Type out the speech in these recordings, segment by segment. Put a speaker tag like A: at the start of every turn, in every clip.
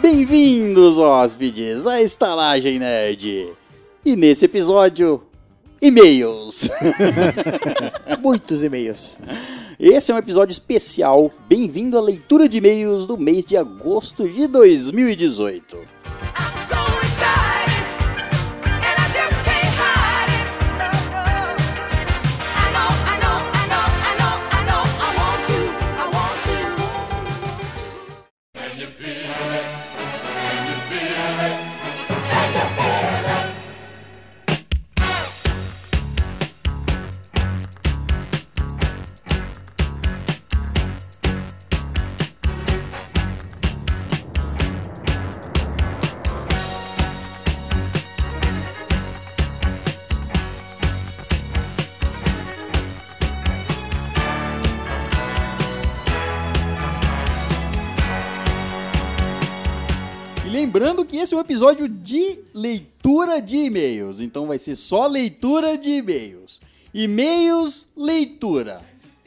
A: Bem-vindos, hóspedes, à Estalagem Nerd. E nesse episódio, e-mails.
B: Muitos e-mails.
A: Esse é um episódio especial. Bem-vindo à leitura de e-mails do mês de agosto de 2018.
C: I'm so excited, and I just can't hide it. I know, I know, I know, I know, I know, I want you, I want you.
A: E lembrando que esse é um episódio de leitura de e-mails, então vai ser só leitura de e-mails. E-mails, leitura.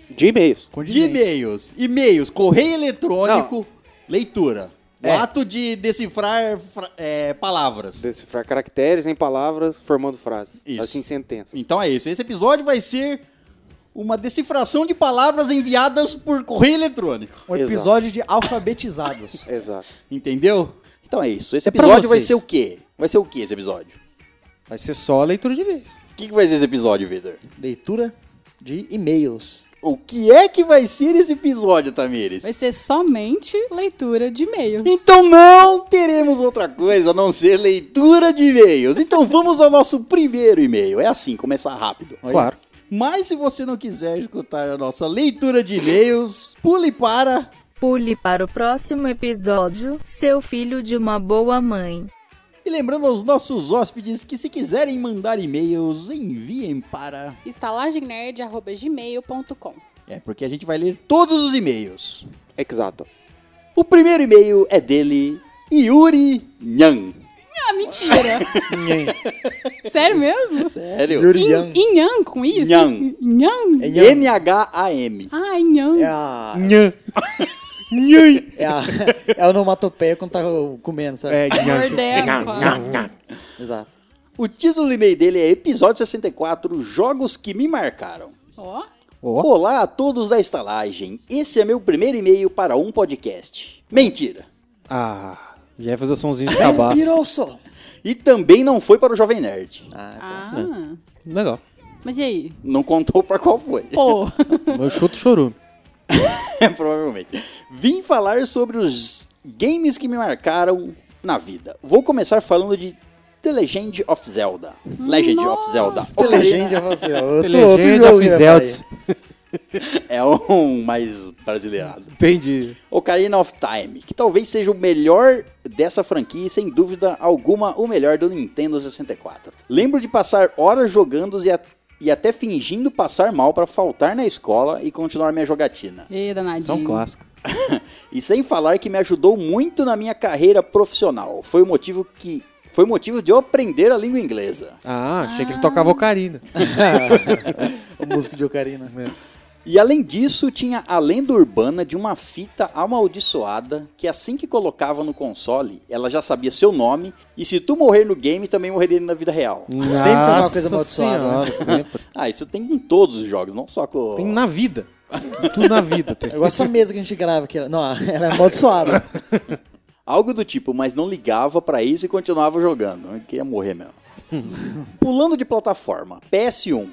D: De e-mails.
A: De e-mails. E-mails, correio eletrônico,
D: Não.
A: leitura. O
D: É.
A: ato de decifrar fra- é, palavras.
D: Decifrar caracteres em palavras, formando frases.
A: Isso.
D: Assim, sentenças.
A: Então é isso. Esse episódio vai ser uma decifração de palavras enviadas por correio eletrônico.
B: Um
D: Exato.
B: episódio de alfabetizados.
D: Exato.
A: Entendeu? Então é isso. Esse
E: É pra
A: episódio vai
E: vocês.
A: ser o quê? Vai ser o quê esse episódio?
E: Vai ser só a leitura de vez.
A: O que, que vai ser esse episódio, Vitor?
B: Leitura de e-mails.
A: O que é que vai ser esse episódio, Tamires?
F: Vai ser somente leitura de e-mails.
A: Então não teremos outra coisa a não ser leitura de e-mails. Então vamos ao nosso primeiro e-mail. É assim, começar rápido.
E: Claro.
A: Mas se você não quiser escutar a nossa leitura de e-mails, pule para
G: Pule para o próximo episódio, seu filho de uma boa mãe.
A: E lembrando aos nossos hóspedes que se quiserem mandar e-mails, enviem para.
F: estalagemnerd.gmail.com
A: É, porque a gente vai ler todos os e-mails.
D: Exato.
A: O primeiro e-mail é dele, Yuri Nhan.
F: Ah, mentira! Sério mesmo?
A: Sério?
B: Yurian.
F: Inham com isso?
A: Inham.
F: Inham?
B: É Yan.
A: N-H-A-M.
F: Ah, inham.
B: É a.
E: Nhan. Nhan.
B: É a. É a onomatopeia quando tá comendo, sabe?
E: É,
F: Mordendo. quase.
B: Exato.
A: O título do e-mail dele é Episódio 64 Jogos que me marcaram.
F: Ó,
E: Ó.
A: Olá a todos da estalagem. Esse é meu primeiro e-mail para um podcast. Mentira.
E: Ah, já ia fazer somzinho de cabaço.
B: Mentiroso!
A: E também não foi para o Jovem Nerd.
B: tá.
F: ah.
E: Legal.
F: Mas e aí?
A: Não contou para qual foi.
F: Pô,
E: Meu chuto chorume.
A: É, provavelmente. Vim falar sobre os games que me marcaram na vida. Vou começar falando de The Legend of Zelda. Legend of Zelda.
B: The
A: Ocarina
B: Legend of Outro, outro
E: Legend
B: jogo,
E: of
B: né,
E: Zelds.
A: É um mais brasileirado.
E: Entendi.
A: Ocarina of Time, que talvez seja o melhor dessa franquia e sem dúvida alguma o melhor do Nintendo 64. Lembro de passar horas jogando e, a- e até fingindo passar mal para faltar na escola e continuar minha jogatina.
F: e danadinho.
E: Isso é um clássico.
A: E sem falar que me ajudou muito na minha carreira profissional. Foi o motivo que foi o motivo de eu aprender a língua inglesa.
E: Ah, achei que ele tocava ocarina.
B: pai? o músico de Ocarina.
A: E além disso, tinha a lenda urbana de uma fita amaldiçoada que assim que colocava no console, ela já sabia seu nome e se tu morrer no game, também morreria na vida real.
E: Hum.
B: Sempre tem alguma coisa
E: Nossa
B: amaldiçoada,
E: senhora,
B: né?
E: sempre.
A: Ah, isso tem em todos os jogos, não só com...
E: Tem na vida. Tudo na vida tem.
B: Igual essa mesa que a gente grava aqui. Não, ela é amaldiçoada.
A: Algo do tipo, mas não ligava pra isso e continuava jogando. Eu queria morrer mesmo. Pulando de plataforma, PS1.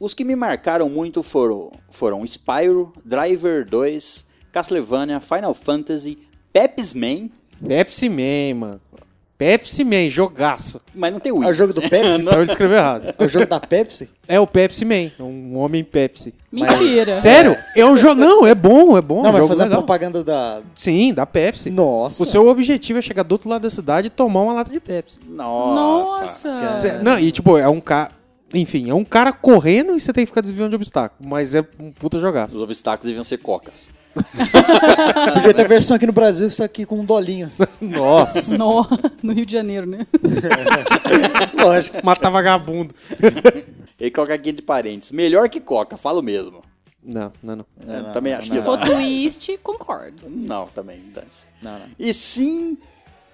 A: Os que me marcaram muito foram, foram Spyro, Driver 2, Castlevania, Final Fantasy, Pep's Man,
E: Pepsi Man, mano. Pepsi Man, jogaço.
A: mas não tem o
B: É o jogo do Pepsi?
E: Então ele escreveu errado.
B: É o jogo da Pepsi?
E: É o Pepsi Man, um homem Pepsi.
F: Mentira.
E: Sério? É um jogo. Não, é bom, é bom. é
B: Não,
E: um
B: vai
E: jogo
B: fazer a
E: legal.
B: propaganda da.
E: Sim, da Pepsi.
B: Nossa.
E: O seu objetivo é chegar do outro lado da cidade e tomar uma lata de Pepsi.
A: Nossa!
F: Nossa!
B: Cara.
E: Não, e tipo, é um cara. Enfim, é um cara correndo e você tem que ficar desviando de obstáculo. Mas é um puta
A: Os
E: jogaço.
A: obstáculos deviam ser cocas.
B: Podia ter versão aqui no Brasil, só que com um dolinho.
E: Nossa.
F: No, no Rio de Janeiro, né?
B: Lógico.
E: Matar vagabundo.
A: E coloca aqui de parênteses, melhor que coca, falo mesmo.
E: Não, não, não.
A: É, também assim,
F: Se for twist, concordo.
A: Não, também, dane-se.
B: Não, não.
A: E sim,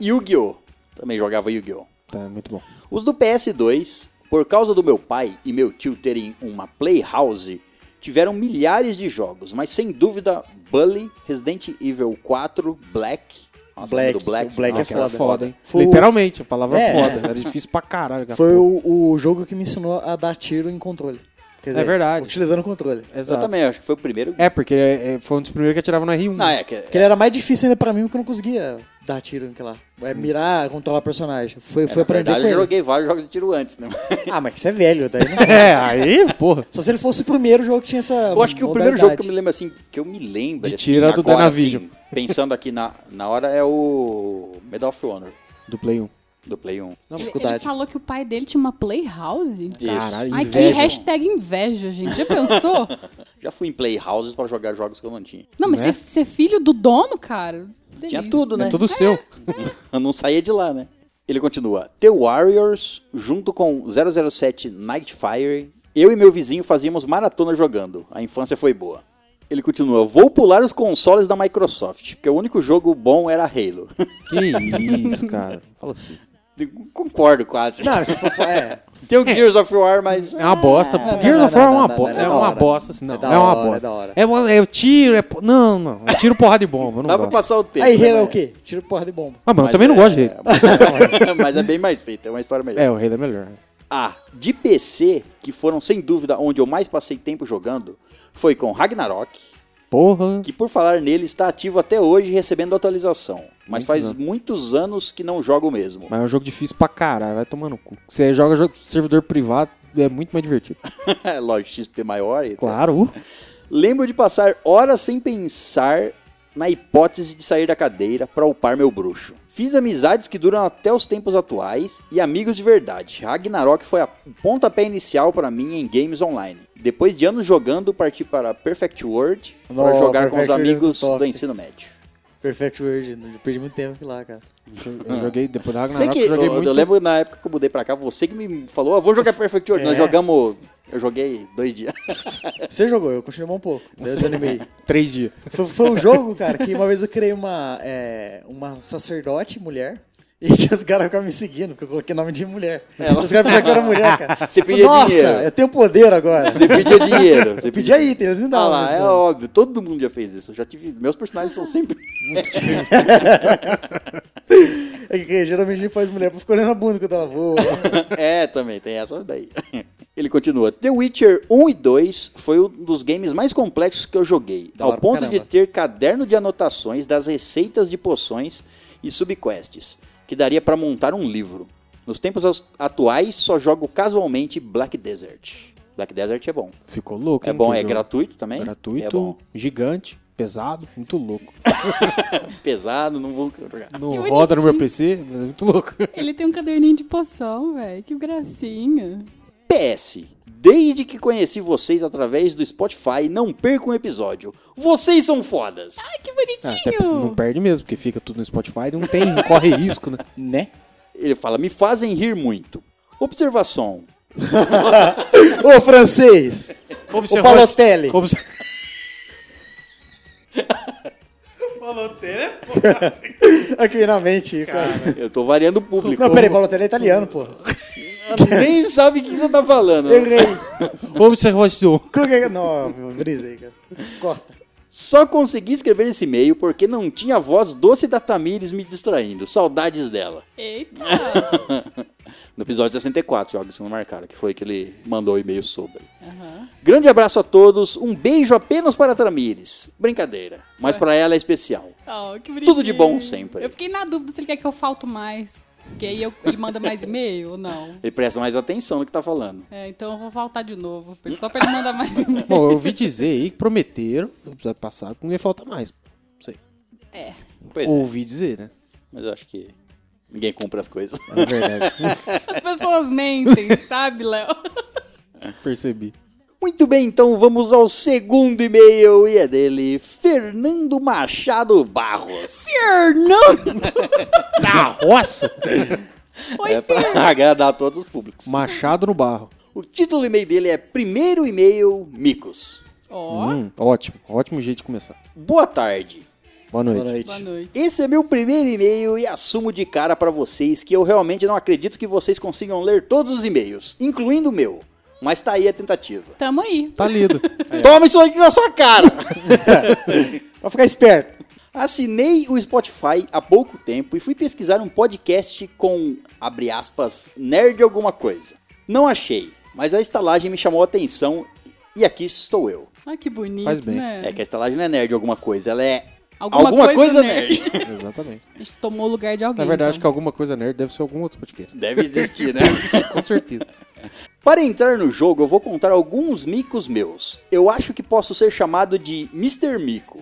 A: Yu-Gi-Oh! Também jogava Yu-Gi-Oh!
E: Tá, muito bom.
A: Os do PS2, por causa do meu pai e meu tio terem uma Playhouse, tiveram milhares de jogos, mas sem dúvida Bully, Resident Evil 4, Black. Nossa,
B: Black,
A: do
B: o Black é
A: nossa,
E: Era
B: Foda.
E: foda, hein?
B: Foi o-
E: Literalmente, a palavra
B: É.
E: foda. Era difícil pra caralho. cara.
B: Foi o, o jogo que me ensinou a dar tiro em controle.
A: É
B: Quer dizer,
E: verdade.
B: Utilizando o controle.
A: Eu
E: Exato.
A: também acho que foi o primeiro.
E: É, porque é, é, foi um dos primeiros que atirava na R1.
A: Não, é que
B: Porque ele era mais difícil ainda pra mim, porque eu não conseguia dar tiro em que lá. É mirar, controlar personagem. Foi, foi
A: Hum. É, na
B: aprender
A: verdade,
B: com
A: eu
B: ele.
A: joguei vários jogos de tiro antes, né?
B: Ah, mas que você é velho, daí não...
E: É, aí, porra.
B: Só se ele fosse o primeiro jogo que tinha essa
A: Eu acho que o primeiro jogo que eu me
B: modalidade.
A: lembro assim, que eu me lembro
E: De
A: assim,
E: tiro era do
A: agora,
E: Dynavision.
A: assim, pensando aqui na, na hora é o Medal of Honor
E: Do Play 1.
A: do Play 1.
B: Não,
F: Ele,
B: dificuldade.
F: ele falou que o pai dele tinha uma playhouse?
A: Isso.
E: Caralho,
F: Ai, que
E: inveja.
F: hashtag inveja, gente. Já pensou?
A: Já fui em playhouses pra jogar jogos que eu não tinha.
F: Não, mas
E: Né?
F: ser, ser filho do dono, cara.
A: Tinha
F: delícia.
A: tudo, né?
E: É tudo seu.
A: Eu não saía de lá, né? Ele continua. The Warriors, junto com 007 Nightfire, eu e meu vizinho fazíamos maratona jogando. A infância foi boa. Ele continua. Vou pular os consoles da Microsoft, porque o único jogo bom era Halo.
E: que isso, cara. Fala assim.
A: Concordo quase.
B: Não, se for... É,
A: Tem
E: Então,
A: o Gears of War, mas...
E: É uma bosta.
B: não,
A: Ah,
B: não,
E: Gears of
B: não,
E: War é
B: não,
E: uma
B: não,
E: bosta.
B: não, é
E: É
B: da
E: uma
B: hora.
E: bosta, assim, não.
B: É da
E: É uma
B: hora, é
E: bosta.
B: da hora.
E: É uma- é o tiro, é. po- Não, não. É tiro, porrada e bomba. eu
A: Dá pra
E: Não gosto.
A: passar o tempo.
B: Aí Halo
A: né?
B: é o quê? Tiro porra de bomba.
E: Ah, mano,
A: Mas
E: eu também não
A: é-
E: gosto de rei.
A: Mas é bem mais feito, é uma história melhor.
E: É, o rei é melhor.
A: Ah, de PC, que foram sem dúvida onde eu mais passei tempo jogando, foi com Ragnarok,
E: Porra.
A: que por falar nele está ativo até hoje recebendo atualização. Mas faz muitos anos que não jogo mesmo.
E: Mas é um jogo difícil pra caralho. Vai tomar no cu. Você joga jogo de servidor privado, é muito mais divertido.
A: Lógico, XP maior e etc.
E: Claro. uh.
A: Lembro de passar horas sem pensar na hipótese de sair da cadeira para upar meu bruxo. Fiz amizades que duram até os tempos atuais e amigos de verdade. Ragnarok foi a- o pontapé inicial para mim em games online. Depois de anos jogando, parti para Perfect World para
B: Nossa,
A: jogar com os
B: Perfect World é
A: amigos
B: top.
A: do ensino médio.
B: Perfect Word. Eu perdi muito tempo aqui lá, cara.
E: Eu joguei depois da
A: Ah. Sei
E: Ragnarok,
A: que
E: eu joguei
A: eu,
E: muito.
A: eu lembro na época que eu mudei pra cá, você que me falou, "Ah, vou jogar Perfect World. Nós
B: É.
A: jogamos, eu joguei dois dias.
B: Você jogou, eu continuei um pouco. Daí Eu desanimei.
E: Três dias.
B: Foi, foi um jogo, cara, que uma vez eu criei uma, é, uma sacerdote mulher. E tinha os caras ficavam me seguindo, porque eu coloquei nome de mulher. Os caras pensavam que eu era mulher, cara.
A: É, Você
B: Eu falei,
A: pedia
B: Nossa,
A: dinheiro."
B: eu tenho poder agora.
A: Você pedia dinheiro. Você
B: Eu pedia item, eles me
A: Ah
B: davam.
A: lá,
B: mas,
A: é
B: mano,
A: óbvio, todo mundo já fez isso. Eu já tive. Meus personagens são sempre.
B: é que geralmente a gente faz mulher pra ficar olhando a bunda quando ela voa.
A: é, também, tem essa daí. Ele continua. The Witcher 1 e 2 foi um dos games mais complexos que eu joguei.
B: Da
A: ao
B: hora pra
A: ponto de
B: caramba.
A: ter caderno de anotações das receitas de poções e subquests, que daria pra montar um livro. Nos tempos as- atuais, só jogo casualmente Black Desert. Black Desert é bom.
E: Ficou louco.
A: É
E: hein,
A: bom,
E: que
A: é
E: jogo.
A: gratuito também? É
E: Gratuito,
A: bom.
E: gigante, pesado, muito louco.
A: Pesado, não vou jogar.
E: Não
F: Que
E: roda no meu
F: bonitinho.
E: PC, mas é muito louco.
F: Ele tem um caderninho de poção, velho. Que gracinha.
A: PS, desde que conheci vocês através do Spotify, não percam um episódio. Vocês são fodas!
F: Que
E: Ah, até porque não
F: bonitinho.
E: perde mesmo, porque fica tudo no Spotify, não tem, corre risco, né?
B: né?
A: Ele fala, me fazem rir muito. Observação.
B: Ô, francês! Ô, Balotelli!
E: Observação.
B: Aqui É na mente, cara.
A: Eu tô variando o público.
B: Não, peraí, Balotelli é italiano, pô.
A: Nem sabe o que você tá falando.
B: Errei.
E: Observação.
B: Coloquei- Não, eu brisei, cara. Corta.
A: Só consegui escrever esse e-mail porque não tinha a voz doce da Tamires me distraindo. Saudades dela.
F: Eita.
A: No episódio 64, jogos que não marcaram, que foi que ele mandou o e-mail sobre. Grande abraço a todos, um beijo apenas para a Tamires. Brincadeira, mas pra ela é especial.
F: Oh, que bonitinho.
A: Tudo de bom sempre.
F: Eu fiquei na dúvida se ele quer que eu falto mais. Porque aí eu- ele manda mais e-mail ou não.
A: Ele presta mais atenção no que tá falando.
F: É, então eu vou faltar de novo. Só pra ele mandar mais e-mail.
E: Bom, eu ouvi dizer aí que prometeram no episódio passado que não ia faltar mais. Não sei.
A: Pois é,
E: ouvi dizer, né?
A: mas eu acho que ninguém compra as coisas.
E: É verdade.
F: As pessoas mentem, sabe, Léo?
E: Percebi.
A: Muito bem, então vamos ao segundo e-mail e é dele, Fernando Machado Barros.
F: Fernando!
E: Da roça!
F: Oi,
A: É pra agradar a todos os públicos.
E: Machado no barro.
A: O título do e-mail dele é Primeiro e-mail Micos.
F: Ó,
E: Hum, ótimo. Ótimo jeito de começar.
A: Boa tarde.
E: Boa noite.
B: Boa noite.
F: Boa noite.
A: Esse é meu primeiro e-mail e assumo de cara pra vocês que eu realmente não acredito que vocês consigam ler todos os e-mails, incluindo o meu. Mas tá aí a tentativa.
F: Tamo aí.
E: Tá lido.
A: Toma isso aqui na sua cara!
B: Pra ficar esperto.
A: Assinei o Spotify há pouco tempo e fui pesquisar um podcast com, abre aspas, nerd alguma coisa. Não achei, mas a estalagem me chamou a atenção e aqui estou eu.
F: Ai, que bonito,
E: Faz bem.
F: né?
A: É que a estalagem não é nerd alguma coisa, ela é
F: Alguma coisa nerd.
E: Exatamente.
F: A gente tomou o lugar de alguém.
E: Na verdade, que
F: então.
E: alguma coisa nerd deve ser algum outro podcast.
A: Deve existir, né?
E: Com certeza.
A: Para entrar no jogo, eu vou contar alguns micos meus. Eu acho que posso ser chamado de Mr. Mico.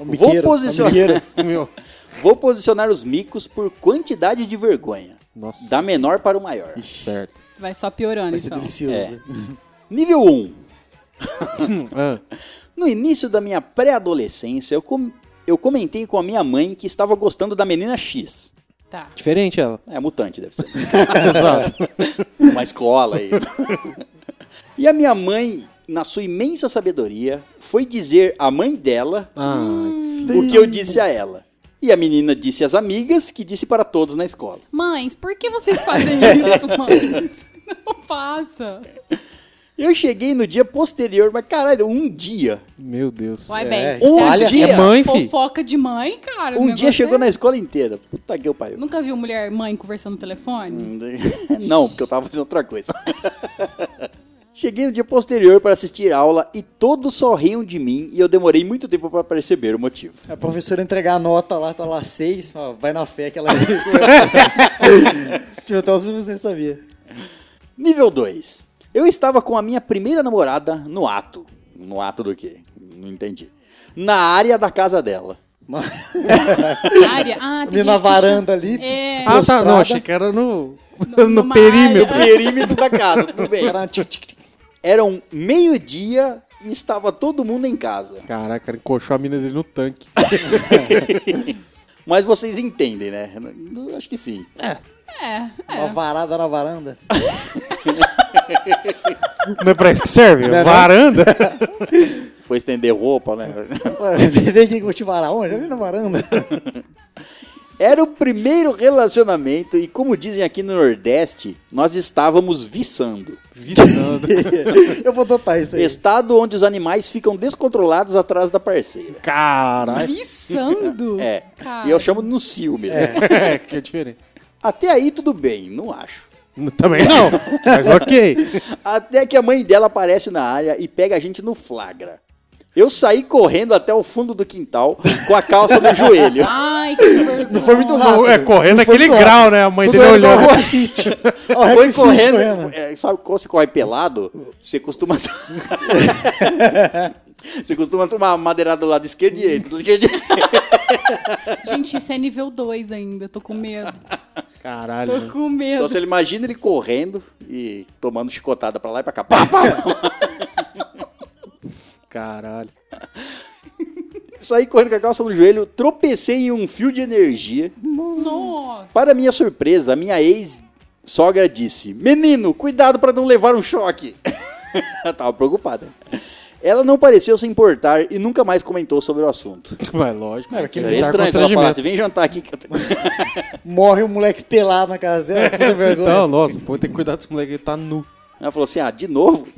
B: É um miqueiro.
A: vou,
B: é um
A: posicionar,
B: miqueiro.
E: Meu.
A: vou posicionar os micos por quantidade de vergonha.
E: Nossa.
A: Da menor para o maior.
E: Certo.
F: Vai só piorando,
B: Vai ser
F: então.
A: é.
B: delicioso.
A: Nível 1.
E: Ah,
A: No início da minha pré-adolescência, eu, com- eu comentei com a minha mãe que estava gostando da menina X.
F: Tá.
E: diferente ela.
A: É, mutante deve ser.
E: Exato.
A: Uma escola aí. e a minha mãe, na sua imensa sabedoria, foi dizer à mãe dela
E: Ah,
A: o que eu disse a ela. E a menina disse às amigas, que disse para todos na escola.
F: Mães, por que vocês fazem isso, mães? Não faça.
A: Eu cheguei no dia posterior, mas caralho, um dia.
E: meu Deus.
F: Vai
E: É.
F: bem.
B: é,
F: se a
A: espalha-
F: gente-
A: É
E: mãe, fi.
F: Fofoca de mãe, cara. o
A: Um dia
F: negócio
A: chegou
F: é-
A: na escola inteira. Puta que eu pariu.
F: Nunca viu mulher e mãe conversando no telefone?
A: Não, porque eu tava fazendo outra coisa. Cheguei no dia posterior para assistir a aula e todos só riam de mim e eu demorei muito tempo para perceber o motivo.
B: A professora entregar a nota lá, tá lá seis, ó, vai na fé que ela. tipo, até os professores sabiam.
A: Nível 2. Eu estava com a minha primeira namorada no ato. No ato do quê? Não entendi. Na área da casa dela.
B: Mas-
A: Hum.
F: Área? Ah, tem
B: Ali na
F: gente que
B: varanda
F: chama-
B: ali.
F: É.
E: Ah, tá. Não,
B: Prostrada.
E: achei que era no,
F: No-
E: no
F: numa
E: perímetro.
F: área.
A: Perímetro da casa, tudo bem.
B: Era tic, tic, tic.
A: Eram meio-dia e estava todo mundo em casa.
F: é.
E: Caraca, cara encoxou a mina dele no tanque.
A: Mas vocês entendem, né? Eu Acho que sim.
F: É, é.
B: Uma varada na varanda.
E: Não é pra isso que serve?
B: Não é não?
E: Varanda?
A: Foi estender roupa, né?
B: Vem aqui que eu vou te varar onde? Ali na varanda.
A: Era o primeiro relacionamento e, como dizem aqui no Nordeste, nós estávamos viçando.
E: Viçando.
B: eu vou adotar isso aí.
A: Estado onde os animais ficam descontrolados atrás da parceira.
E: Caralho.
F: Viçando?
A: É.
F: Cara.
A: E eu chamo de no cio mesmo.
E: É, que é diferente.
A: Até aí tudo bem, não acho.
E: Também não, mas ok.
A: Até que a mãe dela aparece na área e pega a gente no flagra. Eu saí correndo até o fundo do quintal com a calça no joelho.
F: Ai, que vergonha.
B: Não foi muito rápido.
E: É, correndo
B: Não foi
E: aquele
B: muito
E: grau,
B: rápido.
E: né? A mãe
B: Foi
E: dele
B: correndo igual
E: olhando.
B: o Rap Fit. Ó, o Rap
A: Foi
B: Fit
A: correndo.
B: correndo.
A: é, sabe quando você corre pelado? Você costuma. você costuma tomar madeirada do lado esquerdo e direito. Do esquerdo e direito.
F: Gente, isso é nível 2 ainda. Tô com medo.
E: Caralho.
F: Tô
E: né?
F: com medo.
A: Então você imagina ele correndo e tomando chicotada pra lá e pra cá. Pá, pá, pá.
E: Caralho.
A: Saí correndo com a calça no joelho, tropecei em um fio de energia.
F: Nossa.
A: Para minha surpresa, a minha ex-sogra disse: Menino, cuidado para não levar um choque. Ela Tava preocupada. Ela não pareceu se importar e nunca mais comentou sobre o assunto.
E: Mas lógico.
B: Cara, que
A: Era
E: Tá
A: estranho se ela
E: constrangimento.
A: falasse, vem jantar aqui. que eu tenho-"
B: Morre um moleque pelado na casa dela, puta vergonha.
E: Então, nossa, pô, tem que cuidar desse moleque, ele tá nu.
A: Ela falou assim, ah, de novo?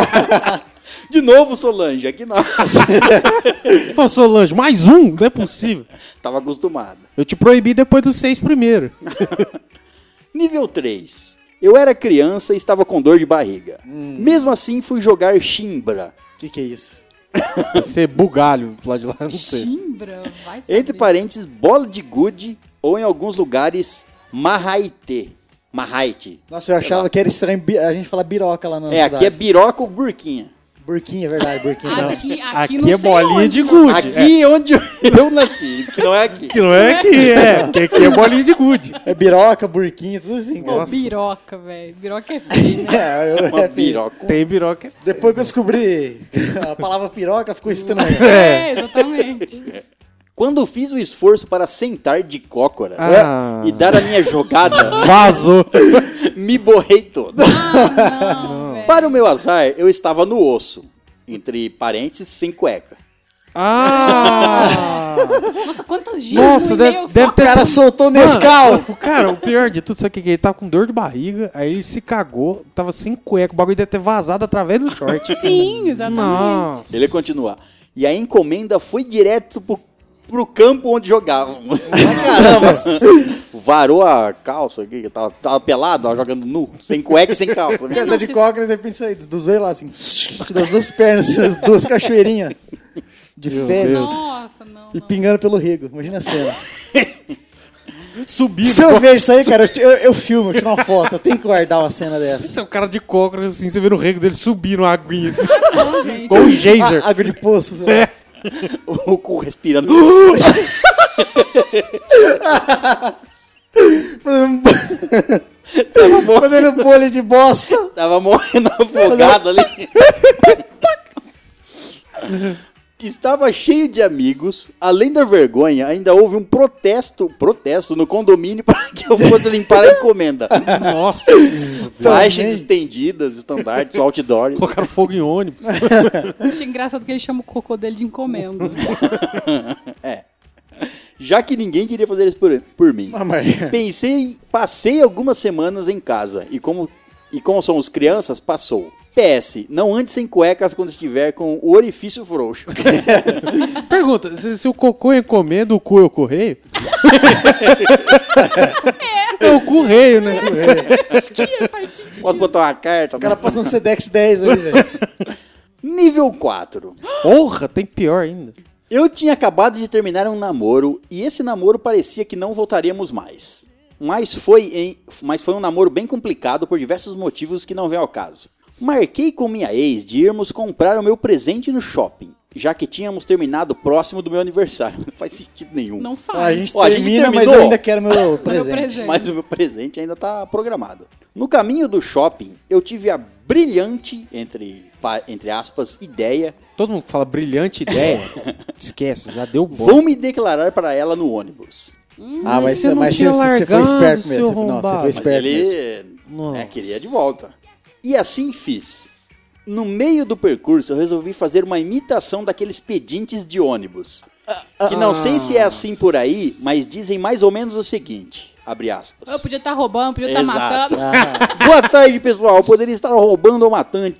A: de novo, Solange, aqui não.
E: Pô, Solange, mais um? Não é possível.
A: Tava acostumada.
E: Eu te proibi depois dos seis primeiro.
A: Nível 3. Eu era criança e estava com dor de barriga.
E: Hum.
A: Mesmo assim, fui jogar chimbra.
B: Que que é isso?
E: Vai ser bugalho lá de lá, não sei.
F: Chimbra, vai saber.
A: Entre parênteses, bola de gude ou em alguns lugares, marraite. Marraite.
B: Nossa, eu achava que era estranho bi- a gente falar biroca lá na
A: É,
B: cidade.
A: aqui é biroca ou burquinha.
B: Burquinha, é verdade,
A: né?
B: burquinha. não.
F: Aqui, aqui,
E: Aqui,
F: não
E: é
F: sei
E: bolinha
F: onde.
E: de gude. É,
A: Aqui onde eu nasci, que não é aqui.
E: Que não é aqui, é. Que aqui é bolinha de gude.
B: É biroca, burquinha, tudo assim.
F: Pô,
B: cara.
F: biroca, velho. Biroca é feio, né?
B: É, eu-
A: Uma
B: é, filho.
A: biroca.
E: Tem biroca.
B: Depois que eu descobri a palavra piroca, ficou estranho.
E: É.
F: É, exatamente.
A: Quando fiz o esforço para sentar de cócora
E: Ah.
A: e dar a minha jogada,
E: Vazou.
A: me borrei todo.
F: Ah, não, velho.
A: Para o meu azar, eu estava no osso, entre parênteses, sem cueca.
E: Ah!
F: Nossa, quantas gírias
E: Nossa,
F: no e-mail
E: deve,
F: só?
E: deve ter.
B: O cara soltou
E: Mano,
B: Nescau.
E: o cara, o pior de tudo, sabe o que que é? ele tava com dor de barriga, aí ele se cagou, tava sem cueca, o bagulho deve ter vazado através do short.
F: Sim, exatamente.
E: Nossa.
A: Ele ia continuar. E a encomenda foi direto pro, pro campo onde jogavam. Caramba! Varou a calça aqui, tava, tava pelado, tava jogando nu, sem cueca e sem calça.
B: O cara tá de cócoras, de repente sai dos dois lá, assim, das duas pernas, assim, as duas cachoeirinhas de fezes
F: Nossa, não,
B: e
F: não.
B: pingando pelo rego. Imagina a cena.
E: Subiu.
B: Se eu vejo isso aí, cara, eu, eu filmo, eu tiro uma foto. Eu tenho que guardar uma cena dessa.
E: Esse é o cara de cócoras, assim, você vira o rego dele subir numa aguinha, assim,
F: Não, gente.
E: igual o geyser.
B: Ah, água de poço. sei lá.
A: o cu respirando.
B: Fazendo bo- Fazendo bolha de bosta.
A: Tava morrendo afogado ali. Estava cheio de amigos. Além da vergonha, ainda houve um protesto, protesto no condomínio para que eu fosse limpar a encomenda.
E: Nossa.
A: Faixas
B: Também.
A: estendidas, estandartes, outdoors.
E: Colocaram fogo em ônibus.
F: Achei engraçado que ele chama o cocô dele de encomenda.
A: Já que ninguém queria fazer isso por, por mim.
B: Ah, mas-
A: Pensei, passei algumas semanas em casa e como e como somos crianças, passou. PS, não ande sem cuecas quando estiver com o orifício frouxo.
E: Pergunta, se, se o cocô é encomenda, o cu é o correio? é o correio, né?
F: Acho que faz sentido.
A: Posso botar uma carta?
B: O cara passa um Sedex 10 ali, velho.
A: Nível 4.
E: Porra, tem pior ainda.
A: Eu tinha acabado de terminar um namoro e esse namoro parecia que não voltaríamos mais. Mas foi, em- mas foi um namoro bem complicado por diversos motivos que não vem ao caso. Marquei com minha ex de irmos comprar o meu presente no shopping, já que tínhamos terminado próximo do meu aniversário. Não faz sentido nenhum.
F: Não faz.
B: Ah, A gente
A: Ó, a gente
B: termina, mas eu
A: terminou.
B: ainda quero meu presente.
F: presente.
A: Mas o meu presente ainda tá programado. No caminho do shopping, eu tive a brilhante, entre, pa- entre aspas, ideia.
E: Todo mundo que fala brilhante ideia, esquece, já deu bom.
A: Vou me declarar para ela no ônibus.
B: Ah, mas,
E: você não
B: mas
E: tinha
B: você, você foi
E: largado,
B: esperto
E: seu
B: mesmo. Você foi- não, você
E: arrombado.
B: foi
E: Mas
A: Mas
B: esperto mesmo.
A: ele
E: Nossa.
A: é, queria de volta. E assim fiz. No meio do percurso, eu resolvi fazer uma imitação daqueles pedintes de ônibus.
B: Ah,
A: Que não sei se é assim por aí, mas dizem mais ou menos o seguinte, abre aspas.
F: Eu podia estar roubando, podia estar
A: Exato.
F: matando.
A: Boa tarde, pessoal. Poderia estar roubando ou matando,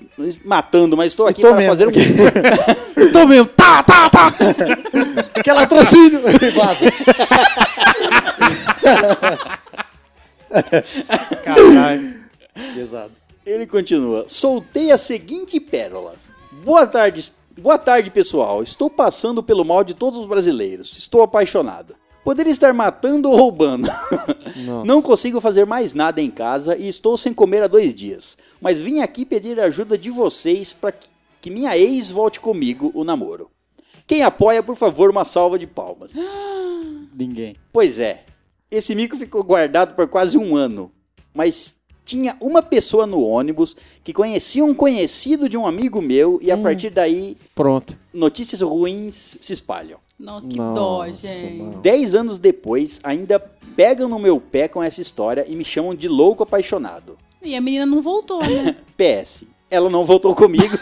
A: matando mas estou aqui
B: tô
A: para
B: mesmo.
A: fazer um...
E: Tô mesmo, tá, tá, tá.
B: Que latrocínio! E vaza.
E: Caralho.
B: Pesado.
A: Ele continua. Soltei a seguinte pérola. Boa tarde, boa tarde, pessoal. Estou passando pelo mal de todos os brasileiros. Estou apaixonado. Poderia estar matando ou roubando. Não consigo fazer mais nada em casa e estou sem comer há dois dias. Mas vim aqui pedir a ajuda de vocês para que que minha ex volte comigo o namoro. Quem apoia, por favor, uma salva de palmas.
B: Ninguém.
A: Pois é, esse mico ficou guardado por quase um ano, mas tinha uma pessoa no ônibus que conhecia um conhecido de um amigo meu e a partir daí
E: Pronto.
A: notícias ruins se espalham.
F: Nossa, que
E: Nossa,
F: dó, gente.
E: mano.
A: Dez anos depois, ainda pegam no meu pé com essa história e me chamam de louco apaixonado.
F: E a menina não voltou, né?
A: PS, ela não voltou comigo,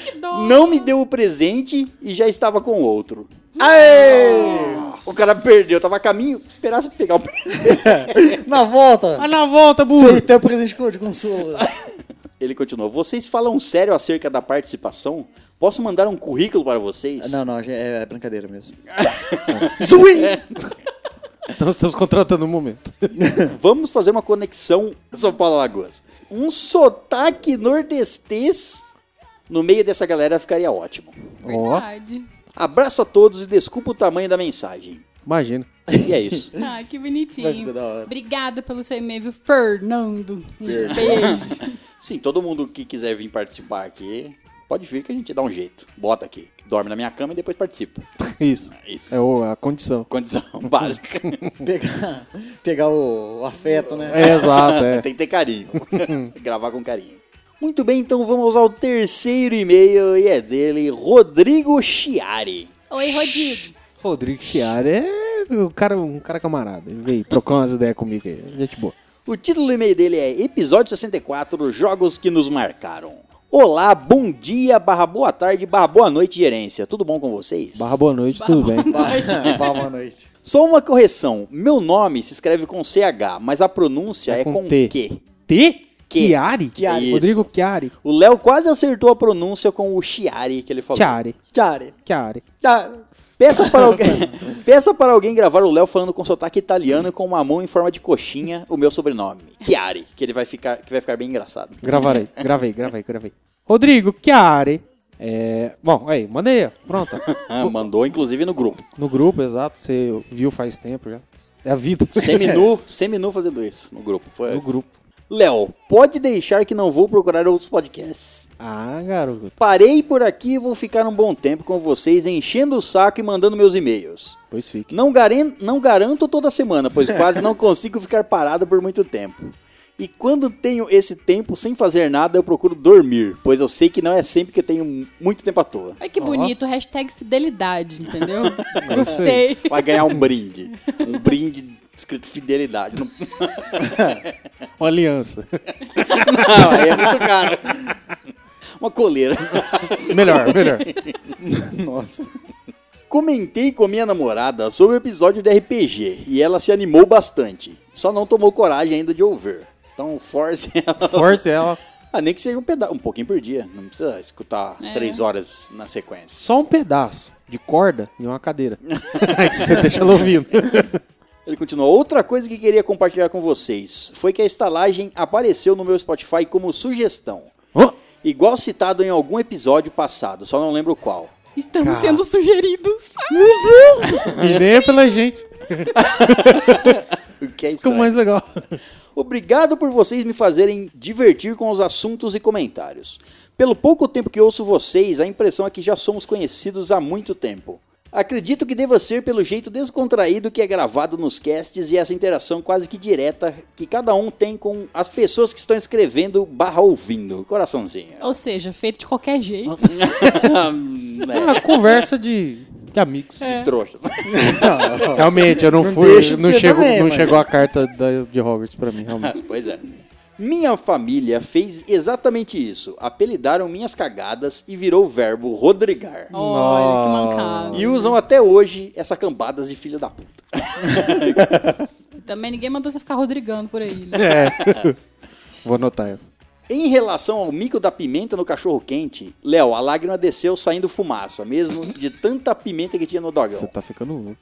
F: Que dó.
A: não me deu o presente e já estava com outro.
B: Aê!
A: O cara perdeu, tava a caminho, esperasse pegar o presente.
B: Na volta!
E: Olha a volta, burro.
B: Você tem o presente de consolo.
A: Ele continuou: Vocês falam sério acerca da participação? Posso mandar um currículo para vocês?
B: Não, não, é, é brincadeira mesmo. Zui!
E: Nós estamos contratando um momento.
A: Vamos fazer uma conexão São Paulo Alagoas. Um sotaque nordestês no meio dessa galera ficaria ótimo.
F: Verdade.
A: Abraço a todos e desculpa o tamanho da mensagem.
E: Imagina.
A: E é isso.
F: Ah, que
B: Vai ficar
F: bonitinho.
B: da hora.
F: Obrigada pelo seu e-mail, viu, Fernando. Um beijo.
A: Sim, todo mundo que quiser vir participar aqui, pode vir que a gente dá um jeito. Bota aqui. Dorme na minha cama e depois participa.
E: Isso.
A: Isso.
E: É o- a condição.
A: Condição básica.
B: Pegar, pegar o, o afeto, né?
E: É, exato, é.
A: Tem que ter carinho. Gravar com carinho. Muito bem, então vamos ao terceiro e-mail e é dele, Rodrigo Chiari.
F: Oi, Rodrigo.
E: Rodrigo Chiara é o cara, um cara camarada. Ele veio trocar umas ideias comigo aí. Gente boa.
A: O título do e-mail dele é Episódio 64 Jogos que nos marcaram. Olá, bom dia, barra boa tarde, barra boa noite, gerência. Tudo bom com vocês?
E: Barra boa noite, tudo bem.
B: Bah, bah, boa noite.
A: Só uma correção. Meu nome se escreve com CH, mas a pronúncia é, com,
E: T.
A: Q.
E: T?
A: Que.
E: Chiari?
B: Chiari.
A: Isso.
E: Rodrigo Chiari.
A: O Léo quase acertou a pronúncia com o Chiari que ele falou.
E: Chiari.
B: Chiari.
E: Chiari.
B: Chiari.
A: Peça para, alguém, peça para alguém gravar o Léo falando com sotaque italiano e com uma mão em forma de coxinha o meu sobrenome. Chiari, que ele vai ficar, que vai ficar bem engraçado.
E: Gravarei, gravei, gravei, gravei. Rodrigo Chiari. É, bom, aí, mandei, ó, pronto.
A: Ah, mandou, inclusive, no grupo.
E: No grupo, exato, você viu faz tempo já. É a vida.
A: Seminu, seminu fazendo isso no grupo. Foi.
E: No grupo.
A: Léo, pode deixar que não vou procurar outros podcasts.
E: Ah, garoto.
A: Parei por aqui e vou ficar um bom tempo com vocês, enchendo o saco e mandando meus e-mails.
E: Pois fique.
A: Não, garen- não garanto toda semana, pois quase não consigo ficar parado por muito tempo. E quando tenho esse tempo sem fazer nada, eu procuro dormir, pois eu sei que não é sempre que eu tenho muito tempo à toa.
F: Olha que bonito, hashtag fidelidade, entendeu?
E: isso aí.
F: Gostei.
A: Vai ganhar um brinde. Um brinde escrito fidelidade. Não,
E: Uma aliança.
A: não aí é muito caro. Uma coleira.
E: melhor, melhor.
B: Nossa.
A: Comentei com minha namorada sobre o episódio de RPG e ela se animou bastante. Só não tomou coragem ainda de ouvir. Então force ela
E: Force ela.
A: Ah, nem que seja um pedaço, um pouquinho por dia. Não precisa escutar as três horas na sequência.
E: Só um pedaço de corda e uma cadeira. Aí você deixa ela ouvindo.
A: Ele continua. Outra coisa que queria compartilhar com vocês foi que a estalagem apareceu no meu Spotify como sugestão.
E: Hã?
A: Igual citado em algum episódio passado, só não lembro qual.
F: Estamos sendo sugeridos.
E: e nem é pela gente.
A: O que é
E: Isso que é o
A: estranho.
E: mais legal.
A: Obrigado por vocês me fazerem divertir com os assuntos e comentários. Pelo pouco tempo que ouço vocês, a impressão é que já somos conhecidos há muito tempo. Acredito que deva ser pelo jeito descontraído que é gravado nos casts e essa interação quase que direta que cada um tem com as pessoas que estão escrevendo barra ouvindo. Coraçãozinho.
F: Ou seja, feito de qualquer jeito.
E: É uma conversa de, de amigos.
A: É, Trouxas.
E: Realmente, eu não,
B: É. Não
E: fui.
B: deixa de
E: não
B: ser
E: chegou,
B: também,
E: não
B: mas-
E: chegou a carta da- de Hogwarts pra mim, realmente.
A: pois é. Minha família fez exatamente isso. Apelidaram minhas cagadas e virou o verbo rodrigar.
F: Olha, que mancado.
A: E usam até hoje essa cambadas de filho da puta.
F: Também ninguém mandou você ficar rodrigando por aí, né?
E: É. Vou anotar essa.
A: Em relação ao mico da pimenta no cachorro quente, Léo, a lágrima desceu saindo fumaça, mesmo de tanta pimenta que tinha no
E: Você
A: dogão.
E: tá ficando louco.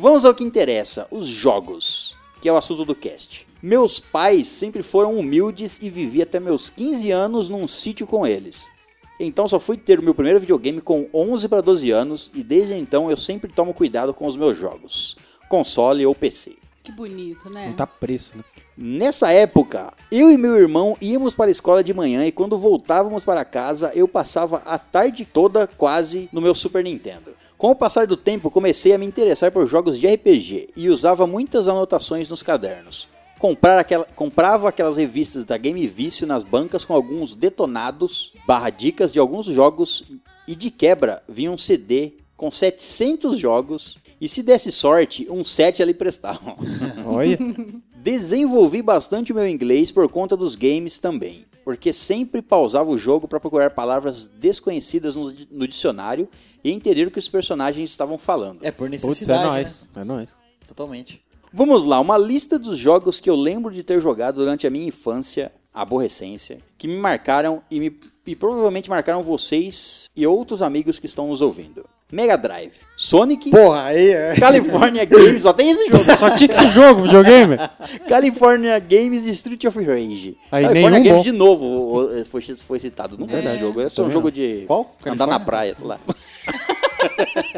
A: Vamos ao que interessa, os jogos, que é o assunto do cast. Meus pais sempre foram humildes e vivi até meus 15 anos num sítio com eles. Então só fui ter o meu primeiro videogame com 11 para 12 anos e desde então eu sempre tomo cuidado com os meus jogos, console ou PC.
F: Que bonito, né?
E: Não tá preso, né?
A: Nessa época, eu e meu irmão íamos para a escola de manhã e quando voltávamos para casa, eu passava a tarde toda quase no meu Super Nintendo. Com o passar do tempo, comecei a me interessar por jogos de RPG e usava muitas anotações nos cadernos. Comprar aquela- comprava aquelas revistas da Game Vício nas bancas com alguns detonados, barra dicas de alguns jogos e de quebra vinha um CD com 700 jogos e se desse sorte, um set ali prestavam.
E: Olha. é
A: Desenvolvi bastante o meu inglês por conta dos games também, porque sempre pausava o jogo para procurar palavras desconhecidas no, no dicionário e entender o que os personagens estavam falando.
B: É por
E: Putz, é
B: necessidade,
E: nóis. É nóis.
B: né? Totalmente.
A: Vamos lá, uma lista dos jogos que eu lembro de ter jogado durante a minha infância, aborrecência, que me marcaram e, me, e provavelmente marcaram vocês e outros amigos que estão nos ouvindo. Mega Drive, Sonic,
B: Porra, aí é...
A: California Games, só tem esse jogo.
E: Só tinha esse jogo, videogame?
A: California Games e Street of Rage.
E: Aí,
A: California
E: nenhum
A: Games
E: bom.
A: de novo o- o- foi, foi citado. Nunca vi esse jogo. É só um jogo de
B: Qual?
A: andar
B: California?
A: na praia, sei lá.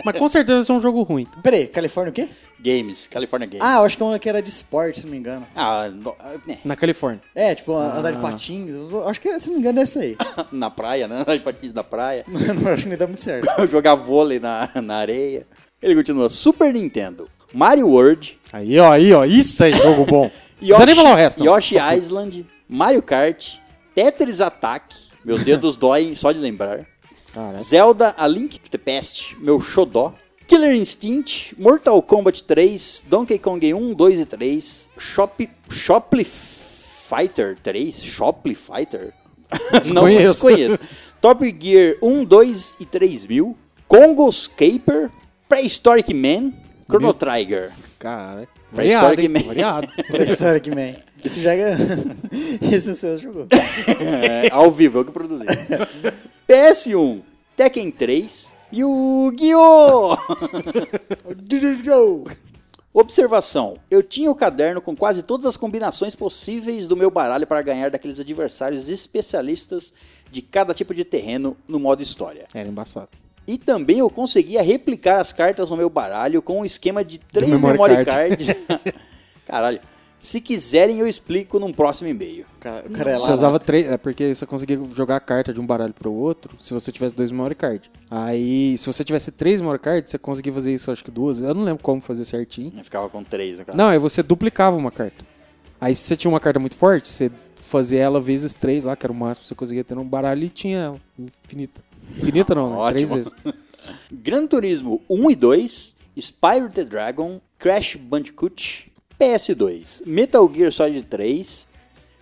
E: Mas com certeza esse é um jogo ruim.
B: Peraí, Califórnia o quê?
A: Games, California Games.
B: Ah, eu acho que é uma que era de esporte, se não me engano.
A: Ah, no- ah, né,
E: Na Califórnia.
B: É, tipo, andar de patins. Eu Acho que, se não me engano, é isso aí.
A: na praia, né? Andar de patins na praia.
B: não acho que nem dá muito certo.
A: Jogar vôlei na, na areia. Ele continua. Super Nintendo, Mario World,
E: Aí, ó, aí, ó. Isso aí, jogo bom. Não
A: Yoshi,
E: precisa nem falar o resto. não.
A: Yoshi Island, Mario Kart, Tetris Attack. Meus dedos doem só de lembrar.
E: Cara,
A: Zelda, A Link to the Past, meu xodó. Killer Instinct, Mortal Kombat 3, Donkey Kong 1, 2 e 3, Shop, Shopley Fighter 3, Shopley Fighter, não
E: Desconheço.
A: desconheço. Top Gear 1, 2 e 3 mil. Congos Caper. Prehistoric Man. Chrono Trigger.
E: Cara,
A: Prehistoric
E: variado, hein?
A: Man.
E: Variado.
B: Prehistoric Man. Isso já é... Isso você jogou.
A: É, ao vivo, eu que produzi. PS1, Tekken 3 e o Guiô! Observação: eu tinha o caderno com quase todas as combinações possíveis do meu baralho para ganhar daqueles adversários especialistas de cada tipo de terreno no modo história.
E: Era embaçado.
A: E também eu conseguia replicar as cartas no meu baralho com um esquema de três
E: memory
A: memory, cards. Caralho. Se quiserem, eu explico num próximo e-mail.
B: O cara, o cara é lá.
E: Você usava três. É porque você conseguia jogar a carta de um baralho pro outro se você tivesse dois memory card. Aí, se você tivesse três memory cards, você conseguia fazer isso, acho que duas. Eu não lembro como fazer certinho.
A: Eu ficava com três, né, cara?
E: Não, aí você duplicava uma carta. Aí se você tinha uma carta muito forte, você fazia ela vezes três lá, que era o máximo que você conseguia ter no baralho e tinha ela. Infinita. Infinita não, né? Três
A: Ótimo.
E: vezes.
A: Gran Turismo 1 e 2, Spyro the Dragon, Crash Bandicoot, PS2, Metal Gear Solid 3.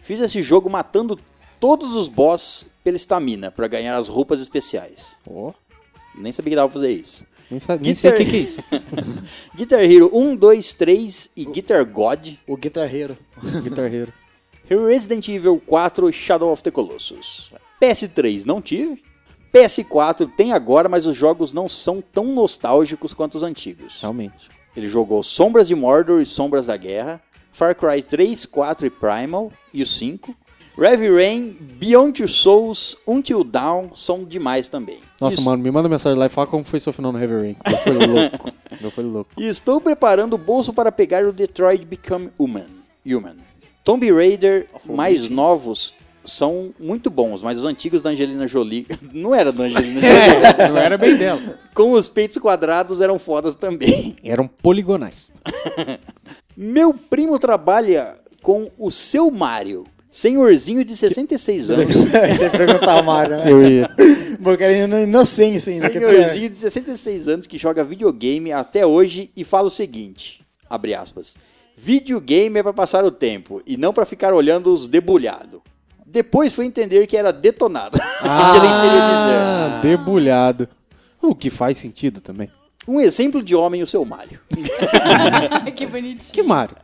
A: Fiz esse jogo matando todos os boss pela estamina pra ganhar as roupas especiais.
E: Ó,
A: Nem sabia que dava pra fazer isso.
E: nem, sa- nem sei o que, que é isso.
A: Guitar Hero 1, 2, 3 e Guitar God,
B: O guitarreiro.
E: Guitarreiro.
A: Resident Evil 4 Shadow of the Colossus. PS3 não tive. PS4 tem agora, mas os jogos não são tão nostálgicos quanto os antigos.
E: Realmente.
A: Ele jogou Sombras de Mordor e Sombras da Guerra, Far Cry 3, 4 e Primal, e o 5. Heavy Rain, Beyond Two Souls, Until Dawn são demais também.
E: Nossa,
A: Isso.
E: mano, me manda mensagem lá e fala como foi seu final no Heavy Rain. Meu foi louco. Meu foi louco.
A: E estou preparando o bolso para pegar o Detroit Become Human. Human. Tomb Raider, mais novos, são muito bons, mas os antigos da Angelina Jolie... Não era da Angelina Jolie.
E: É, Não era bem dela.
A: Com os peitos quadrados eram fodas também.
E: Eram poligonais.
A: Meu primo trabalha com o seu Mario, senhorzinho de 66 anos.
B: Você perguntar o Mario, né?
E: Eu ia.
B: Porcaria inocência ainda. Que é pior.
A: Senhorzinho de 66 anos que joga videogame até hoje e fala o seguinte, abre aspas, videogame é pra passar o tempo e não pra ficar olhando os debulhado. Depois foi entender que era detonado. O que ele queria dizer.
E: Ah, debulhado. O que faz sentido também.
A: Um exemplo de homem o seu Mario.
F: que bonitinho.
E: Que Mario?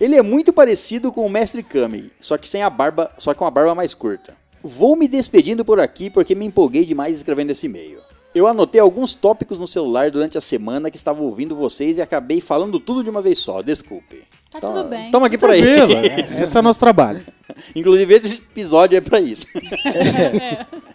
A: Ele é muito parecido com o Mestre Kami, só que sem a barba, só com a barba mais curta. Vou me despedindo por aqui porque me empolguei demais escrevendo esse e-mail. Eu anotei alguns tópicos no celular durante a semana que estava ouvindo vocês e acabei falando tudo de uma vez só, desculpe.
F: Tá tudo bem.
A: Toma aqui pra aí.
E: Tranquilo. Esse é o nosso trabalho.
A: Inclusive esse episódio é pra isso.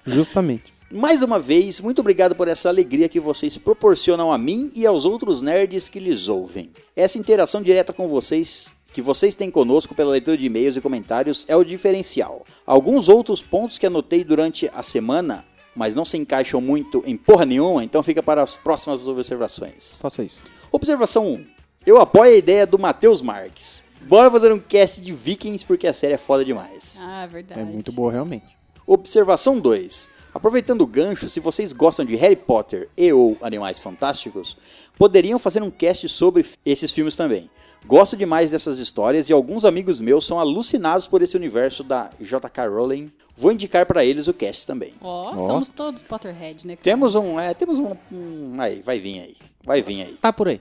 E: Justamente.
A: Mais uma vez, muito obrigado por essa alegria que vocês proporcionam a mim e aos outros nerds que lhes ouvem. Essa interação direta com vocês que vocês têm conosco pela leitura de e-mails e comentários é o diferencial. Alguns outros pontos que anotei durante a semana, mas não se encaixam muito em porra nenhuma, então fica para as próximas observações.
E: Faça isso.
A: Observação 1. Eu apoio a ideia do Matheus Marques. Bora fazer um cast de Vikings porque a série é foda demais.
F: Ah, verdade.
E: É muito boa, realmente.
A: Observação 2. Aproveitando o gancho, se vocês gostam de Harry Potter e ou Animais Fantásticos, poderiam fazer um cast sobre f- esses filmes também. Gosto demais dessas histórias e alguns amigos meus são alucinados por esse universo da J.K. Rowling. Vou indicar pra eles o cast também.
F: Ó,
E: Ó.
F: somos todos Potterhead, né? cara?
A: Temos um, é, temos um, um- aí, vai vir aí. Vai vir aí.
E: Tá por aí.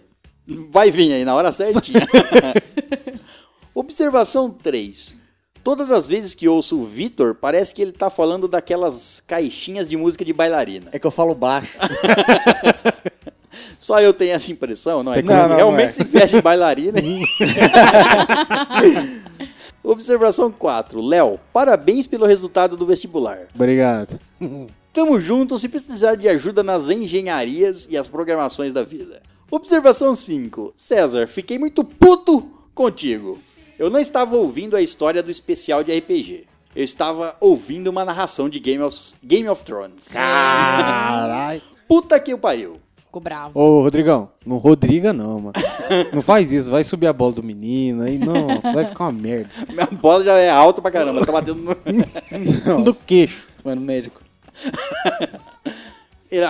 A: Vai vir aí na hora certinha. Observação 3. Todas as vezes que ouço o Vitor, parece que ele tá falando daquelas caixinhas de música de bailarina.
B: É que eu falo baixo.
A: Só eu tenho essa impressão, não é?
B: tem como- Não, não,
A: Realmente
B: não é.
A: se veste de bailarina. Observação 4. Léo, parabéns pelo resultado do vestibular.
E: Obrigado.
A: Tamo junto se precisar de ajuda nas engenharias e as programações da vida. Observação 5. César, fiquei muito puto contigo. Eu não estava ouvindo a história do especial de RPG. Eu estava ouvindo uma narração de Game of, Game of Thrones.
E: Caralho.
A: Puta que o pariu.
F: Ficou bravo.
E: Ô, Rodrigão. Não Rodriga, não, mano. Não faz isso. Vai subir a bola do menino. Aí, nossa, vai ficar uma merda.
A: Minha bola já é alta pra caramba, tá batendo no...
E: Do queixo.
B: Mano, médico.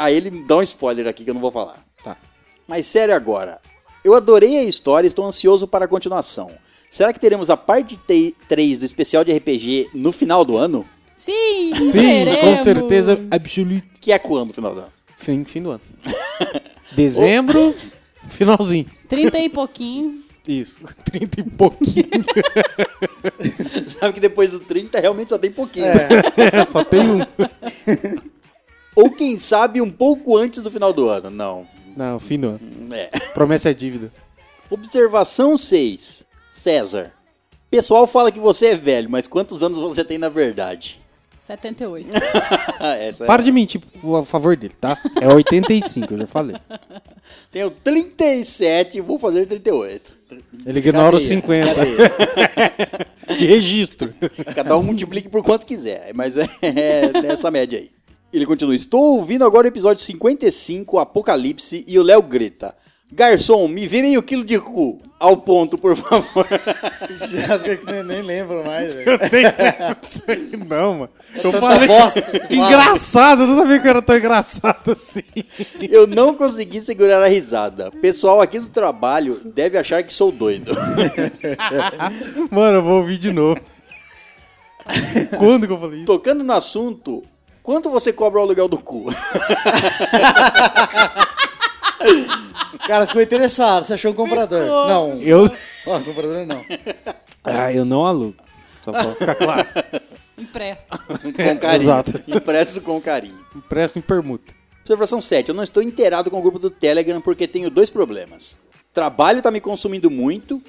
A: Aí ele dá um spoiler aqui que eu não vou falar.
E: Tá.
A: Mas sério agora. Eu adorei a história e estou ansioso para a continuação. Será que teremos a parte 3 do especial de RPG no final do ano?
F: Sim,
E: Sim, com
F: teremos.
E: certeza absoluta.
A: Que é quando, final do ano?
E: Fim, fim do ano. Dezembro, finalzinho.
F: 30 e pouquinho.
E: Isso, 30 e pouquinho.
A: Sabe que depois do 30 realmente só tem pouquinho.
B: É.
E: Só tem um.
A: Ou quem sabe um pouco antes do final do ano. Não.
E: Não, fim do ano.
A: É.
E: Promessa é dívida.
A: Observação 6. César. Pessoal fala que você é velho, mas quantos anos você tem na verdade?
F: 78.
A: Essa é-
E: Para de mentir a favor dele, tá? É 85, eu já falei.
A: Tenho 37 e vou fazer 38.
E: Ele ignora os 50. De registro.
A: Cada um multiplique por quanto quiser, mas é, é nessa média aí. Ele continua: Estou ouvindo agora o episódio 55, Apocalipse, e o Léo grita: Garçom, me vê meio quilo de cu. Ao ponto, por favor.
B: Já As coisas que nem, nem lembro mais, velho.
E: Nem lembro disso aí, não, mano. Eu
B: tanta
E: falei.
B: bosta que
E: É Que
B: fala.
E: engraçado, eu não sabia que eu era tão engraçado assim.
A: Eu não consegui segurar a risada. Pessoal aqui do trabalho deve achar que sou doido.
E: Mano, eu vou ouvir de novo. Quando que eu falei isso?
A: Tocando no assunto, quanto você cobra o aluguel do cu?
B: Cara, ficou interessado. Você achou um comprador?
F: Ficou,
B: Não.
E: Eu.
B: Ó, comprador não.
E: Ah, eu não alugo. Só pra ficar claro.
F: Empresto.
A: com carinho.
E: exato.
A: Impresso com carinho.
E: Impresso em permuta.
A: Observação 7. Eu não estou inteirado com o grupo do Telegram porque tenho dois problemas. Trabalho tá me consumindo muito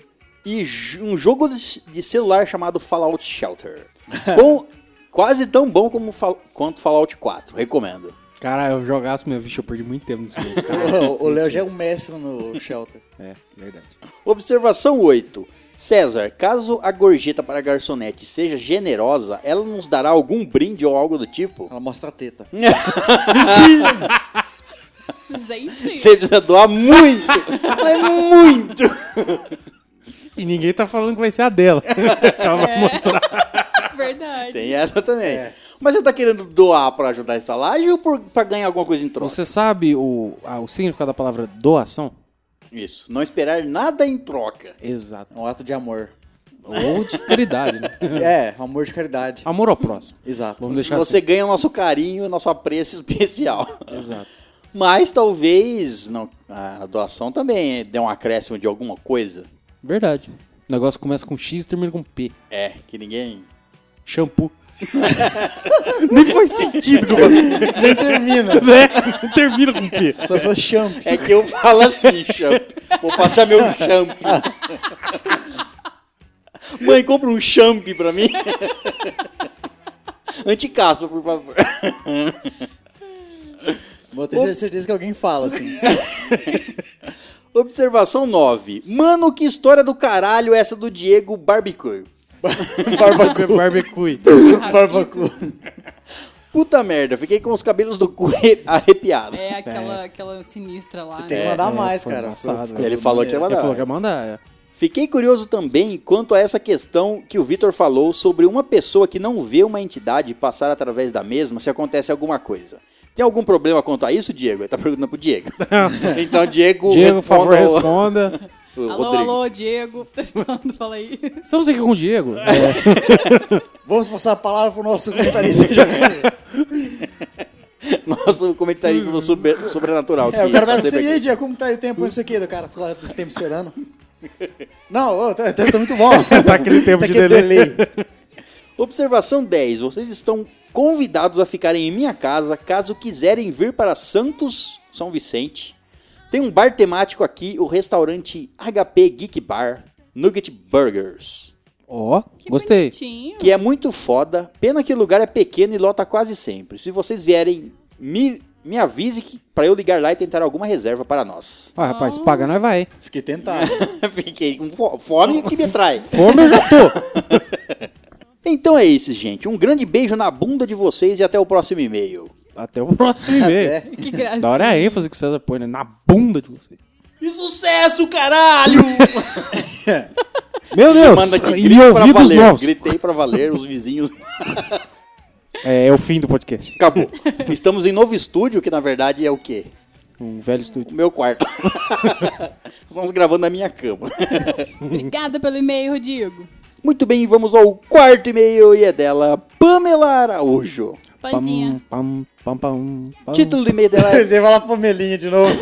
A: e j- um jogo de de celular chamado Fallout Shelter. Bom, quase tão bom como Fal- quanto Fallout 4. Recomendo.
E: Caralho, eu jogasse meu bicho, eu perdi muito tempo nisso. aí, cara.
B: O o Léo já é um mestre no Shelter.
E: É, verdade.
A: Observação 8. César, caso a gorjeta para a garçonete seja generosa, ela nos dará algum brinde ou algo do tipo?
B: Ela mostra a teta.
F: Gente,
A: Você precisa doar muito! mas muito!
E: E ninguém tá falando que vai ser a dela. Ela vai mostrar.
F: verdade.
A: Tem essa também. Mas você tá querendo doar pra ajudar a estalagem ou por, pra ganhar alguma coisa em troca?
E: Você sabe o, ah, o significado da palavra doação?
A: Isso. Não esperar nada em troca.
E: Exato.
B: É um ato de amor.
E: Ou de caridade, né?
B: É, um amor de caridade.
E: Amor ao próximo.
B: Exato.
E: Vamos deixar
A: você ganha o nosso carinho, o nosso apreço especial.
E: assim. Exato.
A: Mas talvez não, a doação também dê um acréscimo de alguma coisa.
E: Verdade. O negócio começa com X e termina com P.
A: É, que ninguém.
E: Shampoo. Né? Nem faz sentido que eu falei.
B: Nem termina.
E: Né? Termina com P.
B: Só sou champ.
A: É que eu falo assim, shampoo. Vou passar meu shampoo. Mãe, compra um shampoo pra mim. Anticaspa, por favor.
B: Vou ter certeza que alguém fala assim.
A: Observação 9. Mano, que história do caralho essa do Diego Barbecue.
B: Barbacu.
E: Barbecue. é
B: Barbacu.
A: Puta merda, fiquei com os cabelos do cu re- arrepiado.
F: É aquela, aquela sinistra lá.
B: Tem que
F: né?
B: mandar
E: é,
B: mais,
E: foi
B: cara.
E: embaçado,
B: Ficou
E: né?
A: Ele
B: tudo
A: falou que ia
B: maneiro.
E: Ele falou
A: mandar.
E: que ia mandar. é.
A: Fiquei curioso também quanto a essa questão que o Vitor falou sobre uma pessoa que não vê uma entidade passar através da mesma se acontece alguma coisa. Tem algum problema quanto a isso, Diego? Ele tá perguntando pro Diego. então, Diego,
E: Diego, por
A: responda
E: favor,
A: ao-
E: responda.
A: o
F: Alô,
A: Rodrigo.
F: alô, Diego. Testando, fala aí.
E: Estamos aqui com o Diego. É,
B: Vamos passar a palavra pro nosso comentarista. que já veio.
A: Nosso comentarista do sobre- sobrenatural.
B: É,
A: que
B: o cara vai
A: tá sempre
B: me dizer, e
A: aqui.
B: aí, Diego, como tá aí o tempo, não sei o quê, do cara fica lá esse tempo esperando. Não, ô, tá, tá- tá muito bom.
E: Tá aquele tempo
B: Tá
E: de
B: aquele
E: delay.
A: Observação 10. Vocês estão convidados a ficarem em minha casa caso quiserem vir para Santos, São Vicente. Tem um bar temático aqui, o restaurante HP Geek Bar Nugget Burgers.
E: Ó,
F: Que
E: gostei.
F: bonitinho.
A: Que é muito foda. Pena que o lugar é pequeno e lota quase sempre. Se vocês vierem, me, me avise que, pra eu ligar lá e tentar alguma reserva para nós.
E: Ah, rapaz, paga, nós vai.
B: Fiquei tentado.
A: Fiquei com fo- fome que me atrai.
E: Fome eu já tô.
A: Então é isso, gente. Um grande beijo na bunda de vocês e até o próximo e-mail.
E: Até o próximo e-mail.
F: Que gracinha.
E: Da hora é a ênfase que o César põe, né? Na bunda de vocês.
A: Que sucesso, caralho!
E: Meu Deus!
A: Manda aqui,
E: E
A: grito pra
E: ouvidos
A: valer.
E: novos.
A: Gritei pra valer, os vizinhos.
E: É, é o fim do podcast.
A: Acabou. Estamos em novo estúdio, que na verdade é o quê?
E: Um velho estúdio.
A: O meu quarto. Estamos gravando na minha cama.
F: Obrigada pelo e-mail, Rodrigo.
A: Muito bem, vamos ao quarto e-mail e é dela Pamela Araújo.
F: Pãezinha.
E: Pam, pam, pam, pam.
A: Título do e-mail dela é
B: Você vai lá pro Melinha de novo.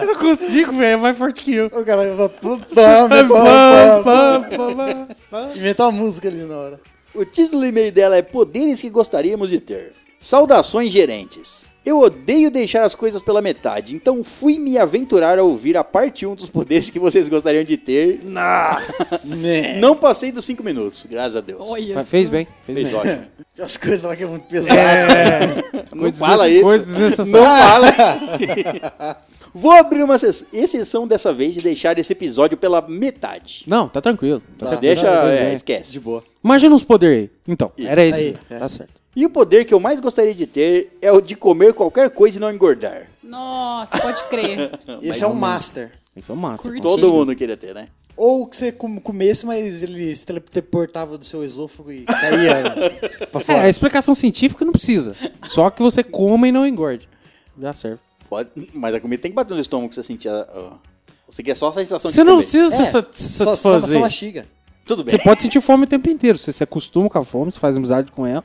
E: Eu não consigo, velho. É mais forte que eu.
B: o cara vai pam,
E: Pam,
B: pam, pam, pam.
E: pam, pam, pam, pam.
B: Inventar uma música ali na hora.
A: O título do e-mail dela é Poderes que Gostaríamos de Ter. Saudações, gerentes. Eu odeio deixar as coisas pela metade, então fui me aventurar a ouvir a parte 1 dos poderes que vocês gostariam de ter.
B: Né?
A: Não passei dos 5 minutos, graças a Deus.
F: Olha
E: Mas
F: só.
E: fez bem. Fez
A: Fez
E: bem.
A: ótimo.
B: Tem umas coisas lá que é muito pesado.
A: Não fala
E: des-
A: isso.
E: coisas desnecessárias.
A: Não
B: Ah.
A: fala. Vou abrir uma ex- exceção dessa vez e deixar esse episódio pela metade.
E: Não, tá tranquilo. Tá tranquilo.
A: Deixa,
E: Pois
A: é,
E: é.
A: esquece.
B: De boa.
E: Imagina uns poderes aí. Então, era
B: Aí,
E: esse.
B: é.
E: Tá certo.
A: E o poder que eu mais gostaria de ter é o de comer qualquer coisa e não engordar.
F: Nossa, pode crer.
B: Esse é um master.
E: Esse é o master.
F: Curti.
A: Todo mundo queria ter, né?
B: Ou que você com- comesse, mas ele se teleportava do seu esôfago e caía né, pra
E: É, a
B: fora.
E: explicação científica não precisa. Só que você coma e não engorde. Já serve.
A: Pode, mas a comida tem que bater no estômago pra você sentir a. a- Você quer só a sensação
E: Você
A: de
E: não
A: comer.
E: precisa se sat-
B: só, só, só
E: satisfazer.
B: mastiga.
A: Tudo bem.
E: Você pode sentir fome o tempo inteiro. Você se acostuma com a fome, você faz amizade com ela.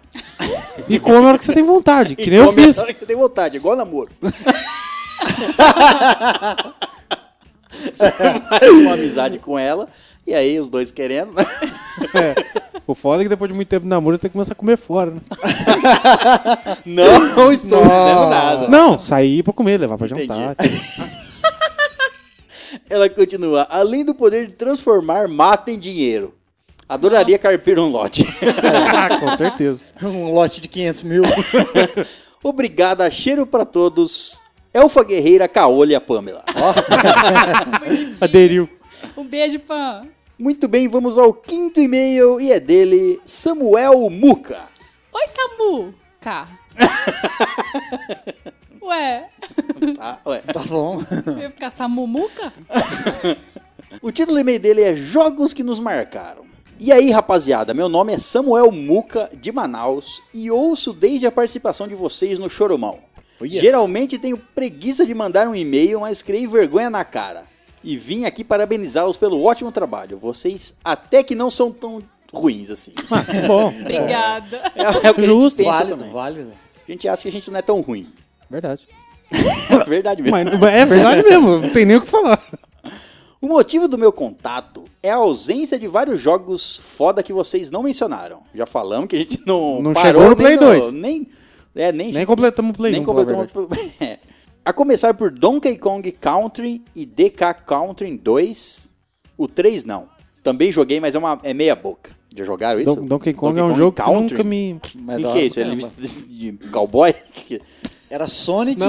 E: e come a hora que você tem vontade. Que nem eu
A: come
E: fiz. É.
A: na hora que você tem vontade, igual namoro. você faz uma amizade com ela, e aí os dois querendo.
E: É. O foda é que depois de muito tempo de namoro, você tem que começar a comer fora, né?
A: Não, um não
B: Ah.
A: estou dizendo nada.
E: Não, sair pra comer, levar pra
A: Ah. Entendi.
E: jantar.
A: Ela continua. Além do poder de transformar mata em dinheiro. Adoraria carpir um lote.
E: Ah, com certeza.
B: Um lote de 500 mil.
A: Obrigada, cheiro pra todos. Elfa Guerreira, Caolha, Pamela.
E: Aderiu.
F: Um beijo, Pan.
A: Muito bem, vamos ao quinto e-mail e é dele, Samuel Muca.
F: Oi, Samu. Cá. Ué,
A: Tá, ué.
B: Tá bom.
F: eu ia ficar Samumuca?
A: O título do e-mail dele é Jogos que nos marcaram. E aí, rapaziada, meu nome é Samuel Muca, de Manaus, e ouço desde a participação de vocês no Choromão.
B: Oh, yes.
A: Geralmente tenho preguiça de mandar um e-mail, mas criei vergonha na cara. E vim aqui parabenizá-los pelo ótimo trabalho. Vocês até que não são tão ruins assim.
E: Ah, Bom,
F: Obrigada.
A: É, o que
E: Justo,
A: a gente pensa
B: válido,
A: também.
B: válido.
A: A gente acha que a gente não é tão ruim.
E: verdade.
A: É verdade mesmo.
E: Mas, mas é verdade mesmo, não tem nem o que falar.
A: O motivo do meu contato é a ausência de vários jogos foda que vocês não mencionaram. Já falamos que a gente não,
E: Não
A: parou
E: chegou no
A: nem
E: Play 2.
A: Nem, é, nem,
E: Nem completamos o Play
A: nem
E: 1, pra falar a
A: completamos o- É. A começar por Donkey Kong Country e DK Country 2. O 3 não. Também joguei, mas é, uma, é meia boca. Já jogaram isso?
E: Don- Donkey Kong é um jogo que
A: Country?
E: nunca me...
B: Mas
A: O que, que
B: dá uma-
A: é isso? Ele vestido de cowboy? Que-
B: Era Sonic.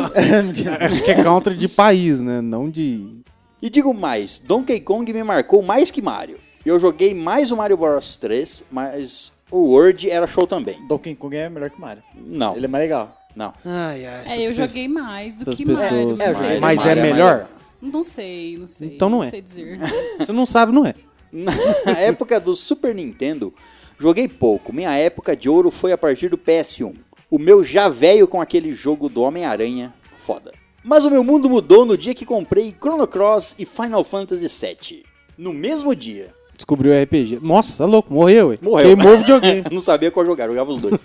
E: Porque é country de país, né? Não de...
A: E digo mais, Donkey Kong me marcou mais que Mario. Eu joguei mais o Mario Bros 3, mas o World era show também.
B: Donkey Kong é melhor que Mario.
A: Não,
B: Ele é mais legal.
A: não.
E: Ai, ai.
F: É, eu joguei mais do
E: essas
F: que
E: pessoas-
F: Mario.
B: É, eu
F: não sei
B: joguei
F: se
E: Mas
A: mais.
E: é melhor?
F: Não sei, não sei.
E: Então não é.
F: sei dizer.
E: Você não sabe, não é.
A: Na época do Super Nintendo, joguei pouco. Minha época de ouro foi a partir do PS1. O meu já veio com aquele jogo do Homem-Aranha, foda. Mas o meu mundo mudou no dia que comprei Chrono Cross e Final Fantasy VII. No mesmo dia.
E: Descobriu o RPG. Nossa, tá louco, morreu, ué.
A: Morreu.
E: Queimou o videogame.
A: não sabia qual jogar, jogava os dois.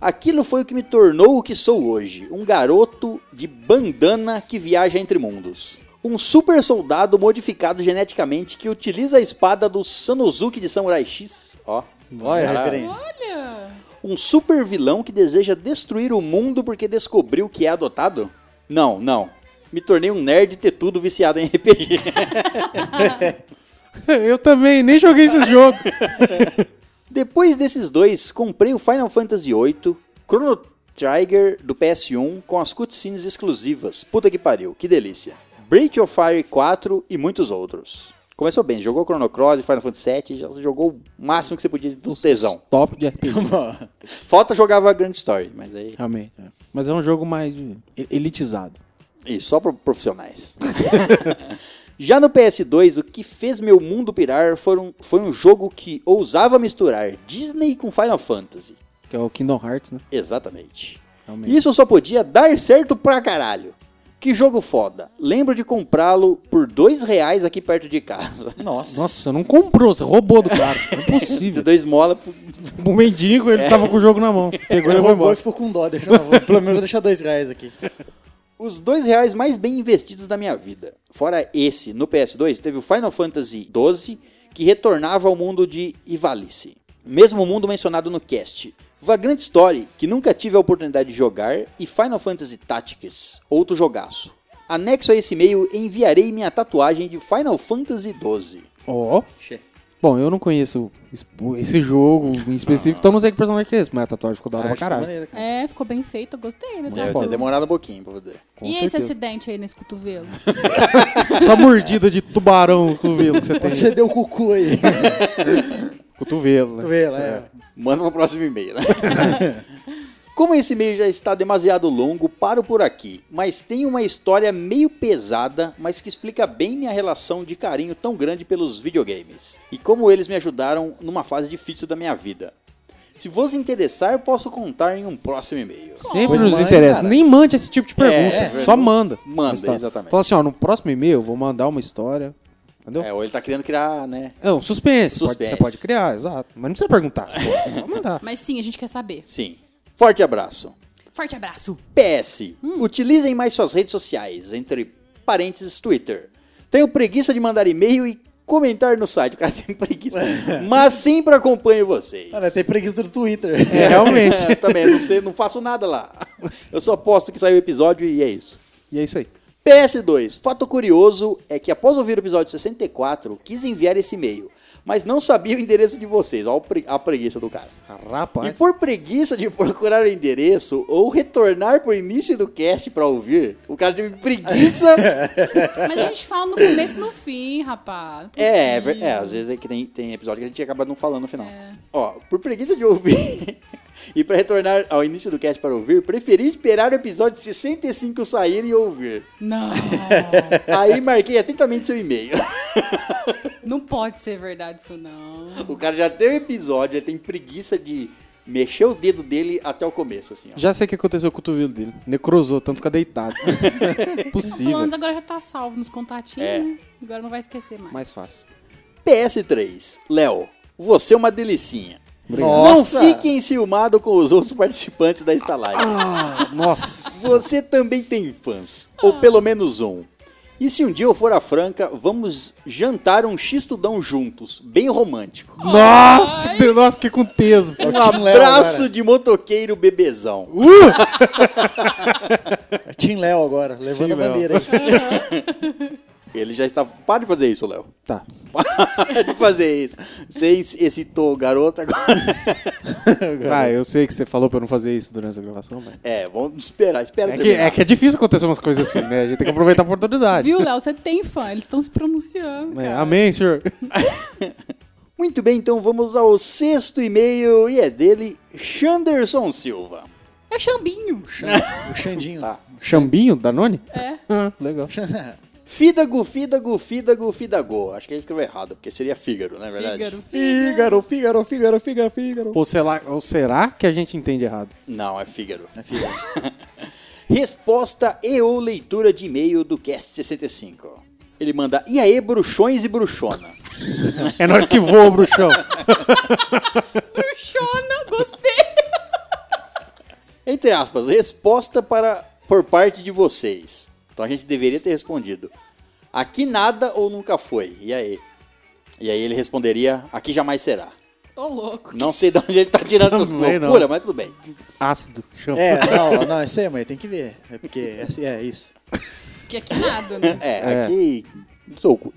A: Aquilo foi o que me tornou o que sou hoje, um garoto de bandana que viaja entre mundos. Um super soldado modificado geneticamente que utiliza a espada do Sanosuke de Samurai X, ó.
B: Olha a referência.
F: Olha,
A: Um super vilão que deseja destruir o mundo porque descobriu que é adotado? Não, não. Me tornei um nerd ter tudo viciado em RPG.
E: Eu também, nem joguei esse jogo.
A: Depois desses dois, comprei o Final Fantasy VIII, Chrono Trigger do PS1 com as cutscenes exclusivas. Puta que pariu, que delícia. Breath of Fire 4 e muitos outros. Começou bem, jogou Chrono Cross e Final Fantasy VII, já jogou o máximo que você podia do Um tesão.
E: Top de RPG.
A: Falta jogava Grand Story, mas aí...
E: Realmente. é. Mas é um jogo mais de- elitizado.
A: Isso, só para profissionais. Já no PS2, o que fez meu mundo pirar foram, foi um jogo que ousava misturar Disney com Final Fantasy.
E: Que é o Kingdom Hearts, né?
A: Exatamente.
E: Realmente.
A: Isso só podia dar certo pra caralho. Que jogo foda. Lembro de comprá-lo por dois reais aqui perto de casa.
B: Nossa.
E: Nossa, não comprou, você roubou do cara. Não é
A: Você
E: possível.
A: deu esmola pro-
E: O mendigo, ele tava com o jogo na mão. Você pegou e
B: Ele
E: levou
B: roubou e
E: embora.
B: ficou com dó. Deixa, eu- pelo menos vou deixar dois reais aqui.
A: Os dois reais mais bem investidos da minha vida. Fora esse, no PS2, teve o Final Fantasy XII, que retornava ao mundo de Ivalice. Mesmo mundo mencionado no cast. Vagrant Story, que nunca tive a oportunidade de jogar, e Final Fantasy Tactics, outro jogaço. Anexo a esse e-mail, enviarei minha tatuagem de Final Fantasy XII.
E: Ó.
B: Che.
E: Bom, eu não conheço es- esse jogo em específico, então não sei que personagem que é esse, mas a tatuagem ficou da hora pra
B: Acho que
E: caralho.
B: maneira, cara.
F: É, ficou bem feito, eu gostei. né?
A: Deve ter
E: foda.
A: demorado um pouquinho pra fazer.
E: Com
F: E esse é
E: certeza.
F: acidente aí nesse cotovelo?
E: Essa mordida de tubarão no cotovelo que você tem.
B: Você deu o cucu aí.
E: Cotovelo, né?
B: tu vê lá. é.
A: Manda pro próximo e-mail, né? Como esse e-mail já está demasiado longo, paro por aqui. Mas tem uma história meio pesada, mas que explica bem minha relação de carinho tão grande pelos videogames. E como eles me ajudaram numa fase difícil da minha vida. Se vos interessar, posso contar em um próximo e-mail.
E: Sempre
B: Pois
E: nos
B: manda,
E: interessa.
B: cara.
E: Nem mande esse tipo de pergunta.
A: é.
E: Só manda.
A: Manda,
E: uma história.
A: exatamente.
E: Fala assim, ó, no próximo e-mail eu vou mandar uma história. Entendeu?
A: É, ou ele tá querendo criar, né?
E: É, um suspense. pode-
A: Suspense.
E: você pode criar, exato. Mas não precisa perguntar. Você pode pode mandar.
F: Mas sim, a gente quer saber.
A: Sim. Forte abraço.
F: Forte abraço.
A: PS, utilizem mais suas redes sociais, entre parênteses, Twitter. Tenho preguiça de mandar e-mail e comentar no site, o cara tem preguiça. Mas sempre acompanho vocês.
B: Cara, tem preguiça do Twitter.
E: É, realmente.
A: Também, não, sei, não faço nada lá. Eu só posto que saiu o episódio e é isso.
E: E é isso aí.
A: PS2, fato curioso é que após ouvir o episódio 64, quis enviar esse e-mail, mas não sabia o endereço de vocês. Olha a preguiça do cara. E
E: Rapaz.
A: por preguiça de procurar o endereço ou retornar pro início do cast pra ouvir, o cara teve preguiça.
F: Mas a gente fala no começo e no fim, rapaz. Não
A: é, é,
F: possível.
A: ver- é, às vezes é que tem, tem episódio que a gente acaba não falando no final. Ó, por preguiça de ouvir e pra retornar ao início do cast para ouvir, preferi esperar o episódio 65 sair e ouvir.
F: Não,
A: Aí marquei atentamente seu e-mail.
F: não pode ser verdade isso, não.
A: O cara já tem o episódio, ele tem preguiça de mexer o dedo dele até o começo, assim, ó.
E: Já sei o que aconteceu com o cotovelo dele. Necrosou, tanto ficar deitado.
F: Pelo
E: Possível.
F: menos agora já tá salvo nos contatinhos. Agora não vai esquecer mais.
E: É. Mais fácil.
A: PS3, Léo, você é uma delicinha.
B: Nossa!
A: Não fique enciumado com os outros participantes desta live.
E: Ah, Nossa.
A: Você também tem fãs, ou pelo menos um. E se um dia eu for a Franca, vamos jantar um xistudão juntos, bem romântico.
E: Nossa, que de- nossa, fiquei com teso.
B: É o
A: Um
B: Team Léo
A: abraço
B: agora.
A: de motoqueiro bebezão.
B: É Team Léo agora, levando
E: Team
B: a
E: Léo.
B: bandeira aí.
A: Ele já está. Para de fazer isso, Léo.
E: Tá.
A: Para de fazer isso. Você ex- excitou o garoto agora.
E: Ah, eu sei que você falou pra eu não fazer isso durante a gravação, mas...
A: É, vamos esperar. Espera
E: É que,
A: terminar.
E: é que é difícil acontecer umas coisas assim, né? A gente tem que aproveitar a oportunidade.
F: Viu, Léo? Você tem fã. Eles estão se pronunciando.
E: É,
F: cara.
E: amém, senhor.
A: Muito bem, então vamos ao sexto e-mail e é dele, Xanderson Silva.
F: É chambinho.
B: O Xandinho.
E: Chambinho, Danone? É. legal.
A: Fídago, fídago, fídago, fídago. Acho que ele escreveu errado, porque seria Fígaro, não é verdade?
F: Fígaro,
B: Fígaro,
F: Fígaro.
B: Fígaro, Fígaro, Fígaro, Fígaro.
E: Ou será, ou será que a gente entende errado?
A: Não, é Fígaro.
B: É Fígaro.
A: Resposta e ou leitura de e-mail do Cast 65. Ele manda, e aí, bruxões e bruxona?
E: É nós que voa, bruxão.
F: Bruxona, gostei.
A: Entre aspas, resposta para por parte de vocês. Então a gente deveria ter respondido. Aqui nada ou nunca foi, e aí? E aí ele responderia, aqui jamais será.
F: Ô, louco.
A: Não sei de onde ele tá tirando essas
E: Também não.
A: loucuras, mas tudo bem.
E: Ácido. Chão.
B: É, não, não, isso aí, mãe, tem que ver. É porque, é, assim, é isso.
F: Que aqui nada, né?
A: É, aqui. Sou o cu.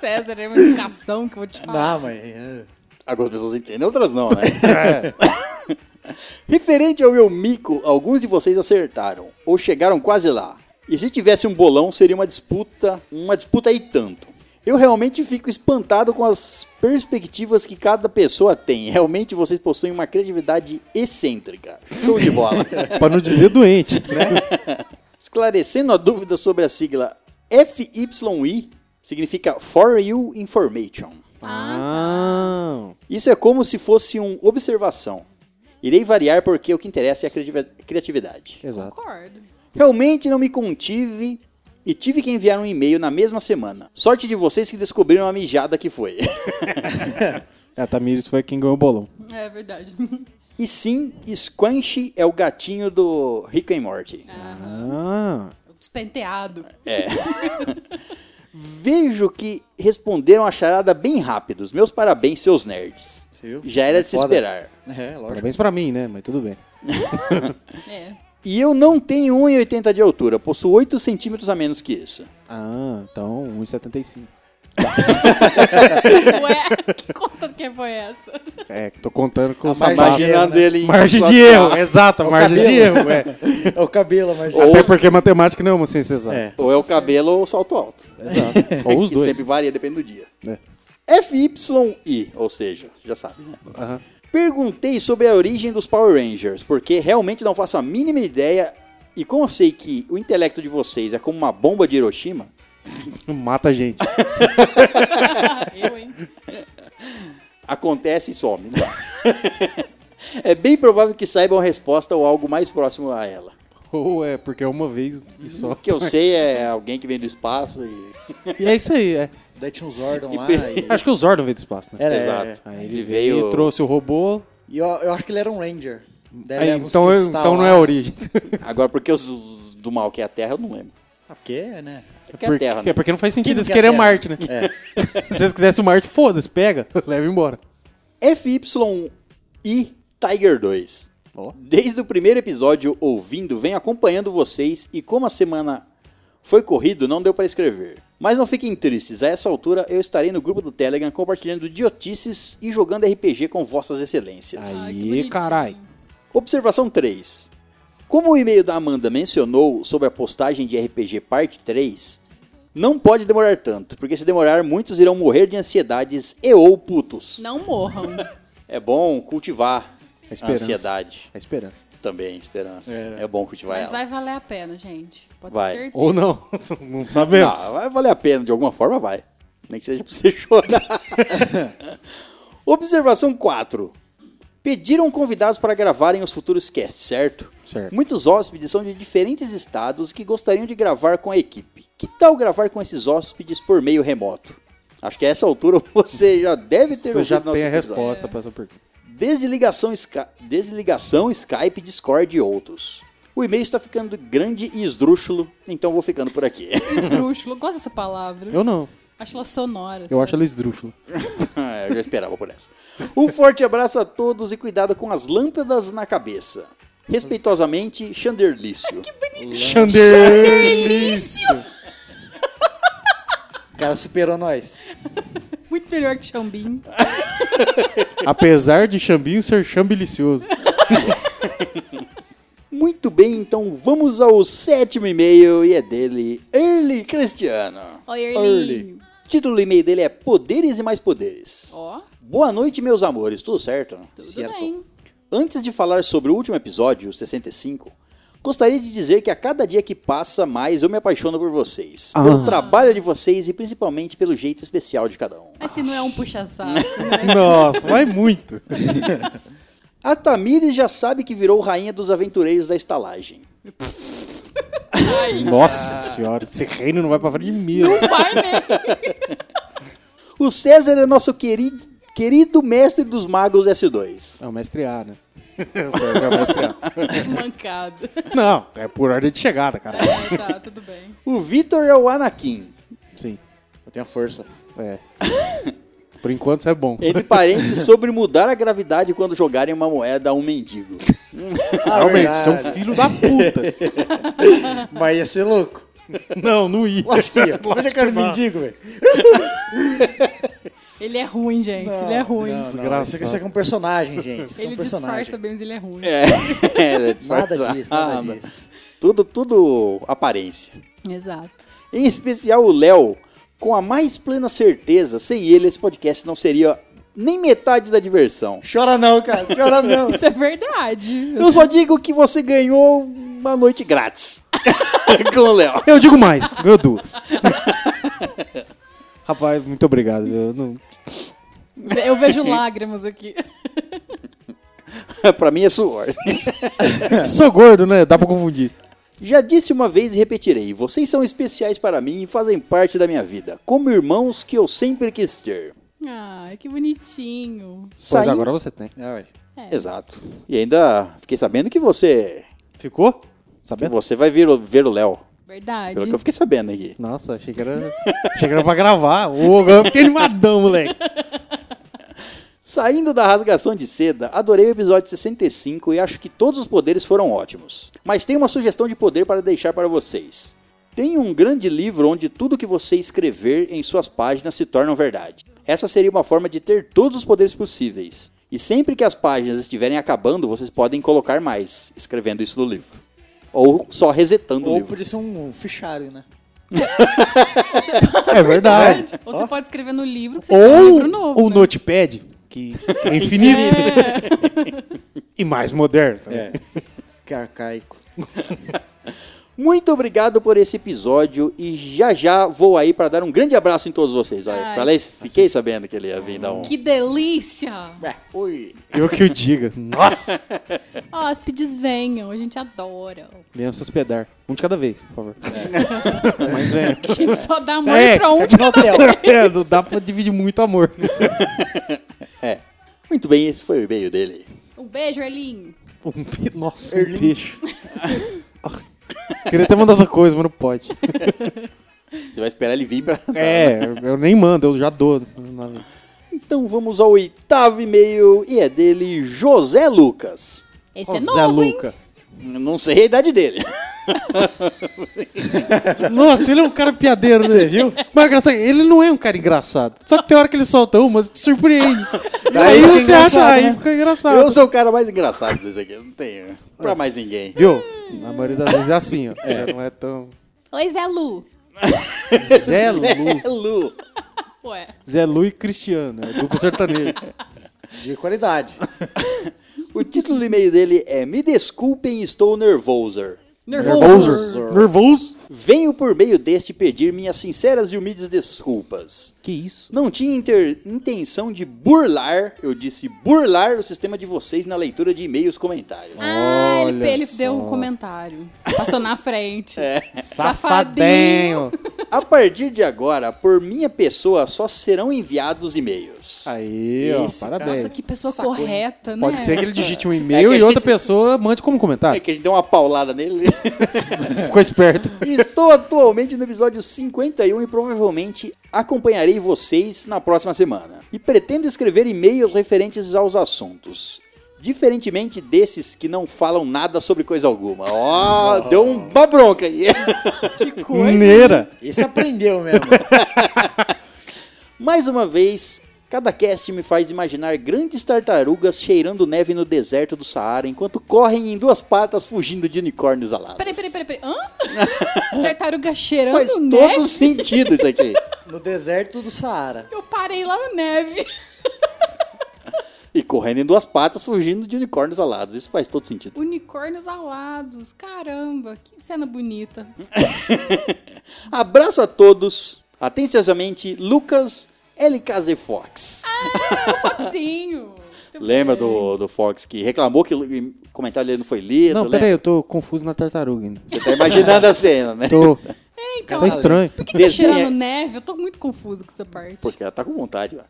F: César é uma educação que eu vou te falar.
B: Não, mãe. é.
A: Algumas pessoas entendem, outras não, né?
E: É,
A: Referente ao meu mico, alguns de vocês acertaram, ou chegaram quase lá. E se tivesse um bolão, seria uma disputa, uma disputa e tanto. Eu realmente fico espantado com as perspectivas que cada pessoa tem. Realmente vocês possuem uma criatividade excêntrica. Show de bola.
E: Pra não dizer doente. né?
A: Esclarecendo a dúvida sobre a sigla FYI, significa For You Information.
E: Ah,
B: tá.
A: Isso é como se fosse um observação. Irei variar porque o que interessa é a criativa- criatividade.
E: Exato.
F: Concordo.
A: Realmente não me contive e tive que enviar um e-mail na mesma semana. Sorte de vocês que descobriram a mijada que foi.
E: É, a Tamires foi quem ganhou o bolão.
F: É verdade.
A: e sim, Squanch é o gatinho do Rick and Morty. É.
F: Uhum.
E: Ah,
F: Despenteado.
A: Vejo que responderam a charada bem rápidos. Meus parabéns, seus nerds.
B: Você viu?
A: Já era de se
B: Foda.
A: esperar.
B: É, lógico.
E: parabéns pra mim, né? Mas tudo bem.
F: É.
A: E eu não tenho 1,80 de altura, possuo 8 centímetros a menos que isso.
E: Ah, então 1,75.
F: Ué, é? que conta que foi essa?
E: É, tô contando com o
B: margem
E: sapato.
B: de erro,
A: Imaginando
B: né?
A: ele em
E: Margem de
A: situação-
E: erro, exato,
B: o
E: margem de
B: cabelo.
E: erro. É.
B: É o cabelo, mas
A: Ou-
E: Até porque matemática não é uma ciência exata.
B: É.
A: Ou é o cabelo ou o salto alto. É
E: Exato. Ou os
A: Que
E: dois.
A: sempre varia, depende do dia.
E: É.
A: FYI, ou seja, já sabe, né?
E: Aham.
A: Perguntei sobre a origem dos Power Rangers, porque realmente não faço a mínima ideia. E como eu sei que o intelecto de vocês é como uma bomba de Hiroshima,
E: Não Mata a gente.
F: Eu, hein?
A: acontece e some. é bem provável que saibam a resposta ou algo mais próximo a ela.
E: Ou é porque é uma vez e só.
A: O que eu sei é alguém que vem do espaço e.
E: E é isso aí, é.
B: Daí tinha um Zordon lá.
A: pe-
B: E,
E: Acho que o Zordon veio do espaço, né?
B: Era,
A: Exato.
E: Aí
A: ele, veio.
E: e trouxe o robô.
B: e eu, eu acho que ele era um Ranger. Daí
E: Aí,
B: leva uns
E: então, eu-
B: cristal
E: então não
B: lá.
E: é a origem.
A: Agora, porque os do mal que é a Terra, eu não lembro.
B: Ah, Porque, né?
A: É porque é a
E: Porque,
A: Terra,
E: é
A: né?
E: porque não faz
B: Que
E: sentido
B: não É,
E: eles
B: quer
E: quererem
B: terra.
E: Marte, né? Se eles quisessem o Marte, foda-se, pega, leva embora.
A: é FYI Tiger 2.
E: Ó.
A: Desde o primeiro episódio ouvindo, venho acompanhando vocês e como a semana foi corrido, não deu pra escrever. Mas não fiquem tristes, a essa altura eu estarei no grupo do Telegram compartilhando idiotices e jogando RPG com vossas excelências.
F: Ai, que
E: Aí,
F: bonitinho.
E: carai.
A: Observação 3. Como o e-mail da Amanda mencionou sobre a postagem de RPG Parte 3, não pode demorar tanto, porque se demorar, muitos irão morrer de ansiedades e ou putos.
F: Não morram.
A: É bom cultivar
E: A
A: a
E: esperança.
A: ansiedade
E: É A esperança.
A: também, esperança. É,
B: É.
A: bom cultivar
F: Mas
A: ela.
F: vai valer a pena, gente. Pode
A: Vai.
F: ter certeza.
E: Ou não, não
A: Não,
E: sabemos.
A: vai valer a pena, de alguma forma vai. Nem que seja pra você chorar. Observação 4. Pediram convidados para gravarem os futuros casts, certo?
E: Certo.
A: Muitos hóspedes são de diferentes estados que gostariam de gravar com a equipe. Que tal gravar com esses hóspedes por meio remoto? Acho que a essa altura você já deve ter
E: Você já
A: ouvido nosso
E: tem a
A: episódio.
E: resposta pra essa pergunta.
A: Desde ligação, Sky- desde ligação, Skype, Discord e outros. O e-mail está ficando grande e esdrúxulo, então vou ficando por aqui.
F: Esdrúxulo. Gosto dessa palavra.
E: Eu não,
F: Acho ela sonora.
E: eu acho ela esdrúxula.
A: Ah, eu já esperava por essa. Um forte abraço a todos e cuidado com as lâmpadas na cabeça. Respeitosamente, Xanderlício.
E: Chanderlício!
B: O cara superou nós.
F: sabe? Muito melhor que Xambim.
E: Apesar de Xambinho ser chambilicioso.
A: Muito bem, então vamos ao sétimo e-mail e é dele, Early Cristiano.
F: Oi, Erli.
A: Título do e-mail dele é Poderes e Mais Poderes.
F: Ó,
A: Boa noite, meus amores, tudo certo?
F: tudo
B: Certo.
F: bem.
A: Antes de falar sobre o último episódio, o 65, gostaria de dizer que a cada dia que passa mais eu me apaixono por vocês,
B: Ah.
A: pelo trabalho de vocês e principalmente pelo jeito especial de cada um.
F: Mas se não é um puxa-saco, né?
E: Nossa, vai muito.
A: A Tamires já sabe que virou rainha dos aventureiros da estalagem.
E: Nossa senhora, esse reino Ah. não vai pra frente mesmo.
F: Vai, né?
A: O César é nosso querido, querido mestre dos magos S2.
E: É o mestre A, né? Esse é o mestre A.
F: Mancado.
E: Não, é por ordem de chegada, cara.
F: É, tá, tudo bem.
A: O Vitor é o Anakin.
E: Sim,
B: Eu tenho a força.
E: é. Por enquanto isso é bom.
A: Entre parênteses, sobre mudar a gravidade quando jogarem uma moeda a um mendigo.
E: Realmente,
B: Ah,
E: você é um
B: verdade.
E: filho da puta.
B: Mas ia ser louco.
E: Não, não ia.
B: Lógico que ia. Onde é
E: Lógico
B: que era o
E: não.
B: mendigo, velho?
F: Ele é ruim, gente. ele é ruim.
B: Não, não.
E: Desgraçado.
B: Isso aqui isso aqui é um personagem, gente. Isso aqui é
F: Ele
B: um personagem.
F: disfarça bem, mas ele é ruim.
A: É, é,
B: Nada disso,
E: Ah,
B: nada
A: disfarçado.
B: disso.
A: Tudo, tudo aparência.
F: Exato.
A: Em especial o Léo, com a mais plena certeza, sem ele esse podcast não seria nem metade da diversão.
B: Chora não, cara. Chora não.
F: Isso é verdade.
A: Eu só digo que você ganhou uma noite grátis com o Léo.
E: Eu digo mais, ganhou duas. Rapaz, muito obrigado. viu? Eu não-
F: Eu vejo lágrimas aqui.
A: pra mim é suor.
E: Sou gordo, né? Dá pra confundir.
A: Já disse uma vez e repetirei: vocês são especiais para mim e fazem parte da minha vida, como irmãos que eu sempre quis ter.
F: Ai, Ah, que bonitinho.
E: Pois
A: Saí-
E: agora você tem.
B: Ah, ué.
A: Exato. E ainda fiquei sabendo que você.
E: Ficou?
A: que
E: Sabendo?
A: você vai vir, o- ver o Léo.
F: Verdade.
A: Pelo que eu fiquei sabendo aqui.
E: Nossa, achei que era, achei que era pra gravar. Ô, agora eu fiquei animadão, moleque.
A: Saindo da rasgação de seda, adorei o episódio 65 e acho que todos os poderes foram ótimos. Mas tem uma sugestão de poder para deixar para vocês. Tem um grande livro onde tudo que você escrever em suas páginas se torna verdade. Essa seria uma forma de ter todos os poderes possíveis. E sempre que as páginas estiverem acabando, vocês podem colocar mais, escrevendo isso no livro. Ou só resetando o
B: Ou
A: livro.
B: podia ser um fichário, né?
E: É verdade.
F: Ou você pode escrever no livro que você tem um
E: Ou
F: livro novo.
E: o
F: né?
E: Notepad, que é infinito.
F: É.
E: E mais moderno. também.
B: É. que arcaico.
A: Muito obrigado por esse episódio e já já vou aí para dar um grande abraço em todos vocês. Olha,
F: Ai.
A: falei, fiquei sabendo que ele ia vir dar um.
F: Que delícia!
B: Oi.
E: Eu que o diga. Nossa!
F: Hóspedes venham, a gente adora.
E: Venha se hospedar. Um de cada vez, por favor.
B: Mas vem.
F: A gente só dá amor
E: É,
F: pra um.
B: Fica no hotel.
E: É, não dá pra dividir muito amor.
A: Muito bem, esse foi o e-mail dele.
F: Um beijo, Erlinho.
E: Um pe... Nossa,
B: Erlim.
E: um peixe. Ah, Queria ter mandado outra coisa, mas não pode.
A: Você vai esperar ele vir pra.
E: É, eu nem mando, eu já dou.
A: Então vamos ao oitavo e-mail e é dele José Lucas.
F: Esse é novo, hein?
A: Não sei a idade dele.
E: Nossa, ele é um cara piadeiro, né?
B: Você viu?
E: Mas engraçado, ele não é um cara engraçado. Só que tem hora que ele solta uma, você te surpreende. aí
B: Daí fica
E: você acha,
B: engraçado,
E: aí
B: né?
E: fica engraçado.
A: Eu sou o cara mais engraçado desse aqui, eu não tenho pra mais ninguém.
E: Viu? Na maioria das vezes é assim, ó. Já Não é tão.
F: Oi, Zé Lu.
E: Zé Lu.
A: É Lu.
F: Ué.
E: Zé Lu e Cristiano, é duplo sertanejo.
B: De qualidade.
A: O título do e-mail dele é Me Desculpem, Estou Nervoso.
F: Nervoso.
E: Nervoso?
A: Venho por meio deste pedir minhas sinceras e humildes desculpas.
E: Que isso?
A: Não tinha inter- intenção de burlar, eu disse burlar o sistema de vocês na leitura de e-mails comentários.
F: Ah, ele,
E: Olha
F: ele
E: só.
F: deu um comentário. Passou na frente.
E: Safadinho.
A: A partir de agora, por minha pessoa, só serão enviados e-mails.
E: Aí, ó,
B: Isso,
E: parabéns.
F: Nossa, que pessoa
B: Sacou, hein?
F: correta, né?
E: Pode ser que ele digite um
A: É que a
E: e-mail e
A: gente-
E: outra pessoa mande como
A: É
E: comentário.
A: que a gente deu uma paulada nele.
E: Ficou esperto.
A: Estou atualmente no episódio 51 e provavelmente acompanharei vocês na próxima semana. E pretendo escrever e-mails referentes aos assuntos. Diferentemente desses que não falam nada sobre coisa alguma. Ó, deu um uma bronca aí.
F: Que coisa.
E: Mineira.
B: Esse aprendeu mesmo.
A: Mais uma vez, cada cast me faz imaginar grandes tartarugas cheirando neve no deserto do Saara enquanto correm em duas patas fugindo de unicórnios alados.
F: Peraí, peraí, peraí. peraí. Hã? Tartaruga cheirando
A: Faz
F: neve?
A: todo sentido isso aqui.
B: No deserto do Saara.
F: Eu parei lá na neve.
A: E correndo em duas patas fugindo de unicórnios alados. Isso faz todo sentido.
F: Unicórnios alados. Caramba, que cena bonita. Um
A: Abraço a todos. Atenciosamente, Lucas LKZ Fox.
F: É o Foxinho. Muito
A: Lembra
F: bem.
A: do, do Fox que reclamou que o comentário dele não foi lido?
E: Não,
B: né?
A: lembra?
E: peraí, eu tô confuso na tartaruga ainda.
A: Você tá imaginando a cena, né?
E: Tô.
F: Então,
E: Tá estranho.
F: Por que tá
A: Desenha-
F: cheirando neve? Eu tô muito confusa com essa parte.
A: Porque ela tá com vontade, ó.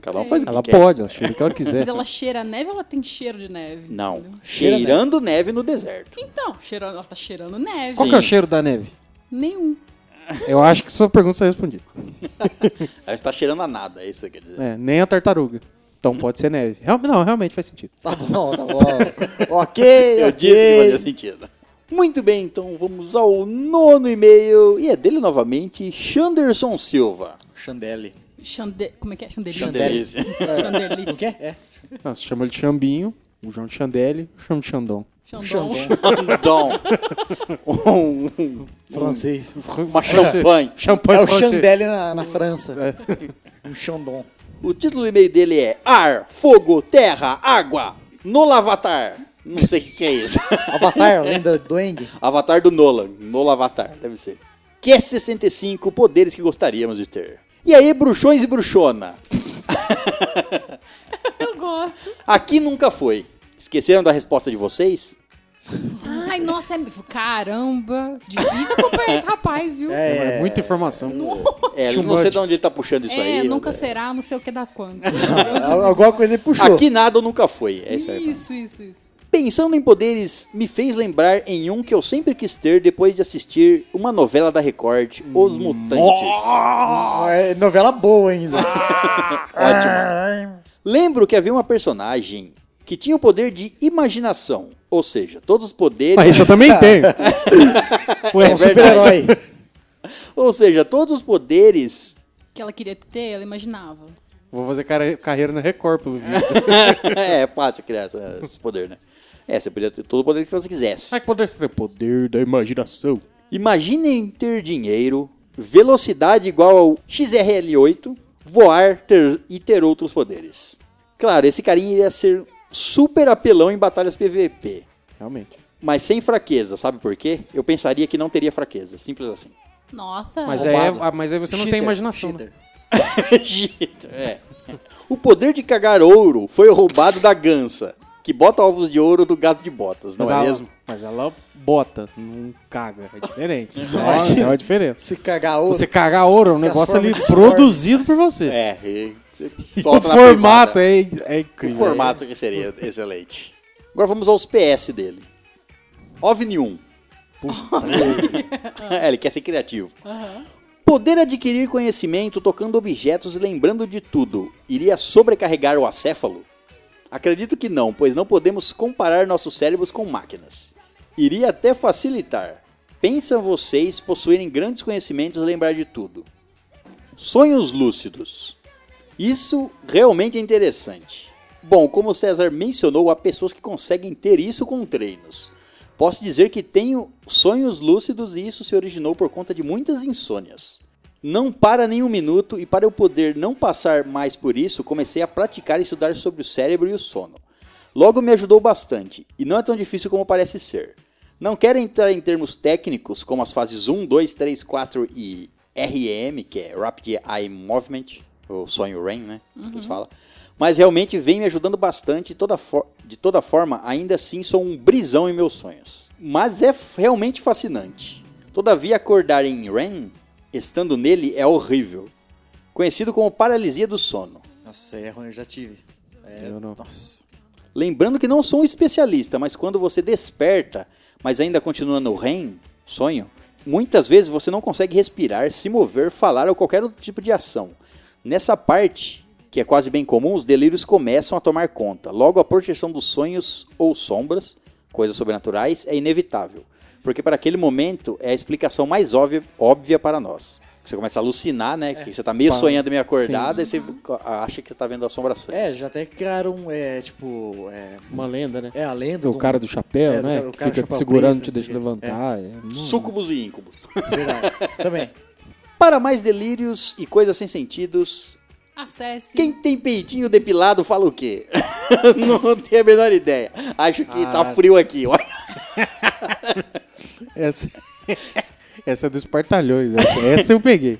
A: Cada
F: É.
A: um faz o que
E: Ela
A: quer.
E: pode, ela cheira o que ela quiser.
F: Mas ela cheira a neve ou ela tem cheiro de neve?
A: Não.
F: Entendeu?
B: Cheira
A: Cheirando neve. no deserto.
F: Então, cheirando, ela tá cheirando neve.
E: Qual que é o
A: Sim.
E: cheiro da neve?
F: Nenhum.
E: Eu acho que sua pergunta está respondida.
A: Ela está cheirando a nada, é isso que quer dizer.
E: É, nem a tartaruga. Então pode ser neve. Real- não, realmente faz sentido.
B: Tá bom, tá bom. ok,
A: Eu
B: ok.
A: disse que
E: assim.
A: fazia sentido. Muito bem, então vamos ao nono e-mail. E é dele novamente, Chanderson Silva.
B: Chandelle.
F: Xande... Como é que é? Chandelier.
A: Chandelier.
F: Chandelier.
B: O quê? É.
E: Não, você chama ele de Chambinho, o João de Chandelle, eu chamo de Xandão.
F: Xandão.
A: Então, um- um-
B: Francês.
A: uma champanhe.
E: Champanhe
B: É o
E: francês. É.
B: Chandelle na, na França. Um Chandon.
A: O título do e-mail dele é Ar, Fogo, Terra, Água, Nolavatar. Não sei o que, que é isso.
B: Avatar, lenda do Eng.
A: Avatar do Nolan. Nolavatar, deve ser. é Cast 65, poderes que gostaríamos de ter. E aí, bruxões e bruxona.
F: Eu gosto.
A: Aqui nunca foi. Esqueceram da resposta de vocês?
F: Ai, nossa, é... caramba. Difícil acompanhar esse rapaz, viu?
E: É, mano, é muita informação.
A: É, eu não
E: Chumbante.
A: sei de onde ele tá puxando isso
F: É,
A: aí.
F: nunca
A: André.
F: será, não sei o que das quantas.
E: assim,
B: Al- Alguma coisa ele puxou.
A: Aqui nada ou nunca foi. É isso aí.
F: isso, isso, isso.
A: Pensando em poderes, me fez lembrar em um que eu sempre quis ter depois de assistir uma novela da Record, Os
E: Hum,
A: Mutantes.
B: Ah, é novela boa ainda.
E: Ah,
A: Lembro que havia uma personagem que tinha o poder de imaginação, ou seja, todos os poderes,
E: Mas Ah, isso eu também tenho. Ué,
B: É um super-herói.
A: ou seja, todos os poderes
F: Que ela queria ter, ela imaginava.
E: Vou fazer cara- carreira na Record, pelo visto.
A: é fácil criar essa- esse poder, né? É, você podia ter todo o poder que você quisesse.
E: Ai, que poder você tem? Poder da imaginação.
A: Imaginem ter dinheiro, velocidade igual ao XRL8, voar ter- e ter outros poderes. Claro, esse carinha iria ser super apelão em batalhas PVP,
E: Realmente.
A: mas sem fraqueza, sabe por quê? Eu pensaria que não teria fraqueza, simples assim.
F: Nossa.
E: Mas, aí,
B: Roubado.
E: ah, mas aí você não tem
B: Cheater,
E: imaginação, né?
B: cheater.
A: Jeito, é. O poder de cagar ouro foi roubado da gança, que bota ovos de ouro do gato de botas, não
E: Mas
A: é
E: ela,
A: mesmo?
E: Mas ela bota, não caga. É diferente.
B: Imagina.
E: é, é uma diferença.
B: Se cagar ouro.
E: Você cagar ouro é um negócio
B: Transforma
E: ali
B: em disforme.
E: produzido por você.
A: É, e você
E: E o
A: solta na
E: formato
A: privada.
E: é, é
A: O
E: incrível.
A: formato que seria excelente. Agora vamos aos PS dele. OVNI 1. é, ele quer ser criativo. Poder adquirir conhecimento tocando objetos e lembrando de tudo iria sobrecarregar o acéfalo? Acredito que não, pois não podemos comparar nossos cérebros com máquinas. Iria até facilitar. Pensam vocês possuírem grandes conhecimentos e lembrar de tudo. Sonhos lúcidos. Isso realmente é interessante. Bom, como o César mencionou, há pessoas que conseguem ter isso com treinos. Posso dizer que tenho sonhos lúcidos e isso se originou por conta de muitas insônias. Não para nem um minuto e para eu poder não passar mais por isso, comecei a praticar e estudar sobre o cérebro e o sono. Logo me ajudou bastante e não é tão difícil como parece ser. Não quero entrar em termos técnicos como as fases 1, 2, 3, 4 e REM, que é Rapid Eye Movement, ou sonho REM, né? que Eles falam. Mas realmente vem me ajudando bastante. Toda for- de toda forma, ainda assim sou um brisão em meus sonhos. Mas é f- realmente fascinante. Todavia, acordar em REM, estando nele, é horrível. Conhecido como paralisia do sono.
B: Nossa, aí é ruim, eu já tive. É,
E: Eu não.
B: Nossa.
A: Lembrando que não sou um especialista, mas quando você desperta, mas ainda continua no REM, sonho, muitas vezes você não consegue respirar, se mover, falar ou qualquer outro tipo de ação. Nessa parte, que é quase bem comum, os delírios começam a tomar conta. Logo, a projeção dos sonhos ou sombras, coisas sobrenaturais, é inevitável. Porque para aquele momento é a explicação mais óbvia, óbvia para nós. Você começa a alucinar,
B: É,
A: né? Que você tá meio
E: Pa-
A: sonhando, meio acordado, e você acha que você tá vendo assombrações.
B: É, já até criaram, é, tipo, é,
E: Uma lenda, né?
B: é a lenda.
E: o
B: do-
E: cara do chapéu,
B: É, do
E: né?
B: cara- o
E: que
B: cara do
E: fica te
B: chapéu
E: segurando,
B: preto,
E: te
B: não sei
A: assim,
E: deixa
B: o quê. É,
E: levantar. É. mano.
A: Súcubos e íncubos.
B: Verdade. Também.
A: Para mais delírios e coisas sem sentidos,
F: Acesse.
A: quem tem peitinho depilado fala o quê? Não tenho a menor ideia. Acho que tá frio aqui. ó.
E: Essa... essa é dos partalhões. Essa, essa eu peguei.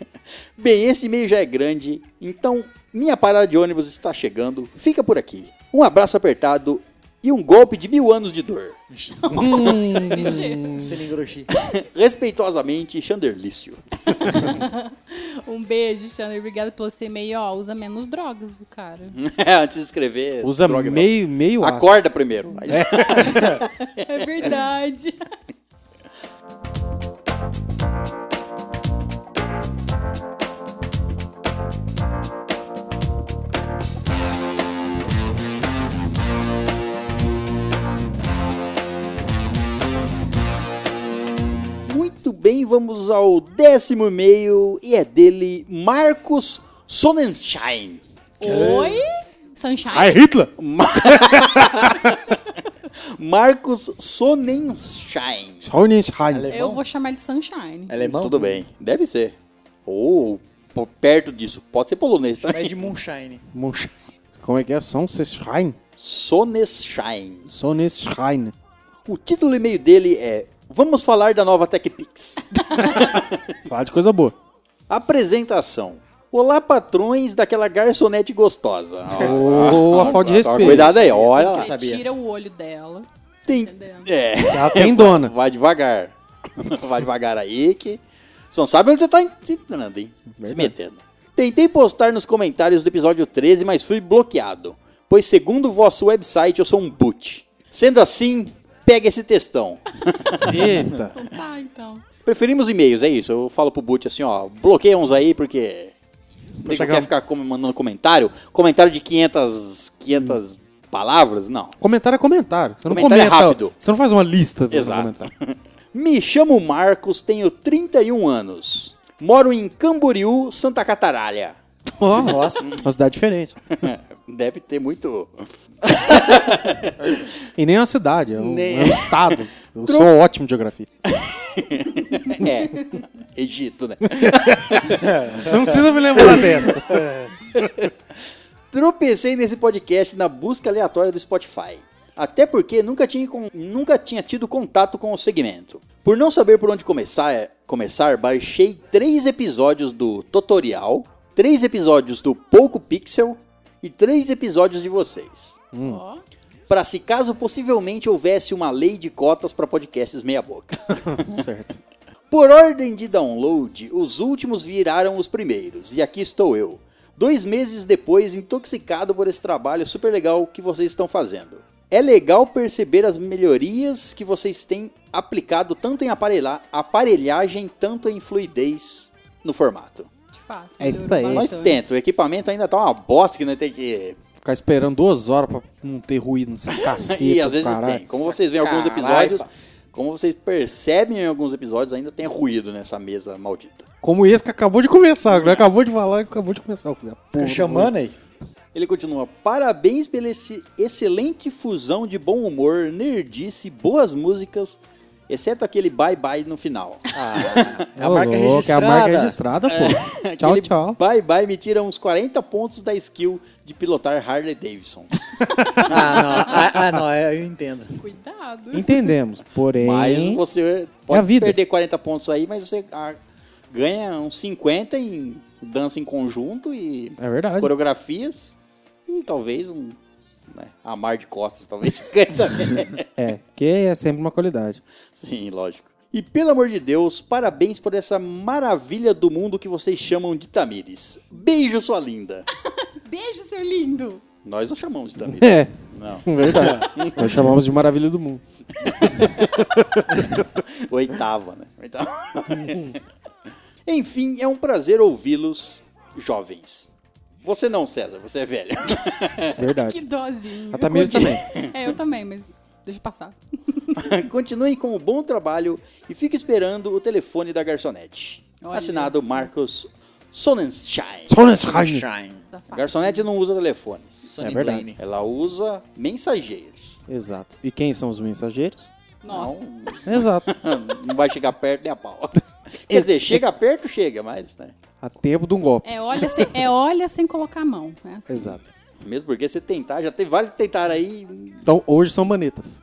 A: Bem, esse e-mail já é grande, então minha parada de ônibus está chegando. Fica por aqui. Um abraço apertado e um golpe de mil anos de dor.
F: Vixe.
B: Selingroshi.
A: Respeitosamente, Xanderlício.
F: Um beijo, Xander. Obrigada pelo seu e-mail. Ó, usa menos drogas, viu, cara?
A: Antes de escrever,
E: Usa
A: droga, então.
E: meio, meio ácido.
A: acorda primeiro. Mas-
F: É verdade.
A: Muito bem, vamos ao décimo e-mail e é dele Marcos Sonnenschein.
F: Oi? Sunshine?
E: Ai, Hitler!
A: Hum. Marcos Sonnenschein.
E: Schauenstein.
F: Eu vou chamar ele de Sunshine.
B: Alemão?
A: Tudo bem, deve ser. Ou po- perto disso, pode ser polonês
B: É
A: também.
B: de Moonshine.
E: Monsch- Como é que é? Sonnenschein?
A: Sonnenschein.
E: Sonnenschein.
A: O título do e-mail dele é Vamos falar da nova TechPix.
E: Falar de coisa boa.
A: Apresentação. Olá, patrões daquela garçonete gostosa. Ó,
E: Boa, falta de respeito.
A: Ah, Cuidado aí, olha lá.
B: Você sabe- Sabia.
F: Tira o olho dela.
A: Tem... É.
E: Ela tem dona.
A: Vai devagar. Vai devagar aí que. Você não sabe onde você tá en- se entrando, hein? Se metendo. Tentei postar nos comentários do episódio 13, mas fui bloqueado. Pois, segundo o vosso website, eu sou um boot. Sendo assim, pega esse textão.
E: Eita.
F: Então tá, então.
A: Preferimos e-mails, é isso. Eu falo pro boot assim, ó, bloqueia uns aí porque. Você
E: chegar
A: quer
E: um-
A: ficar com- mandando comentário? Comentário de 500,
E: Hum.
A: 500 palavras? Não.
E: Comentário é comentário. Você não
A: Comentário é
E: comenta.
A: rápido.
E: Você não faz uma lista pra
A: Exato.
E: comentar.
A: Me chamo Marcos, tenho 31 anos. Moro em Camboriú, Santa Cataralha.
E: Ó,
B: Nossa.
E: Uma cidade diferente.
A: Deve ter muito.
E: E nem é uma cidade, é um,
A: Nem-
E: é um estado. Eu sou ótimo de geografia.
A: É. Egito, né?
E: Não precisa me lembrar dessa.
A: Tropecei nesse podcast na busca aleatória do Spotify. Até porque nunca tinha, con- nunca tinha tido contato com o segmento. Por não saber por onde começar, é, começar, baixei três episódios do Tutorial, três episódios do Pouco Pixel e três episódios de vocês.
F: Ó.
A: Pra se caso possivelmente houvesse uma lei de cotas pra podcasts meia boca.
E: certo.
A: Por ordem de download, os últimos viraram os primeiros, e aqui estou eu. Dois meses depois, intoxicado por esse trabalho super legal que vocês estão fazendo. É legal perceber as melhorias que vocês têm aplicado tanto em aparelha- aparelhagem, tanto em fluidez no formato.
F: De fato.
E: É
F: melhorou
E: isso aí.
A: Nós
F: bastante.
A: tenta, o equipamento ainda tá uma bosta que nós tem que
E: Ficar esperando duas horas pra não ter ruído nessa caceta.
A: e às
E: do
A: vezes
E: caralho.
A: tem. Como vocês veem em alguns episódios, como vocês percebem em alguns episódios, ainda tem ruído nessa mesa maldita.
E: Como esse que acabou de começar, que acabou de falar e acabou de começar.
B: Fica chamando aí.
A: Ele continua: parabéns pela esse- excelente fusão de bom humor, nerdice, boas músicas, exceto aquele bye bye no final.
B: É a marca
E: Ah. É
B: registrada.
E: a marca registrada, pô. Tchau,
A: É. Aquele
E: tchau.
A: Bye bye me tira uns 40 pontos da skill de pilotar Harley Davidson.
B: Ah, não. Ah, ah, não. é, Eu entendo.
F: Cuidado.
E: Então- Entendemos, porém...
A: Mas você
E: É a
A: pode
E: vida.
A: perder 40 pontos aí, mas você ah, ganha uns 50 em dança em conjunto e
E: É verdade.
A: coreografias e talvez um né, Amar de Costas talvez ganhe também.
E: É, que é sempre uma qualidade.
A: Sim, lógico. E pelo amor de Deus, parabéns por essa maravilha do mundo que vocês chamam de Tamires. Beijo, sua linda.
F: Beijo, seu lindo.
A: Nós não chamamos de Tamires.
E: É,
A: Não.
E: verdade. Nós chamamos de maravilha do mundo.
A: Oitava, né? Oitava. Enfim, é um prazer ouvi-los, jovens. Você não, César, você é velho.
E: Verdade.
F: Que dozinho.
E: A Tamires
F: Eu
E: também.
F: É, eu também, mas deixa eu passar.
A: Continuem com o bom trabalho e fique esperando o telefone da garçonete.
F: Olha
A: Assinado
F: só.
A: Marcos Sonnenschein.
E: Sonnenschein.
F: Tá fácil.
A: Garçonete não usa telefones.
B: Sonny
E: É verdade.
B: Blaine.
A: Ela usa mensageiros.
E: Exato. E quem são os mensageiros?
F: Nossa.
E: Exato.
A: não vai chegar perto nem a pau. Quer dizer, chega perto, chega, mas, né?
E: A tempo de um golpe.
F: É olha, sem, é olha sem colocar a mão. É assim.
E: Exato.
A: Mesmo porque você tentar, já tem vários que tentaram aí.
E: Então, hoje são manetas.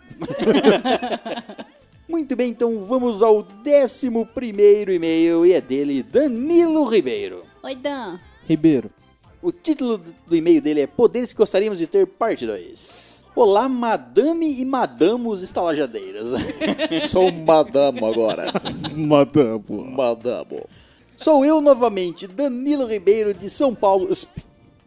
A: Muito bem, então vamos ao décimo primeiro e-mail e é dele Danilo Ribeiro.
F: Oi, Dan.
E: Ribeiro.
A: O título do e-mail dele é Poderes que gostaríamos de ter, parte 2. Olá, madame e madamos estalajadeiras.
B: Sou madamo agora.
E: Madame.
B: Madamo.
A: Sou eu novamente, Danilo Ribeiro de São Paulo. USP.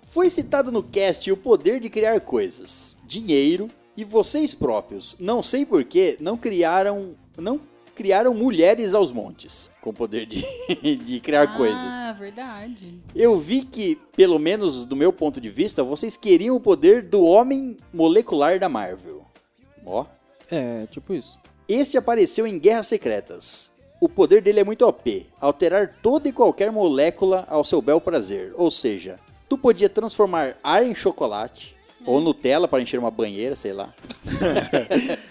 A: Foi citado no cast o poder de criar coisas, dinheiro e vocês próprios. Não sei por que não criaram, não criaram mulheres aos montes com o poder de, de criar coisas.
F: Ah, verdade.
A: Eu vi que, pelo menos do meu ponto de vista, vocês queriam o poder do homem molecular da Marvel. Ó,
E: É, tipo isso.
A: este apareceu em Guerras Secretas. O poder dele é muito OP, alterar toda e qualquer molécula ao seu bel prazer. Ou seja, tu podia transformar ar em chocolate ou Nutella para encher uma banheira, sei lá.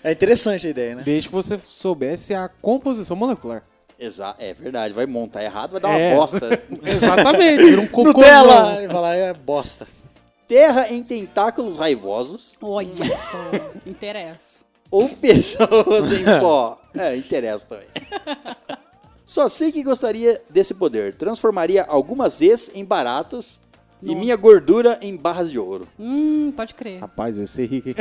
B: É interessante a ideia, né?
E: Desde que você soubesse a composição molecular.
A: Exa é verdade, vai montar errado, vai dar
E: É.
A: uma bosta.
E: Exatamente. Vira um cocô.
B: Nutella! E vai lá, é bosta.
A: Terra em tentáculos raivosos
F: Olha só.
A: um
F: Interessa.
A: ou pessoas em pó. É, interessa também. Só sei que gostaria desse poder. Transformaria algumas ex em baratas e minha gordura em barras de ouro.
F: Hum, pode
A: Tá.
F: crer.
E: Rapaz, eu sei rico, hein?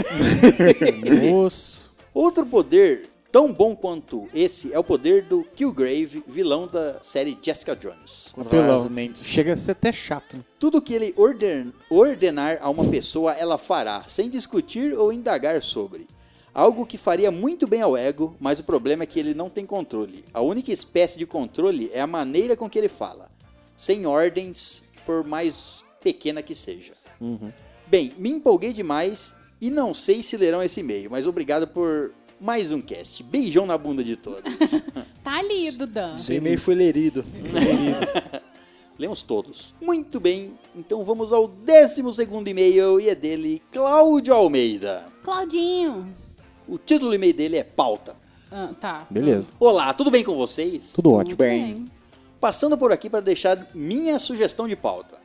E: Moço.
A: Outro poder tão bom quanto esse é o poder do Killgrave, vilão da série Jessica Jones.
B: Controlar
E: Apelão.
B: as mentes.
E: Chega a ser até chato. né?
A: Tudo que ele orden- ordenar a uma pessoa, ela fará, sem discutir ou indagar sobre. Algo que faria muito bem ao ego, mas o problema é que ele não tem controle. A única espécie de controle é a maneira com que ele fala, sem ordens, por mais pequena que seja. Bem, me empolguei demais e não sei se lerão esse e-mail, mas obrigado por mais um cast. Beijão na bunda de todos.
F: Tá lido, Dan.
B: Seu e-mail foi lerido.
A: Lemos todos. Muito bem, então vamos ao 12 e-mail e é dele Cláudio Almeida.
F: Claudinho.
A: O título do e-mail dele é Pauta.
F: Ah, tá.
E: Beleza.
A: Olá, tudo bem com vocês?
E: Tudo ótimo.
B: Bem.
A: Passando por aqui para deixar minha sugestão de pauta.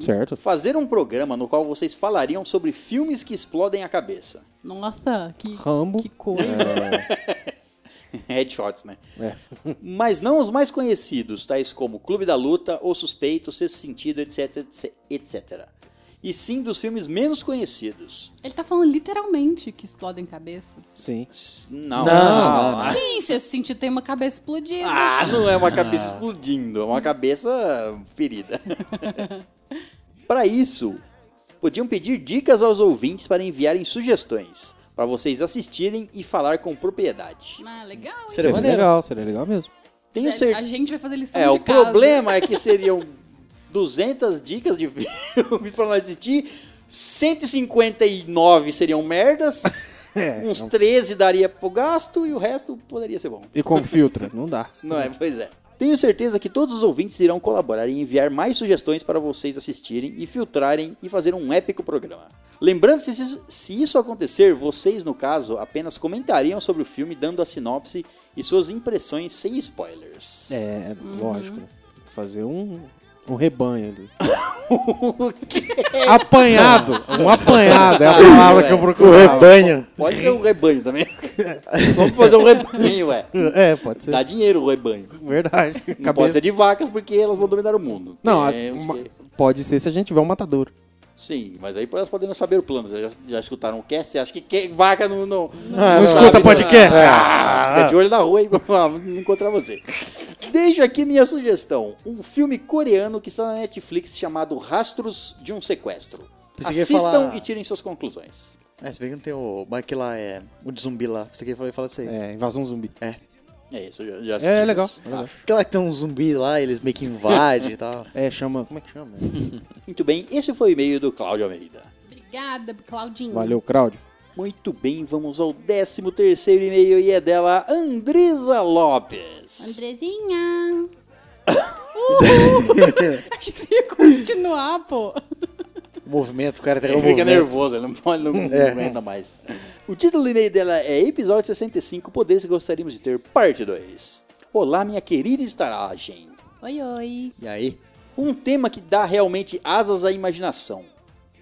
E: Certo?
A: Fazer um programa no qual vocês falariam sobre filmes que explodem a cabeça.
F: Nossa, que,
E: Rambo.
F: que coisa.
A: É. Headshots, né?
E: É.
B: Hum.
A: Mas não os mais conhecidos, tais como Clube da Luta, O Suspeito, Sexto Sentido, etc, etc, etc. E sim dos filmes menos conhecidos.
F: Ele tá falando literalmente que explodem cabeças.
E: Sim.
A: Não,
B: Não, não, não,
F: Sim, se eu sentir, tem uma cabeça explodida.
A: Ah, não é uma cabeça explodindo, é uma cabeça ferida. para isso, podiam pedir dicas aos ouvintes para enviarem sugestões, para vocês assistirem e falar com propriedade.
F: Ah, legal, hein?
B: Seria
E: Seria
B: maneiro.
E: legal, seria legal mesmo.
A: Tenho
F: A
A: certeza.
F: gente vai fazer lição
A: É,
F: de
A: o
F: casa.
A: problema é que seriam 200 dicas de filmes para nós assistir, 159 seriam merdas,
E: É.
A: uns 13 daria pro gasto e o resto poderia ser bom.
E: E como filtra? Não dá.
A: Não é? Pois é. Tenho certeza que todos os ouvintes irão colaborar e enviar mais sugestões para vocês assistirem e filtrarem e fazer um épico programa. Lembrando que se isso, se isso acontecer, vocês, no caso, apenas comentariam sobre o filme dando a sinopse e suas impressões sem spoilers.
E: É,
A: Uhum.
E: lógico. né? Tem que fazer um, um rebanho ali. Apanhado. Um apanhado. É a palavra que eu
B: O
E: procurava.
B: rebanho.
A: Pode ser um rebanho também. Vamos fazer um rebanho, ué.
E: É, pode ser.
A: Dá dinheiro o rebanho.
E: Verdade.
A: Não pode
E: Cabeça...
A: ser de vacas porque elas vão dominar o mundo.
E: Não,
A: É,
E: a-
A: os
E: uma-
A: que-
E: pode ser se a gente tiver um matador.
A: Sim, mas aí elas podem não saber o plano. Vocês Já, já escutaram o cast? Você acha que, que vaca não, não,
E: Ah, não É.
A: sabe,
E: escuta
A: né?
E: podcast?
A: Ah, Fica de olho na rua e não encontrar você. Deixo aqui minha sugestão. Um filme coreano que está na Netflix chamado Rastros de um Sequestro.
B: Pensei que ia
A: Assistam
B: falar-
A: e tirem suas conclusões.
B: É, se bem que não tem o. Mas que lá é. O de zumbi lá. Você quer falar fala isso aí?
E: É, invasão zumbi.
A: É isso, eu já, já assisti
E: É,
A: isso.
E: legal.
B: Que lá que tem um zumbi lá, eles meio que invadem e tal.
E: É, chama. Como é que chama?
A: Muito bem, esse foi o e-mail do Cláudio Almeida.
F: Obrigada, Claudinho.
E: Valeu, Claudio.
A: Muito bem, vamos ao 13 terceiro e-mail e é dela Andresa Lopes.
F: Andrezinha. Uhul. Achei que você ia continuar, pô.
B: O movimento, o cara tem
A: Ele
B: um
A: fica
B: movimento.
A: nervoso, ele não, pode, não, não aguenta mais. O título do e-mail dela é Episódio 65, Poderes que Gostaríamos de Ter, Parte 2. Olá, minha querida estaragem.
F: Oi, oi.
B: E aí?
A: Um tema que dá realmente asas à imaginação.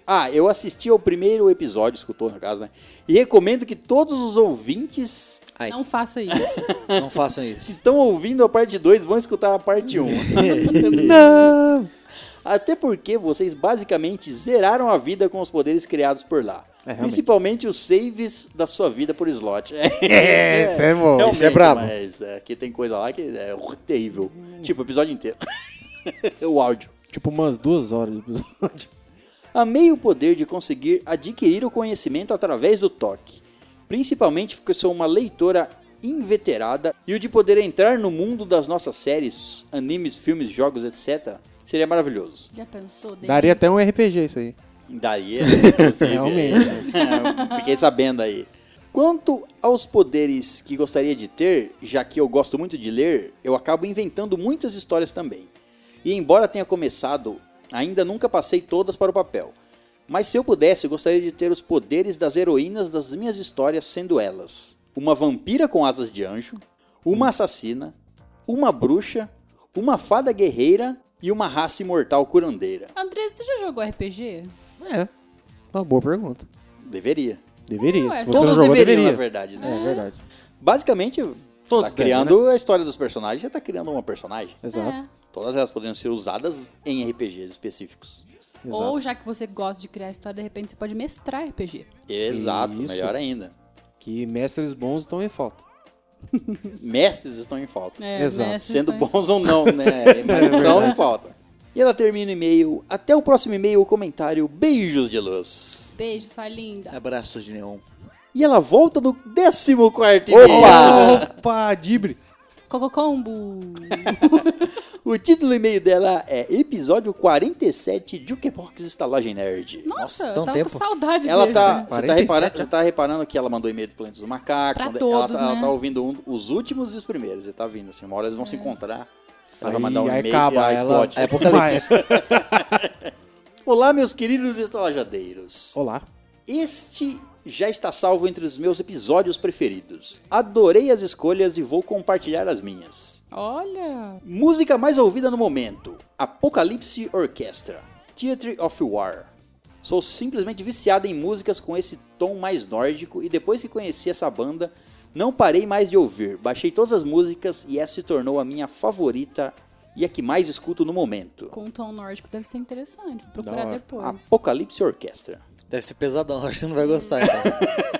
A: Ah, eu assisti ao primeiro episódio, escutou no caso, né? E recomendo que todos os ouvintes
B: Ai,
F: Não
B: não,
F: faça isso.
B: façam
A: que
B: isso.
A: estão ouvindo a parte 2 vão escutar a parte 1.
E: Não!
A: Até porque vocês basicamente zeraram a vida com os poderes criados por lá.
E: É, realmente.
A: Principalmente os saves da sua vida por slot.
E: É, isso é bom.
A: Realmente,
B: Isso é brabo.
A: Mas é, aqui tem coisa lá que é terrível. Tipo, o episódio inteiro. o áudio.
E: Tipo umas duas horas de episódio.
A: Amei o poder de conseguir adquirir o conhecimento através do toque. Principalmente porque sou uma leitora inveterada e o de poder entrar no mundo das nossas séries, animes, filmes, jogos, etc. Seria maravilhoso.
F: Já pensou? Denise?
E: Daria até um RPG isso aí.
A: Daí, inclusive,
E: Realmente.
A: é, fiquei sabendo aí. Quanto aos poderes que gostaria de ter, já que eu gosto muito de ler, eu acabo inventando muitas histórias também. E embora tenha começado, ainda nunca passei todas para o papel. Mas se eu pudesse, gostaria de ter os poderes das heroínas das minhas histórias, sendo elas: uma vampira com asas de anjo, uma assassina, uma bruxa, uma fada guerreira e uma raça imortal curandeira.
F: André, você já jogou RPG?
E: É. Uma boa pergunta.
A: Deveria.
E: Deveria.
F: Ué,
E: Se você
A: é, Todos
E: não jogou,
A: deveriam,
E: deveria.
A: na verdade, né?
E: É verdade.
A: Basicamente, Tá
E: Todos né? devem,
A: criando a história dos personagens, você tá criando uma personagem.
E: Exato.
F: É.
A: Todas elas poderiam ser usadas em RPGs específicos.
F: É. Ou já que você gosta de criar história, de repente você pode mestrar RPG.
A: Exato,
E: Isso.
A: melhor ainda.
E: Que mestres bons estão em falta.
A: Mestres estão em falta.
F: É,
E: Exato.
F: mestres
A: Sendo
F: estão-
A: bons ou não, né?
E: É
A: Mas estão em falta. E ela termina o e-mail. Até o próximo e-mail, comentário. Beijos de luz.
F: Beijos, sua linda.
B: Abraços de neon.
A: E ela volta no 14 e-mail.
B: Opa!
E: Opa, Dibre!
F: Cococombo.
A: O título do e-mail dela é Episódio 47 Jukebox Estalagem Nerd.
F: Nossa,
B: Nossa,
F: eu
B: tão
E: um
F: tava
B: tempo.
F: com saudade
A: Ela
F: dele.
A: tá, você tá
E: 47,
A: reparando, você tá reparando que ela mandou e-mail do Planeta dos Macacos.
F: né?
A: ela,
F: Pra todos,
A: tá, ela
F: né? É.
A: tá ouvindo um- os últimos e os primeiros. Você tá vindo assim, uma hora eles vão se encontrar. Ela vai
E: Aí-
A: mandar um
E: aí
A: e-mail e
E: acaba,
A: ela
E: ela-
A: explode.
B: É apocalipse.
A: Olá, meus queridos estalajadeiros.
E: Olá.
A: Este já está salvo entre os meus episódios preferidos. Adorei as escolhas e vou compartilhar as minhas.
F: Olha.
A: Música mais ouvida no momento: Apocalipse Orchestra, Theatre of War. Sou simplesmente viciado em músicas com esse tom mais nórdico e depois que conheci essa banda, não parei mais de ouvir. Baixei todas as músicas e essa se tornou a minha favorita e a que mais escuto no momento.
F: Com um tom nórdico deve ser interessante. Vou procurar
E: hora.
F: depois.
A: Apocalipse Orchestra.
B: Deve ser pesadão, acho que você não vai gostar. Então.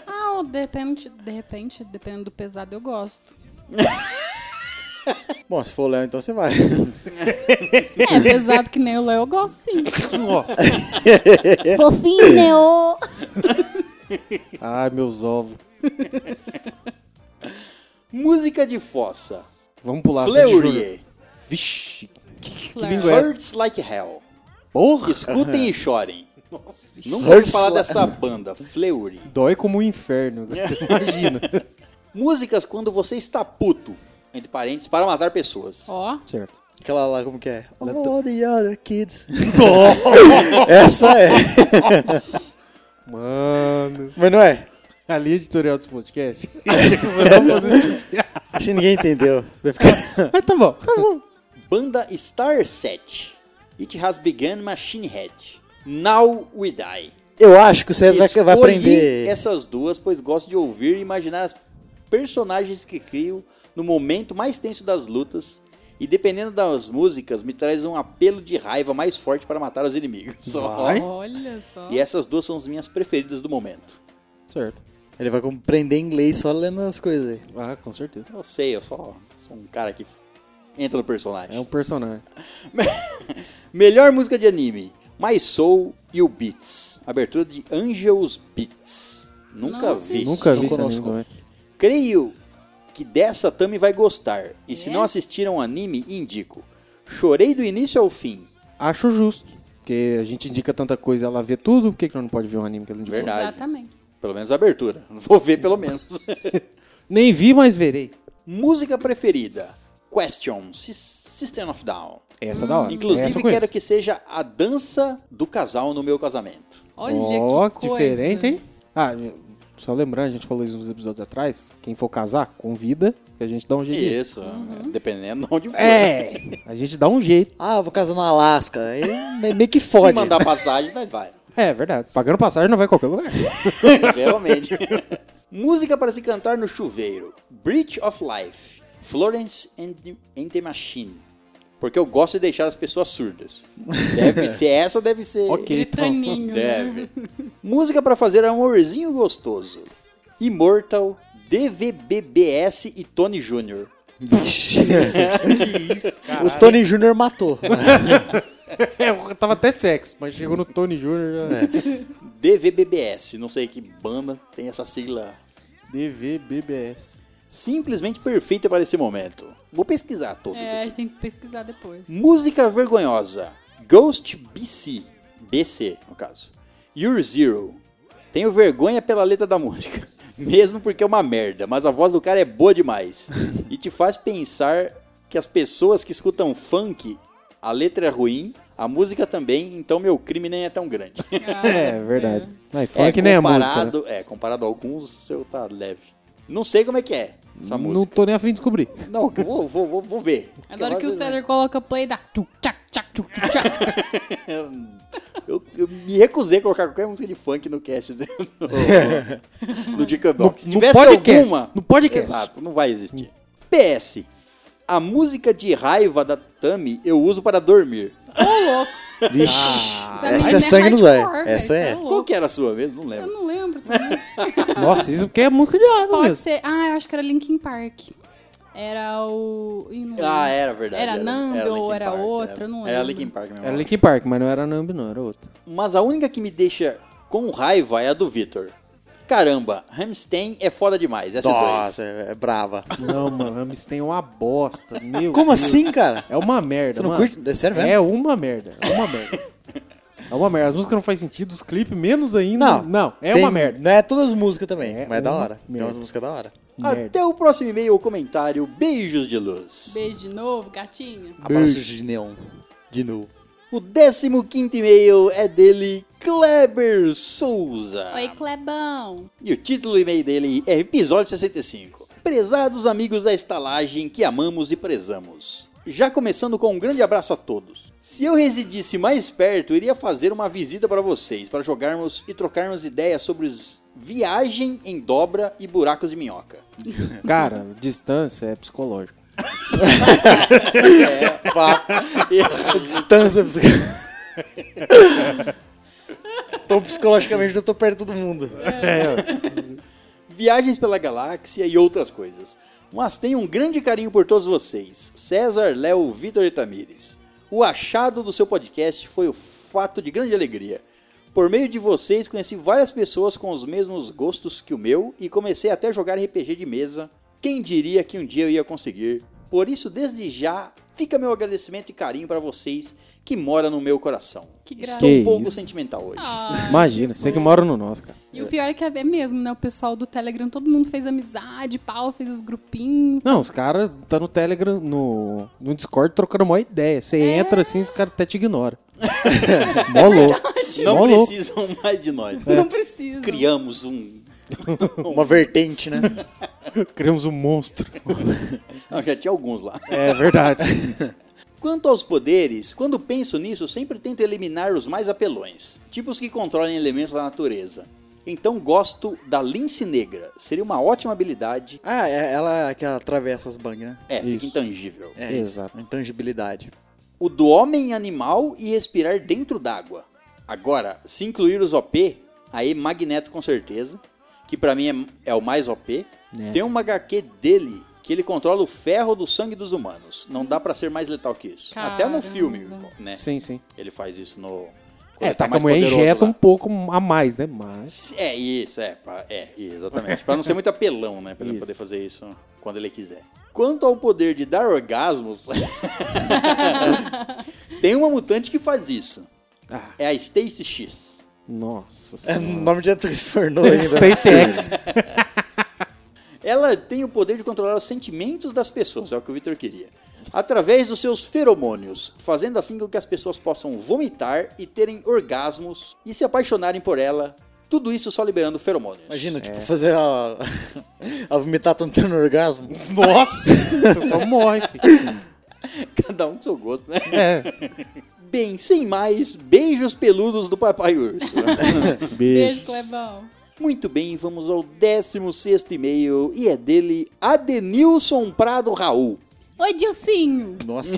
F: Ah, de repente, de repente, dependendo do pesado, eu gosto.
B: Bom, se for o Léo, então você vai.
F: É, pesado que nem o Léo, eu gosto sim.
E: Nossa.
F: Fofinho, Léo.
E: Ai, meus ovos.
A: Música de fossa.
E: Vamos pular. Sandy Júnior.
A: Fleurie.
E: Vixe. Que, que
F: Fleur.
E: língua é essa?
A: Hurts Like Hell.
E: Porra!
A: Escutem e chorem.
E: Nossa.
A: Nunca ouvi
B: Hurts
A: falar
B: Like-
A: dessa banda, Fleury.
E: Dói como o inferno. Você imagina.
A: Músicas quando você está puto, entre parênteses, para matar pessoas.
F: Ó,
E: certo.
B: Aquela lá, como que é? All the other kids. Essa é.
E: Mano.
B: Mas não é.
E: A linha editorial dos podcasts. Você não fazer esse tipo de piada.
B: Acho que ninguém entendeu. Vai ficar-
E: Mas tá bom.
A: Banda Star 7. It Has Begun Machine Head. Now We Die.
B: Eu acho que o César vai, vai
A: Escolhi
B: aprender.
A: essas duas, pois gosto de ouvir e imaginar as personagens que crio no momento mais tenso das lutas. E dependendo das músicas, me traz um apelo de raiva mais forte para matar os inimigos.
E: Vai.
F: olha só.
A: E essas duas são as minhas preferidas do momento.
E: Certo.
B: Ele vai aprender inglês só lendo as coisas aí.
E: Ah, com certeza.
A: Eu sei, eu só sou um cara que entra no personagem.
E: É um personagem.
A: Melhor música de anime: My Soul e o Beats. Abertura de Angels Beats. Nunca
F: Não
A: vi.
F: assisti.
E: Nunca vi né?
B: Não
E: esse anime
B: conosco.
E: também.
A: Creio que dessa Tami vai gostar. E se
F: É?
A: não assistiram anime, indico. Chorei do início ao fim.
E: Acho justo. Porque a gente indica tanta coisa, ela vê tudo. Por que, que ela não pode ver um anime que ela indicou?
A: Verdade.
F: Exatamente.
A: Pelo menos a abertura. Vou ver pelo menos.
E: Nem vi, mas verei.
A: música preferida: Question Sys- System of Down.
E: Essa é da hora. Essa
A: Inclusive,
E: eu conheço.
A: quero que seja a dança do casal no meu casamento.
F: Olha
E: Ó,
F: que coisa.
E: diferente, hein? Ah, só lembrando, a gente falou isso nos episódios atrás. Quem for casar, convida, que a gente dá um jeito. de-
A: Isso, é,
F: Uhum.
A: dependendo de onde for. né?
E: É, a gente dá um jeito.
B: Ah, eu vou casar no Alasca. Aí me- meio que
A: Se
B: fode.
A: mandar passagem, nós vai.
E: É, verdade. Pagando passagem não vai em qualquer lugar.
A: Realmente. Música para se cantar no chuveiro. Breach of Life. Florence and the, and the Machine. Porque eu gosto de deixar as pessoas surdas. Deve ser essa, deve ser.
E: ok, então.
F: Gritaninho, é né?
A: Deve. Música para fazer amorzinho gostoso. Immortal, DVBBS e Tony Jr.
E: Que isso, cara.
B: O Tony Júnior matou.
E: É, Eu tava até sexo, mas chegou no Tony Júnior já.
A: DVBBS, não sei que banda tem essa sigla.
E: DVBBS.
A: Simplesmente perfeita para esse momento. Vou pesquisar todos.
F: É, a gente tem que pesquisar depois.
A: Música vergonhosa. Ghost BC. BC, no caso. Your Zero. Tenho vergonha pela letra da música. Mesmo porque é uma merda, mas a voz do cara é boa demais. E te faz pensar que as pessoas que escutam funk, a letra é ruim, a música também, então meu crime nem é tão grande.
F: Ah,
E: É, verdade. Aí, funk nem é música. né?
A: comparado, é, comparado a alguns, o seu tá leve. Não sei como é que é essa
E: Não
A: música.
E: tô nem afim de descobrir.
A: Não, vou, vou, vou, vou ver.
F: Adoro que o
A: Eu-
F: César coloca play da tchuc, tchac, tchac, tchuc, tchuc, tchac.
A: Eu, eu me recusei a colocar qualquer música de funk no cast do, no, no Dica Box.
E: No- no podcast,
A: alguma.
E: no podcast.
A: Exato, não vai existir. PS. A música de raiva da Tami eu uso para dormir.
F: Ô, louco.
B: Vixe. essa
F: Essa, menina
B: é sangue nos
F: hardcore,
B: olhos.
F: velho,
B: Essa
F: você
B: é.
F: louco.
A: Qual que era a sua mesmo? Não
F: Eu
A: lembro.
F: não lembro também.
E: Nossa, isso porque é música de raiva
F: Pode
E: mesmo.
F: ser. Ah, eu acho que era Linkin Park. Era o. Ih, não
A: Ah,
F: lembro.
A: era verdade.
F: Era Numb ou
A: Linkin
F: era
A: Park,
F: outro,
A: era,
F: não
A: Era
F: lembro.
A: Linkin Park mesmo.
E: Era Linkin Park, mas não era Numb, não, era outra.
A: Mas a única que me deixa com raiva é a do Vitor. Caramba, Hamstein é foda demais, essa
B: Nossa,
A: dois.
B: é é brava.
E: Não, mano, Rammstein é uma bosta. Meu
B: Como
E: Deus.
B: assim, cara?
E: É uma merda.
B: Você não
E: mano.
B: curte? É sério mesmo?
E: É uma merda. É uma merda. É uma merda. As músicas não fazem sentido, os clipes menos ainda.
B: Não.
E: Não, é
B: Tem-
E: uma merda.
B: Não é todas as músicas também,
E: É
B: mas é da
E: uma
B: hora. Tem umas
E: merda.
B: músicas da hora.
E: Merda.
A: Até o próximo e-mail ou comentário. Beijos de luz.
F: Beijo de novo, gatinho.
B: Abraços de neon. De novo.
A: o 15 e-mail é dele, Kleber Souza.
F: Oi, Clebão.
A: E o título do e-mail dele é Episódio 65. Prezados amigos da estalagem que amamos e prezamos. Já começando com um grande abraço a todos. Se eu residisse mais perto, eu iria fazer uma visita para vocês, para jogarmos e trocarmos ideias sobre os viagem em dobra e buracos de minhoca.
E: Cara, distância é psicológico.
B: Distância. Então, psicologicamente, eu tô perto de todo mundo.
A: Viagens pela galáxia e outras coisas. Mas tenho um grande carinho por todos vocês. César, Léo, Vitor e Tamires. O achado do seu podcast foi o fato de grande alegria. Por meio de vocês, conheci várias pessoas com os mesmos gostos que o meu e comecei até a jogar RPG de mesa. Quem diria que um dia eu ia conseguir? Por isso, desde já, fica meu agradecimento e carinho para vocês que mora no meu coração.
F: Que graça.
A: Estou
E: Que
A: um pouco
E: isso.
A: sentimental hoje.
F: Ah.
E: Imagina, você que mora no nosso, cara.
F: E o pior é que é mesmo, né? O pessoal do Telegram, todo mundo fez amizade, pau, fez os grupinhos.
E: Não, os caras tá no Telegram, no, no Discord, trocando uma ideia. Você entra assim, os caras até te ignoram. Mó louco. Mó
A: Não
E: louco. É.
A: precisam mais de nós.
F: Não precisa.
A: Criamos um
B: Uma vertente, né?
E: Criamos um monstro.
A: Não, já tinha alguns lá.
E: É verdade.
A: Quanto aos poderes, quando penso nisso, sempre tento eliminar os mais apelões, tipo os que controlem elementos da natureza. Então gosto da lince negra, seria uma ótima habilidade.
B: Ah, é ela que atravessa as bangas, né?
A: É, fica
E: Isso.
A: intangível.
B: É isso.
E: Exato.
B: Intangibilidade.
A: O do homem animal e respirar dentro d'água. Agora, se incluir os OP, aí Magneto com certeza, que pra mim é, é o mais OP.
E: É.
A: Tem uma HQ dele que ele controla o ferro do sangue dos humanos. Não dá pra ser mais letal que isso. Até no
F: Caramba.
A: filme, né?
E: Sim, sim.
A: Ele faz isso no. quando
E: É,
A: ele
E: tá, que a
A: mais
E: mulher
A: poderoso
E: injeta
A: lá.
E: um pouco a mais, né? Mas.
A: É isso, é, pra- é, exatamente. Pra não ser muito apelão, né? Pra ele
E: Isso.
A: poder fazer isso quando ele quiser. Quanto ao poder de dar orgasmos, tem uma mutante que faz isso.
E: Ah,
A: É a Stacy X.
E: nossa
B: É
E: senhora.
B: nome de atriz pornô ainda.
E: É, SpaceX.
A: Ela tem o poder de controlar os sentimentos das pessoas, é o que o Victor queria. Através dos seus feromônios, fazendo assim com que as pessoas possam vomitar e terem orgasmos e se apaixonarem por ela. Tudo isso só liberando feromônios.
E: É.
B: Imagina, tipo, fazer a... a vomitar tanto tendo orgasmo.
E: Nossa! O pessoal morre, filho.
A: Cada um com seu gosto, né?
E: É.
A: Bem, sem mais, beijos peludos do Papai Urso.
F: Beijo, Clebão.
A: Muito bem, vamos ao 16 e-mail e é dele Adenilson Prado Raul.
F: Oi, Dilcinho.
B: Nossa.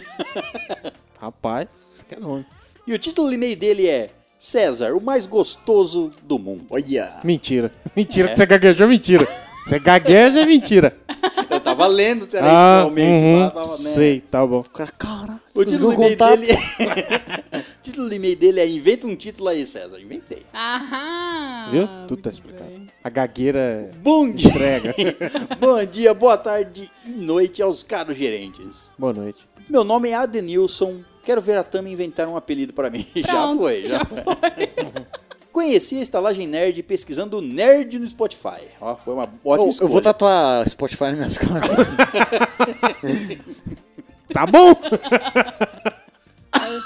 E: Rapaz, isso que é nome.
A: E o título do e-mail dele é César, o mais gostoso do mundo.
B: Olha.
E: Mentira. Mentira que você gaguejou, mentira. Você gagueja, é mentira.
A: Eu tava lendo, será
E: Ah,
A: isso realmente?
E: uhum,
A: Tava- tava, né?
E: sei, tá bom.
B: O cara, cara.
A: O título
B: Conseguiu
A: do e-mail
B: contato.
A: dele é... o título do e-mail dele é Inventa um título aí, César. Inventei.
F: Aham.
E: Viu? Tudo tá
F: Ah, Muito bem.
E: explicado. A gagueira é
A: Bom dia.
E: entrega.
A: Bom dia, boa tarde e noite aos caros gerentes.
E: Boa noite.
A: Meu nome é Adenilson. Quero ver a Tami inventar um apelido pra mim. já
F: Pronto,
A: foi, já,
F: já
A: foi. Conheci a estalagem nerd pesquisando nerd no Spotify. Ó, foi uma ótima
B: Ô, eu
A: escolha.
B: vou tatuar Spotify nas minhas costas.
E: Tá bom!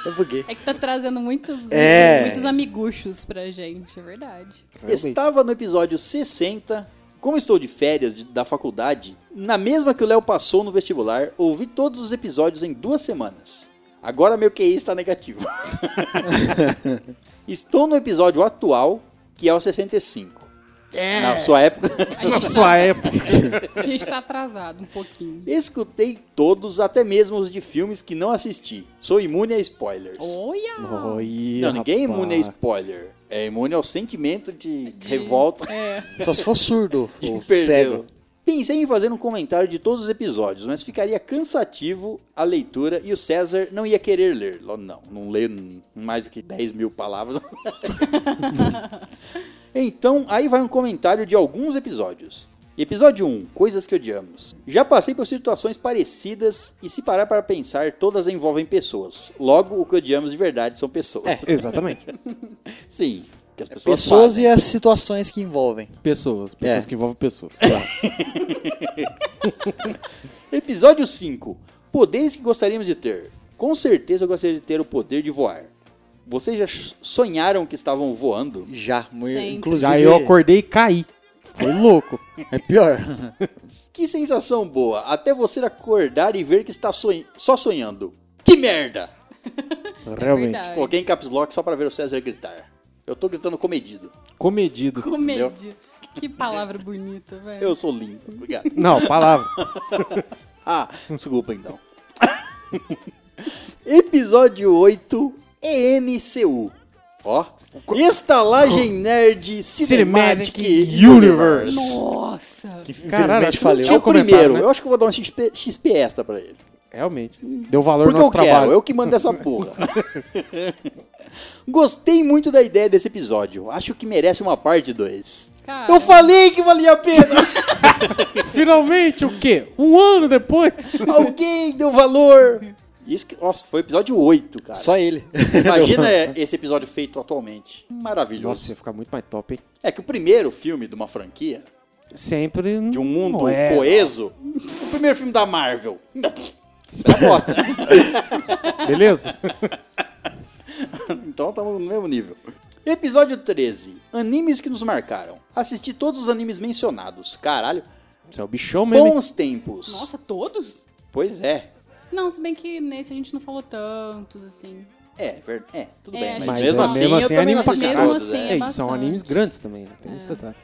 B: Eu buguei.
F: É que tá trazendo muitos,
B: É.
F: muitos amiguchos pra gente, é verdade.
A: Estava no episódio 60. Como estou de férias de- da faculdade, na mesma que o Léo passou no vestibular, ouvi todos os episódios em duas semanas. Agora meu QI está negativo. estou no episódio atual, que é o 65. Na sua época.
F: A gente,
E: Sua época.
F: a gente tá atrasado um pouquinho.
A: Escutei todos, até mesmo os de filmes que não assisti. Sou imune a spoilers.
F: Olha!
E: Olha,
A: não, ninguém é
E: rapaz.
A: imune a spoiler. É imune ao sentimento de, revolta.
F: É.
B: Só se for surdo
A: E
B: ou
A: perdeu.
B: cego.
A: Pensei em fazer um comentário de todos os episódios, mas ficaria cansativo a leitura e o César não ia querer ler. Lo- Não, não lê n- mais do que 10 mil palavras. então, aí vai um comentário de alguns episódios. Episódio 1, Coisas que Odiamos. Já passei por situações parecidas e se parar para pensar, todas envolvem pessoas. Logo, o que odiamos de verdade são pessoas.
E: Exatamente.
A: Sim, que as pessoas
B: É. Pessoas
A: fazem.
B: e as situações que envolvem.
E: Pessoas. Pessoas
B: É.
E: que envolvem pessoas.
A: Episódio 5. Poderes que gostaríamos de ter. Com certeza eu gostaria de ter o poder de voar. Vocês já sonharam que estavam voando?
B: Já, mu-
F: Sempre.
B: inclusive.
E: Já eu acordei e caí. Foi louco.
B: É pior.
A: Que sensação boa, até você acordar e ver que está sonha- só sonhando. Que merda!
E: Realmente.
F: É Verdade.
A: Coloquei em caps lock só pra ver o César gritar. Eu tô gritando comedido.
E: Comedido.
F: Comédia. Que palavra bonita, velho.
A: Eu sou lindo, obrigado.
E: Não, palavra.
A: Ah, desculpa então. Episódio 8, EMCU. Ó, estalagem nerd Cinematic,
E: Cinematic
A: Universe.
E: Universe.
F: Nossa!
E: Caralho, acho
B: Infelizmente
E: que
B: falei.
E: não
A: É o
E: o comentário,
A: primeiro.
E: né?
A: Eu acho que eu vou dar um XP, XP extra pra ele.
E: Realmente. Deu valor
A: Porque
E: no
A: eu
E: nosso trabalho.
A: quero, eu que mando essa porra. Gostei muito da ideia desse episódio. Acho que merece uma parte 2.
F: Cara.
A: Eu falei que valia a pena.
E: Finalmente, o quê? Um ano depois?
A: Alguém deu valor. Isso que, nossa, foi episódio 8, cara.
B: Só ele.
A: Imagina é. esse episódio feito atualmente. Maravilhoso.
E: Nossa, ia ficar muito mais top, hein?
A: É que o primeiro filme de uma franquia,
E: Sempre.
A: de um mundo
E: não é.
A: coeso, o primeiro filme da Marvel. É uma bosta.
E: Beleza?
A: Então estamos no mesmo nível. Episódio 13. Animes que nos marcaram. Assisti todos os animes mencionados. Caralho.
E: Você é o bichão mesmo. hein?
A: Bons tempos.
F: Nossa, todos?
A: Pois é.
F: Não, se bem que nesse a gente não falou tantos, assim.
A: É, ver- é tudo
F: É, a
A: bem. Mas,
F: gente
A: mesmo,
F: não-
A: assim,
F: mesmo
A: eu
F: assim,
A: também
F: anime
A: não assisti
F: pra
A: todos,
F: caralho.
A: é.
F: Mesmo assim, é
E: e são
F: bastante.
E: animes grandes também, né? Tem que acertar.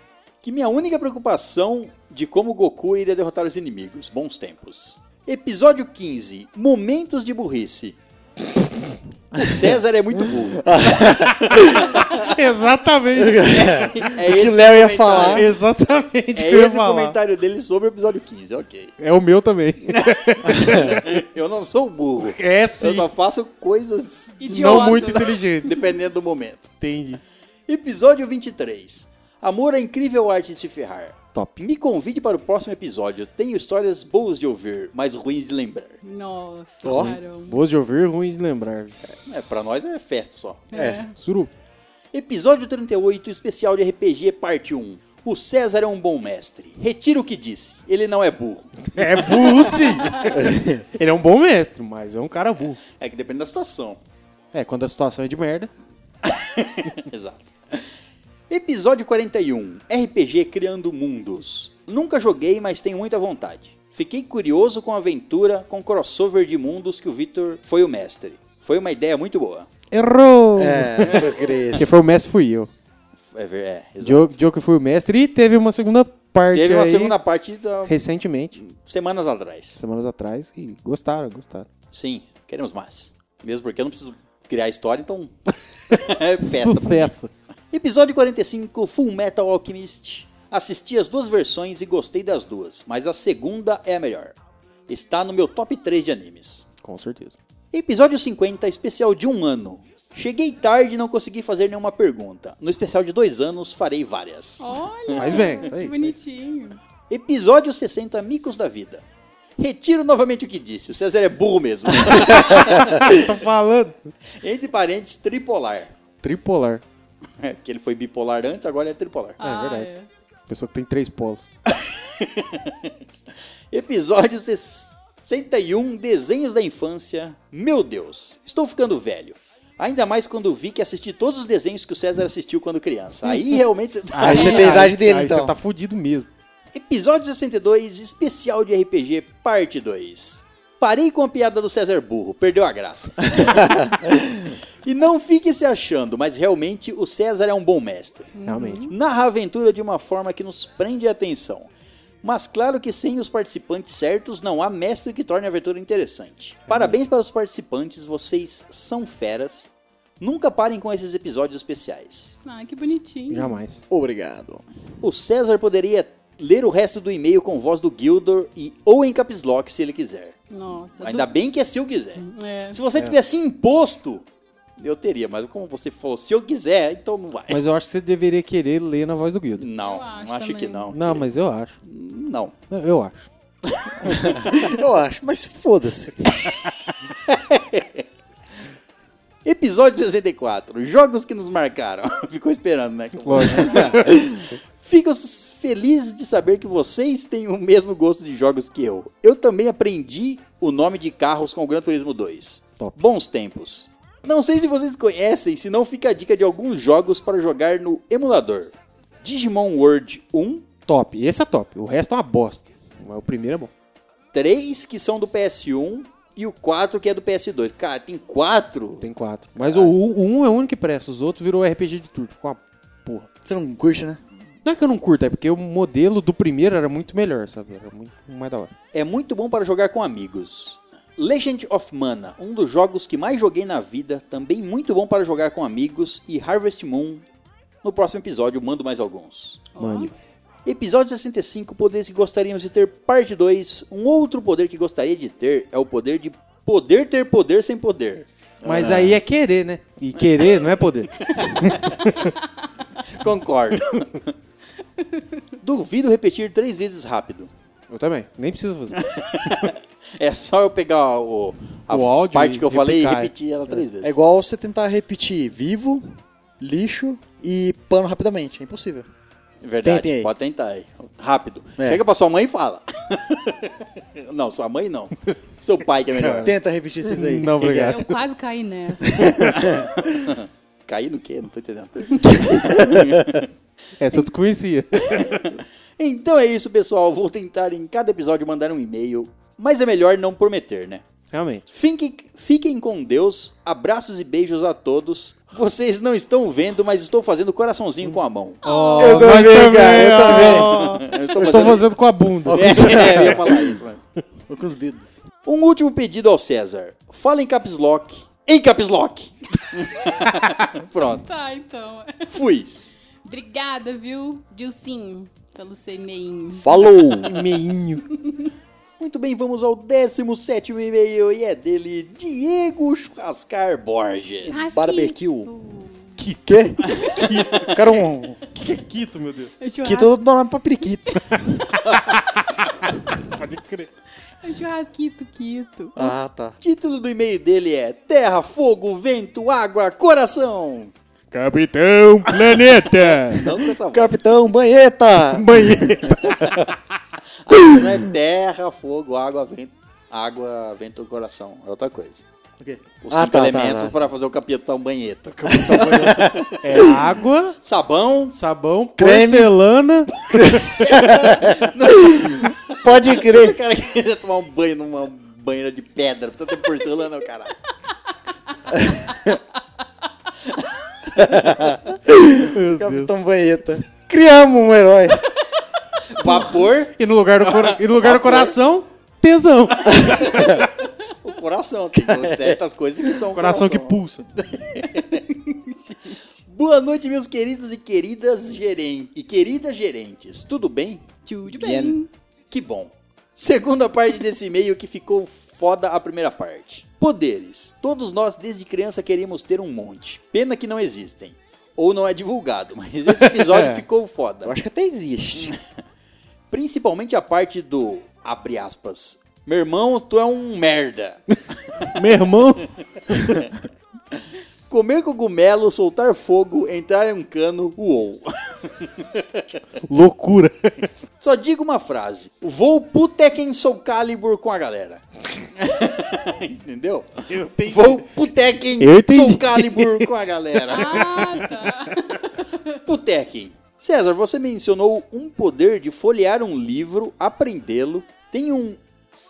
A: Que minha única preocupação de como Goku iria derrotar os inimigos. Bons tempos. Episódio 15. Momentos de burrice. O César é muito burro.
E: Ah, Exatamente.
A: É
B: O que
A: esse
B: o Léo ia
A: comentário.
B: falar.
E: Exatamente. o que
A: É
E: eu ia
A: esse o
E: falar.
A: comentário dele sobre o episódio 15, ok.
E: É o meu também.
A: Eu não sou burro.
E: É
A: Eu
E: sim.
A: só faço coisas
F: Idiota.
E: Não muito inteligente.
A: dependendo do momento.
E: Entendi.
A: Episódio 23. Amor à incrível arte de se ferrar.
E: Top.
A: Me convide para o próximo episódio. Tenho histórias boas de ouvir, mas ruins de lembrar.
F: Nossa,
B: Ó.
F: caramba.
E: Boas de ouvir, ruins de lembrar.
A: É, pra nós é festa só.
F: É.
E: Suru.
A: Episódio 38, especial de RPG, parte 1. O César é um bom mestre. Retiro o que disse. Ele não é burro.
E: É burro, sim. Ele é um bom mestre, mas é um cara burro.
A: É que depende da situação.
E: É, quando a situação é de merda.
A: Exato. Episódio 41. RPG Criando Mundos. Nunca joguei, mas tenho muita vontade. Fiquei curioso com a aventura com crossover de mundos que o Victor foi o mestre. Foi uma ideia muito boa.
E: Errou!
B: É, eu creio.
E: Quem foi o mestre fui eu.
A: É, ver- é exato.
E: Joe Joe que foi o mestre e teve uma segunda parte
A: Teve uma
E: aí
A: segunda parte da-
E: recentemente,
A: semanas atrás.
E: semanas atrás, e gostaram, gostaram.
A: Sim, queremos mais. Mesmo porque eu não preciso criar história, então. é festa. pra mim.
E: Sucesso.
A: Episódio 45, Full Metal Alchemist. Assisti as duas versões e gostei das duas, mas a segunda é a melhor. Está no meu top 3 de animes.
E: Com certeza.
A: Episódio 50, especial de um ano. Cheguei tarde e não consegui fazer nenhuma pergunta. No especial de dois anos, farei várias.
F: Olha,
E: Mas bem, isso aí,
F: que
E: isso aí.
F: bonitinho.
A: Episódio 60, Micos da Vida. Retiro novamente o que disse, o César é burro mesmo.
E: Tô falando.
A: Entre parênteses, tripolar.
E: Tripolar.
A: É, Porque ele foi bipolar antes, agora é tripolar.
F: ah,
E: verdade.
F: é.
E: Pessoa que tem três polos.
A: Episódio 61, Desenhos da Infância. Meu Deus, estou ficando velho. Ainda mais quando vi que assisti todos os desenhos que o César assistiu quando criança. Aí realmente você tá...
B: Aí Ah, você tem a idade dele,
E: aí
B: então.
E: você tá fudido mesmo.
A: Episódio 62, especial de RPG, parte 2. Parei com a piada do César Burro, perdeu a graça. E não fique se achando, mas realmente o César é um bom mestre.
E: Realmente.
A: Narra a aventura de uma forma que nos prende a atenção. Mas claro que sem os participantes certos não há mestre que torne a aventura interessante.
E: É
A: Parabéns para os participantes, vocês são feras. Nunca parem com esses episódios especiais.
F: Ai, Ah, é. que bonitinho.
E: Jamais.
B: Obrigado.
A: O César poderia ler o resto do e-mail com voz do Gildor e ou em caps lock se ele quiser.
F: Nossa.
A: Ainda
F: du-
A: bem que é se eu quiser.
F: É.
A: Se você tivesse imposto, eu teria, mas como você falou, se eu quiser, então não vai.
E: Mas eu acho que você deveria querer ler na voz do Guido.
A: Não,
F: Eu acho
A: não acho que
F: também.
A: não.
E: Não, mas eu acho.
A: Não.
E: Não, Eu acho.
B: Eu acho, mas foda-se.
A: Episódio 64. Jogos que nos marcaram. Ficou esperando, né?
E: Lógico.
A: Fico s- feliz de saber que vocês têm o mesmo gosto de jogos que eu. Eu também aprendi o nome de carros com o Gran Turismo 2.
E: Top.
A: Bons tempos. Não sei se vocês conhecem, se não fica a dica de alguns jogos para jogar no emulador. Digimon World 1,
E: top. Esse é top. O resto é uma bosta. Mas o primeiro é bom.
A: 3 que são do PS1 e o 4 que é do PS2. Cara, tem 4?
E: Tem quatro. Mas o, o um é o único que presta. Os outros virou RPG de turno. Ficou uma porra.
B: Você não curte, né?
E: Não é que eu não curto, é porque o modelo do primeiro era muito melhor, sabe? Era muito mais da hora.
A: É muito bom para jogar com amigos. Legend of Mana, um dos jogos que mais joguei na vida, também muito bom para jogar com amigos. E Harvest Moon, no próximo episódio, mando mais alguns.
F: Ó,
E: Mande.
A: Episódio 65, poderes que gostaríamos de ter, parte 2. Um outro poder que gostaria de ter é o poder de poder ter poder sem poder.
E: Mas aí é querer, né? E querer não é poder.
A: Concordo. Duvido repetir três vezes rápido.
E: Eu também. Nem preciso fazer.
A: É só eu pegar o, a
E: O áudio
A: parte
E: e
A: que eu falei e
E: replicar.
A: repetir ela três vezes.
B: É igual você tentar repetir vivo, lixo e pano rapidamente. É impossível.
A: Verdade,
B: Tentem aí.
A: pode tentar aí. Rápido.
B: É.
A: Chega pra sua mãe e fala. não, sua mãe não. Seu pai que é melhor.
B: Tenta repetir esses aí.
E: Não,
B: Que que é?
E: obrigado.
F: Eu quase caí nessa.
A: Cair no quê? Não tô entendendo.
E: Essa eu desconhecia.
A: então é isso, pessoal. Vou tentar em cada episódio mandar um e-mail. Mas é melhor não prometer, né?
E: Realmente.
A: Fiquem, fiquem com Deus. Abraços e beijos a todos. Vocês não estão vendo, mas estou fazendo coraçãozinho com a mão.
B: Eu também, cara, eu
E: ó.
A: Eu
E: Eu estou fazendo com a bunda.
A: É, eu ia falar isso, mano.
B: Vou com os dedos.
A: Um último pedido ao César. Fala em caps lock. Em caps lock. Pronto.
F: tá, então.
A: Fui.
F: Obrigada, viu, Dilcinho, pelo seu e-mail.
B: Falou!
E: Meinho.
A: Muito bem, vamos ao 17 e-mail e é dele, Diego Churrascar Borges.
B: Ah.
F: Rasquito.
B: Barbecue. Que? Quê? O cara é um...
E: Que quito, meu Deus.
F: É
B: Que
F: churras...
B: todo nome pra periquito.
E: Pode crer.
F: é Churrasquito, quito.
B: Ah, tá.
A: Título do e-mail dele é Terra, Fogo, Vento, Água, Coração.
E: Capitão Planeta.
A: Não, com essa voz.
B: Capitão Banheta!
E: Banheiro.
A: Não é terra, fogo, água, vento, água, vento, coração. É outra coisa. Os
B: Ah,
A: cinco
B: tá, tá,
A: elementos
B: tá.
A: para fazer o um capitão banheta.
E: É água,
A: Sabão,
E: sabão,
B: Creme.
E: porcelana.
B: Pode
A: O
B: crer.
A: cara queria tomar um banho numa banheira de pedra. Precisa ter porcelana, caralho.
E: Meu Deus.
B: Capitão Banheta. Criamos um herói.
A: Vapor,
E: E no lugar do, cora- e no lugar do coração, tesão.
A: o coração. Tem certas coisas que são
E: Coração que pulsa.
A: Boa noite, meus queridos e queridas gerentes. E queridas gerentes. Tudo bem?
F: Tudo
B: Bien.
F: bem.
A: Que bom. Segunda parte desse e-mail que ficou foda a primeira parte. Poderes. Todos nós desde criança queríamos ter um monte. Pena que não existem. Ou não é divulgado, mas esse episódio
E: É.
A: ficou foda.
B: Eu acho que até existe.
A: Principalmente a parte do, abre aspas, meu irmão, tu é um merda.
E: Meu irmão.
A: Comer cogumelo, soltar fogo, entrar em um cano, uou.
E: Loucura.
A: Só digo uma frase. Vou pro Tekken Soul Calibur com a galera. Entendeu?
E: Eu tenho.
A: Vou pro Tekken
E: Eu entendi.
A: Soul Calibur com a galera.
F: Ah, tá.
A: Pro Tekken. César, você mencionou um poder de folhear um livro, aprendê-lo. Tem um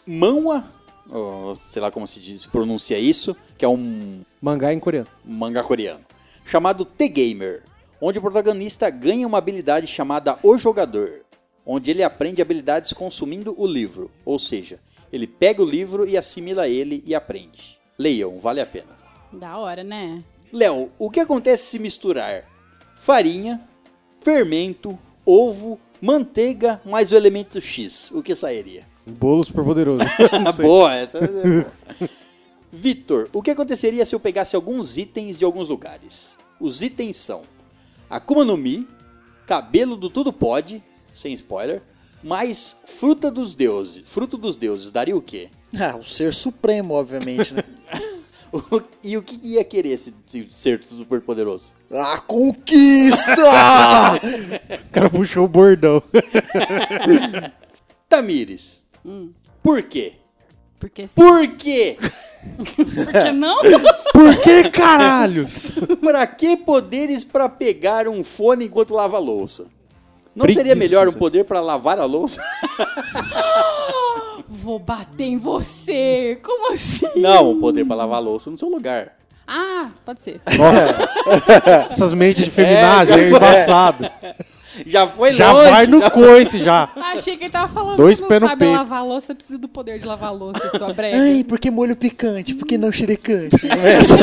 A: manhwa ou sei lá como se diz- se pronuncia isso, que é um
E: Mangá em coreano.
A: mangá coreano, chamado The Gamer, onde o protagonista ganha uma habilidade chamada O Jogador, onde ele aprende habilidades consumindo o livro, ou seja, ele pega o livro e assimila ele e aprende. Leiam, vale a pena.
F: Da hora, né?
A: Léo, o que acontece se misturar farinha, fermento, ovo, manteiga mais o elemento X? O que sairia?
E: Bolo super poderoso.
A: Ah, boa, essa é boa. Vitor, o que aconteceria se eu pegasse alguns itens de alguns lugares? Os itens são Akuma no Mi, cabelo do tudo pode, sem spoiler, mais fruta dos deuses. Fruto dos deuses daria o quê?
B: Ah, o ser supremo, obviamente, né?
A: O- e o que ia querer esse, esse ser super poderoso?
B: A conquista!
E: o cara puxou o bordão.
A: Tamires, por quê?
F: Porque se
A: Por quê?
F: porque não,
E: Por que caralhos?
A: Pra que poderes pra pegar um fone enquanto lava a louça? Não
E: Preguiça,
A: seria melhor um
E: você.
A: poder pra lavar a louça?
F: vou bater em você. Como assim?
A: Não, um poder pra lavar a louça no seu lugar.
F: Ah, pode ser.
E: Essas mentes de feminazi
A: É,
E: é, embaçado.
A: Já foi
E: Já
A: longe.
E: vai no coice já.
F: Achei que ele tava falando.
E: Dois
F: você
E: pés
F: não
E: no
F: sabe
E: peito.
F: lavar a louça, precisa do poder de lavar a louça, sua breve.
B: Ai, por que molho picante? Por que não xerecante? Começa.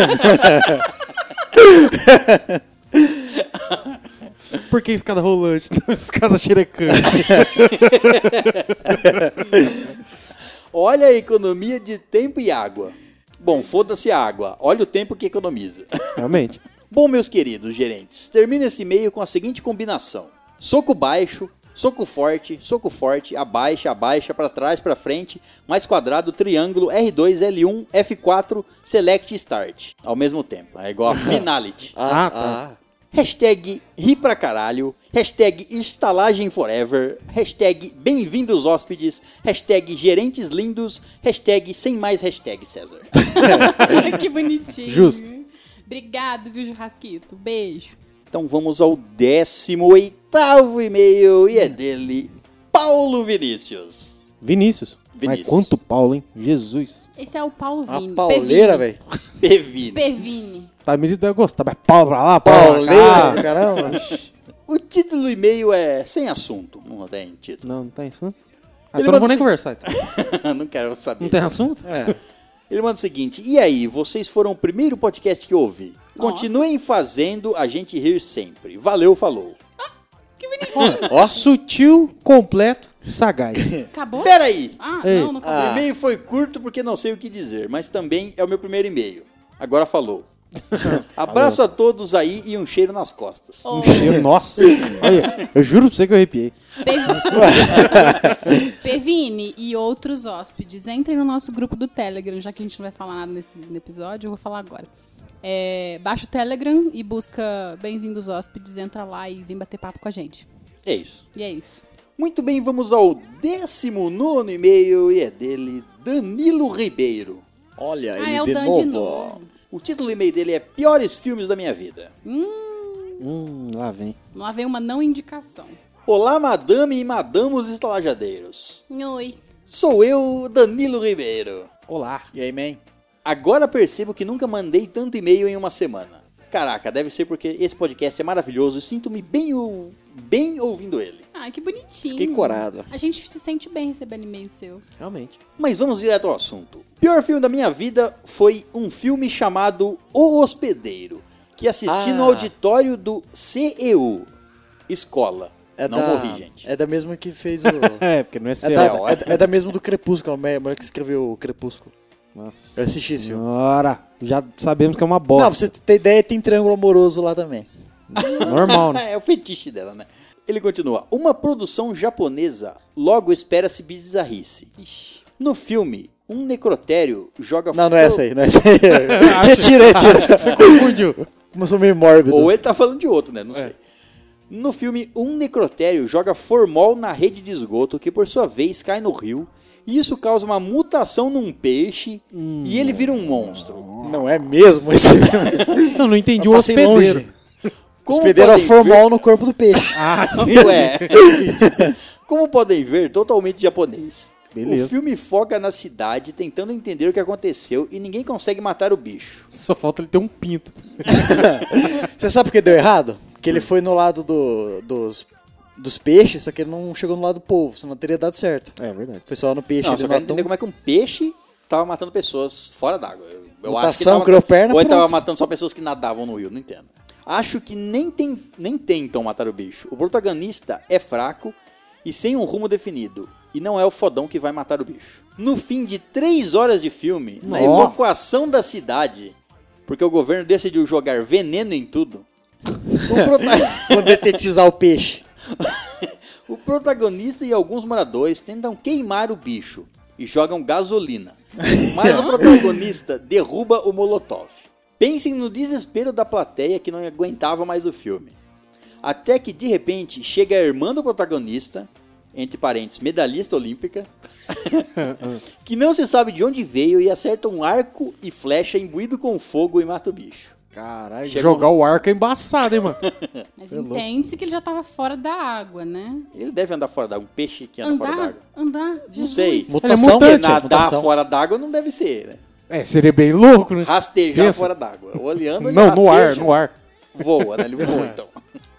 E: Por que escada rolante? escada xerecante.
A: Olha a economia de tempo e água. Bom, foda-se a água. Olha o tempo que economiza.
E: Realmente.
A: Bom, meus queridos gerentes, termino esse e-mail com a seguinte combinação: soco baixo, soco forte, soco forte, abaixa, abaixa, pra trás, pra frente, mais quadrado, triângulo, R2, L1, F4, um, select e start. Ao mesmo tempo, é igual a finality.
E: Ah, tá.
A: Hashtag ri pra caralho, hashtag estalagem forever, hashtag bem-vindos hóspedes, hashtag gerentes lindos, hashtag sem mais hashtag César.
F: que bonitinho.
E: Justo.
F: Obrigado, viu, Churrasquito? Beijo.
A: Então vamos ao 18 e-mail e é dele, Paulo Vinícius.
E: Vinícius.
A: Vinícius.
E: Mas quanto Paulo, hein? Jesus.
F: Esse é o Paulo
B: A
F: Vini.
B: pauleira, velho.
A: Bevino.
F: Pevini.
E: Tá, me deve gostar. Mas Paulo pra lá, Paulo pra
B: Pauleira
E: cá.
B: do caramba.
A: O título do e-mail é sem assunto, não tem título.
E: Não, não tem assunto. Ah,
A: Ele
E: então eu não vou
A: manda
E: nem
A: se-
E: conversar. Então.
A: não quero saber.
E: Não tem assunto?
B: É.
A: Ele manda o seguinte: E aí, vocês foram o primeiro podcast que eu ouvi.
F: Nossa.
A: Continuem fazendo a gente rir sempre. Valeu, falou.
B: Ah.
E: Ó. Sutil, completo, sagaz.
F: Acabou?
A: Peraí!
F: Ah,
E: Ei.
F: não, não acabou.
A: O e-mail foi curto porque não sei o que dizer, mas também é o meu primeiro e-mail. Agora falou. Abraço a todos aí e um cheiro nas costas.
F: Ô,
E: Eu- Nossa. Olha, eu juro pra você que eu arrepiei.
F: Pe- Pevini e outros hóspedes, entrem no nosso grupo do Telegram, já que a gente não vai falar nada nesse episódio, eu vou falar agora. É, baixa o Telegram e busca Bem-vindos Hóspedes, entra lá e vem bater papo com a gente.
A: É isso.
F: E é isso.
A: Muito bem, vamos ao 19 e-mail e é dele, Danilo Ribeiro.
B: Olha
F: Ah,
B: ele
F: é
B: Tá
F: o
B: de,
F: Dan
B: novo.
F: de novo.
A: O título do e-mail dele é Piores Filmes da Minha Vida.
E: Hum, lá vem.
F: Lá vem uma não indicação.
A: Olá, madame e madamos estalajadeiros.
F: Oi.
A: Sou eu, Danilo Ribeiro.
E: Olá.
B: E aí, man?
A: Agora percebo que nunca mandei tanto e-mail em uma semana. Caraca, deve ser porque esse podcast é maravilhoso e sinto-me bem, ou- bem ouvindo ele.
F: Ai, Ah, que bonitinho.
B: Fiquei corado.
F: A gente se sente bem recebendo e-mail seu.
E: Realmente.
A: Mas vamos direto ao assunto. O pior filme da minha vida foi um filme chamado O Hospedeiro, que assisti no
B: Ah.
A: auditório do CEU, escola.
B: É
A: Não
B: da,
A: morri, gente.
B: É da mesma que fez o... É
E: É, porque não é
B: da,
E: sério.
A: Céu,
B: é, da- é da mesma do Crepúsculo, a mulher que escreveu o Crepúsculo.
E: Nossa
B: Eu assisti esse filme.
E: senhora, já sabemos que é uma
B: Não, pra
E: bosta.
B: você ter ideia, tem triângulo amoroso lá também.
E: Normal, né?
A: é o fetiche dela, né? Ele continua. Uma produção japonesa logo espera-se bizarrice.
F: Ixi.
A: No filme, um necrotério joga
B: Não, não é
A: fo-
B: essa aí, não é essa aí. retira, retira.
E: Confundiu.
B: Começou meio mórbido.
A: Ou ele tá falando de outro, né? Não sei. No filme, um necrotério joga formol na rede de esgoto, que por sua vez cai no rio, e isso causa uma mutação num peixe e ele vira um monstro.
B: Não é mesmo esse.
E: Não, não entendi
B: Eu
E: o
B: passei
E: hospedeiro.
B: longe. Hospedeiro é
A: podem É.
B: formal no corpo do peixe.
E: Ah,
A: ver- Ué. Como podem ver, totalmente japonês. O
E: Beleza.
A: filme foca na cidade tentando entender o que aconteceu e ninguém consegue matar o bicho.
E: Só falta ele ter um pinto.
B: Você sabe por que deu errado? Porque ele foi no lado do- dos, dos peixes, só que ele não chegou no lado do povo, senão teria dado certo.
E: É verdade.
B: Foi só no peixe,
A: não,
B: ele
A: só quero
B: matou
A: entender
B: um-
A: como é que um peixe tava matando pessoas fora d'água. Eu- Eu acho que
B: Mutação,
A: tava-
B: criou perna,
A: Ou ele tava
B: pronto.
A: matando só pessoas que nadavam no rio, não entendo. Acho que nem, tem, nem tentam matar o bicho. O protagonista é fraco e sem um rumo definido. E não é o fodão que vai matar o bicho. No fim de três horas de filme, na
E: Nossa.
A: evacuação da cidade, porque o governo decidiu jogar veneno em tudo, o prota-
B: Vou detetizar o peixe.
A: O protagonista e alguns moradores tentam queimar o bicho e jogam gasolina. Mas o protagonista derruba o Molotov. Pensem no desespero da plateia que não aguentava mais o filme. Até que de repente chega a irmã do protagonista, entre parênteses, medalhista olímpica, que não se sabe de onde veio e acerta um arco e flecha imbuído com fogo e mata o bicho.
E: Caralho,
A: Chegou-
E: jogar o arco é embaçado, hein, mano?
F: Mas
E: Cê é louco.
F: entende-se que ele já tava fora da água, né?
A: Ele deve andar fora d'água, um peixe que anda fora
F: Andar,
A: d'água.
F: andar,
A: Não
F: Jesus.
A: sei.
B: Mutação,
A: Porque
B: é
A: nadar
B: mutação.
A: fora d'água não deve ser, né?
E: É, seria bem louco, né?
A: Rastejar
E: Pensa.
A: fora d'água. Olhando, ele
E: Não, no ar,
A: rasteja.
E: no ar. É.
A: Voa, né? Ele voa, então.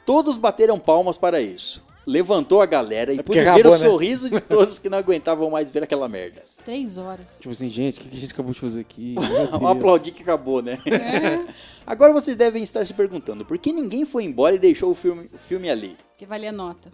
A: Todos bateram palmas para isso. Levantou a galera
E: É
A: e pude
B: porque
A: ver
B: acabou,
A: o
B: né?
A: sorriso de todos que não aguentavam mais ver aquela merda.
F: Três horas.
E: Tipo assim, gente, o que que a gente acabou de fazer aqui? Meu
A: Um
E: Deus.
A: aplaudir que acabou, né? Agora vocês devem estar se perguntando por que ninguém foi embora e deixou o filme, o filme ali. Oh,
F: Que valia nota.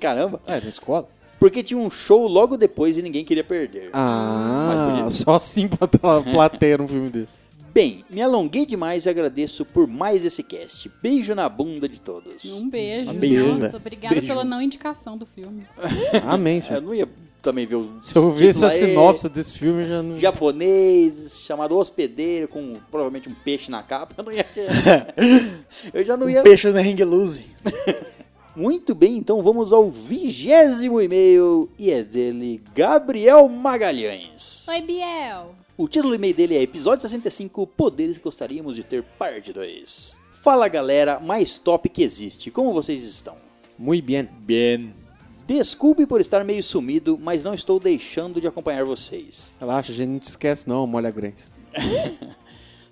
A: Caramba.
E: É, na escola?
A: Porque tinha um show logo depois e ninguém queria perder. Mas
E: Ah,
A: podia-
E: só assim pra ter uma plateia num filme desse.
A: Bem, me alonguei demais e agradeço por mais esse cast. Beijo na bunda de todos.
F: Um beijo.
B: Um beijo,
F: Nossa,
B: né?
F: obrigada
E: Beijo.
F: pela não indicação do filme.
E: Amém,
A: É, Eu
E: senhor.
A: não ia também ver o.
E: Se eu ver
A: título
E: essa
A: aí,
E: sinopse desse filme, eu já não...
A: Japonês, chamado hospedeiro, com provavelmente um peixe na capa, eu não ia. eu já não ia.
B: Peixes na ring loose.
A: Muito bem, então vamos ao vigésimo e-mail e é dele, Gabriel Magalhães.
F: Oi, Biel.
A: O título do e-mail dele é Episódio 65 Poderes que Gostaríamos de Ter, Parte 2. Fala galera, mais top que existe, como vocês estão?
E: Muito bem.
B: Bien.
A: Desculpe por estar meio sumido, mas não estou deixando de acompanhar vocês.
E: Relaxa, a gente não te esquece não, molha grãs.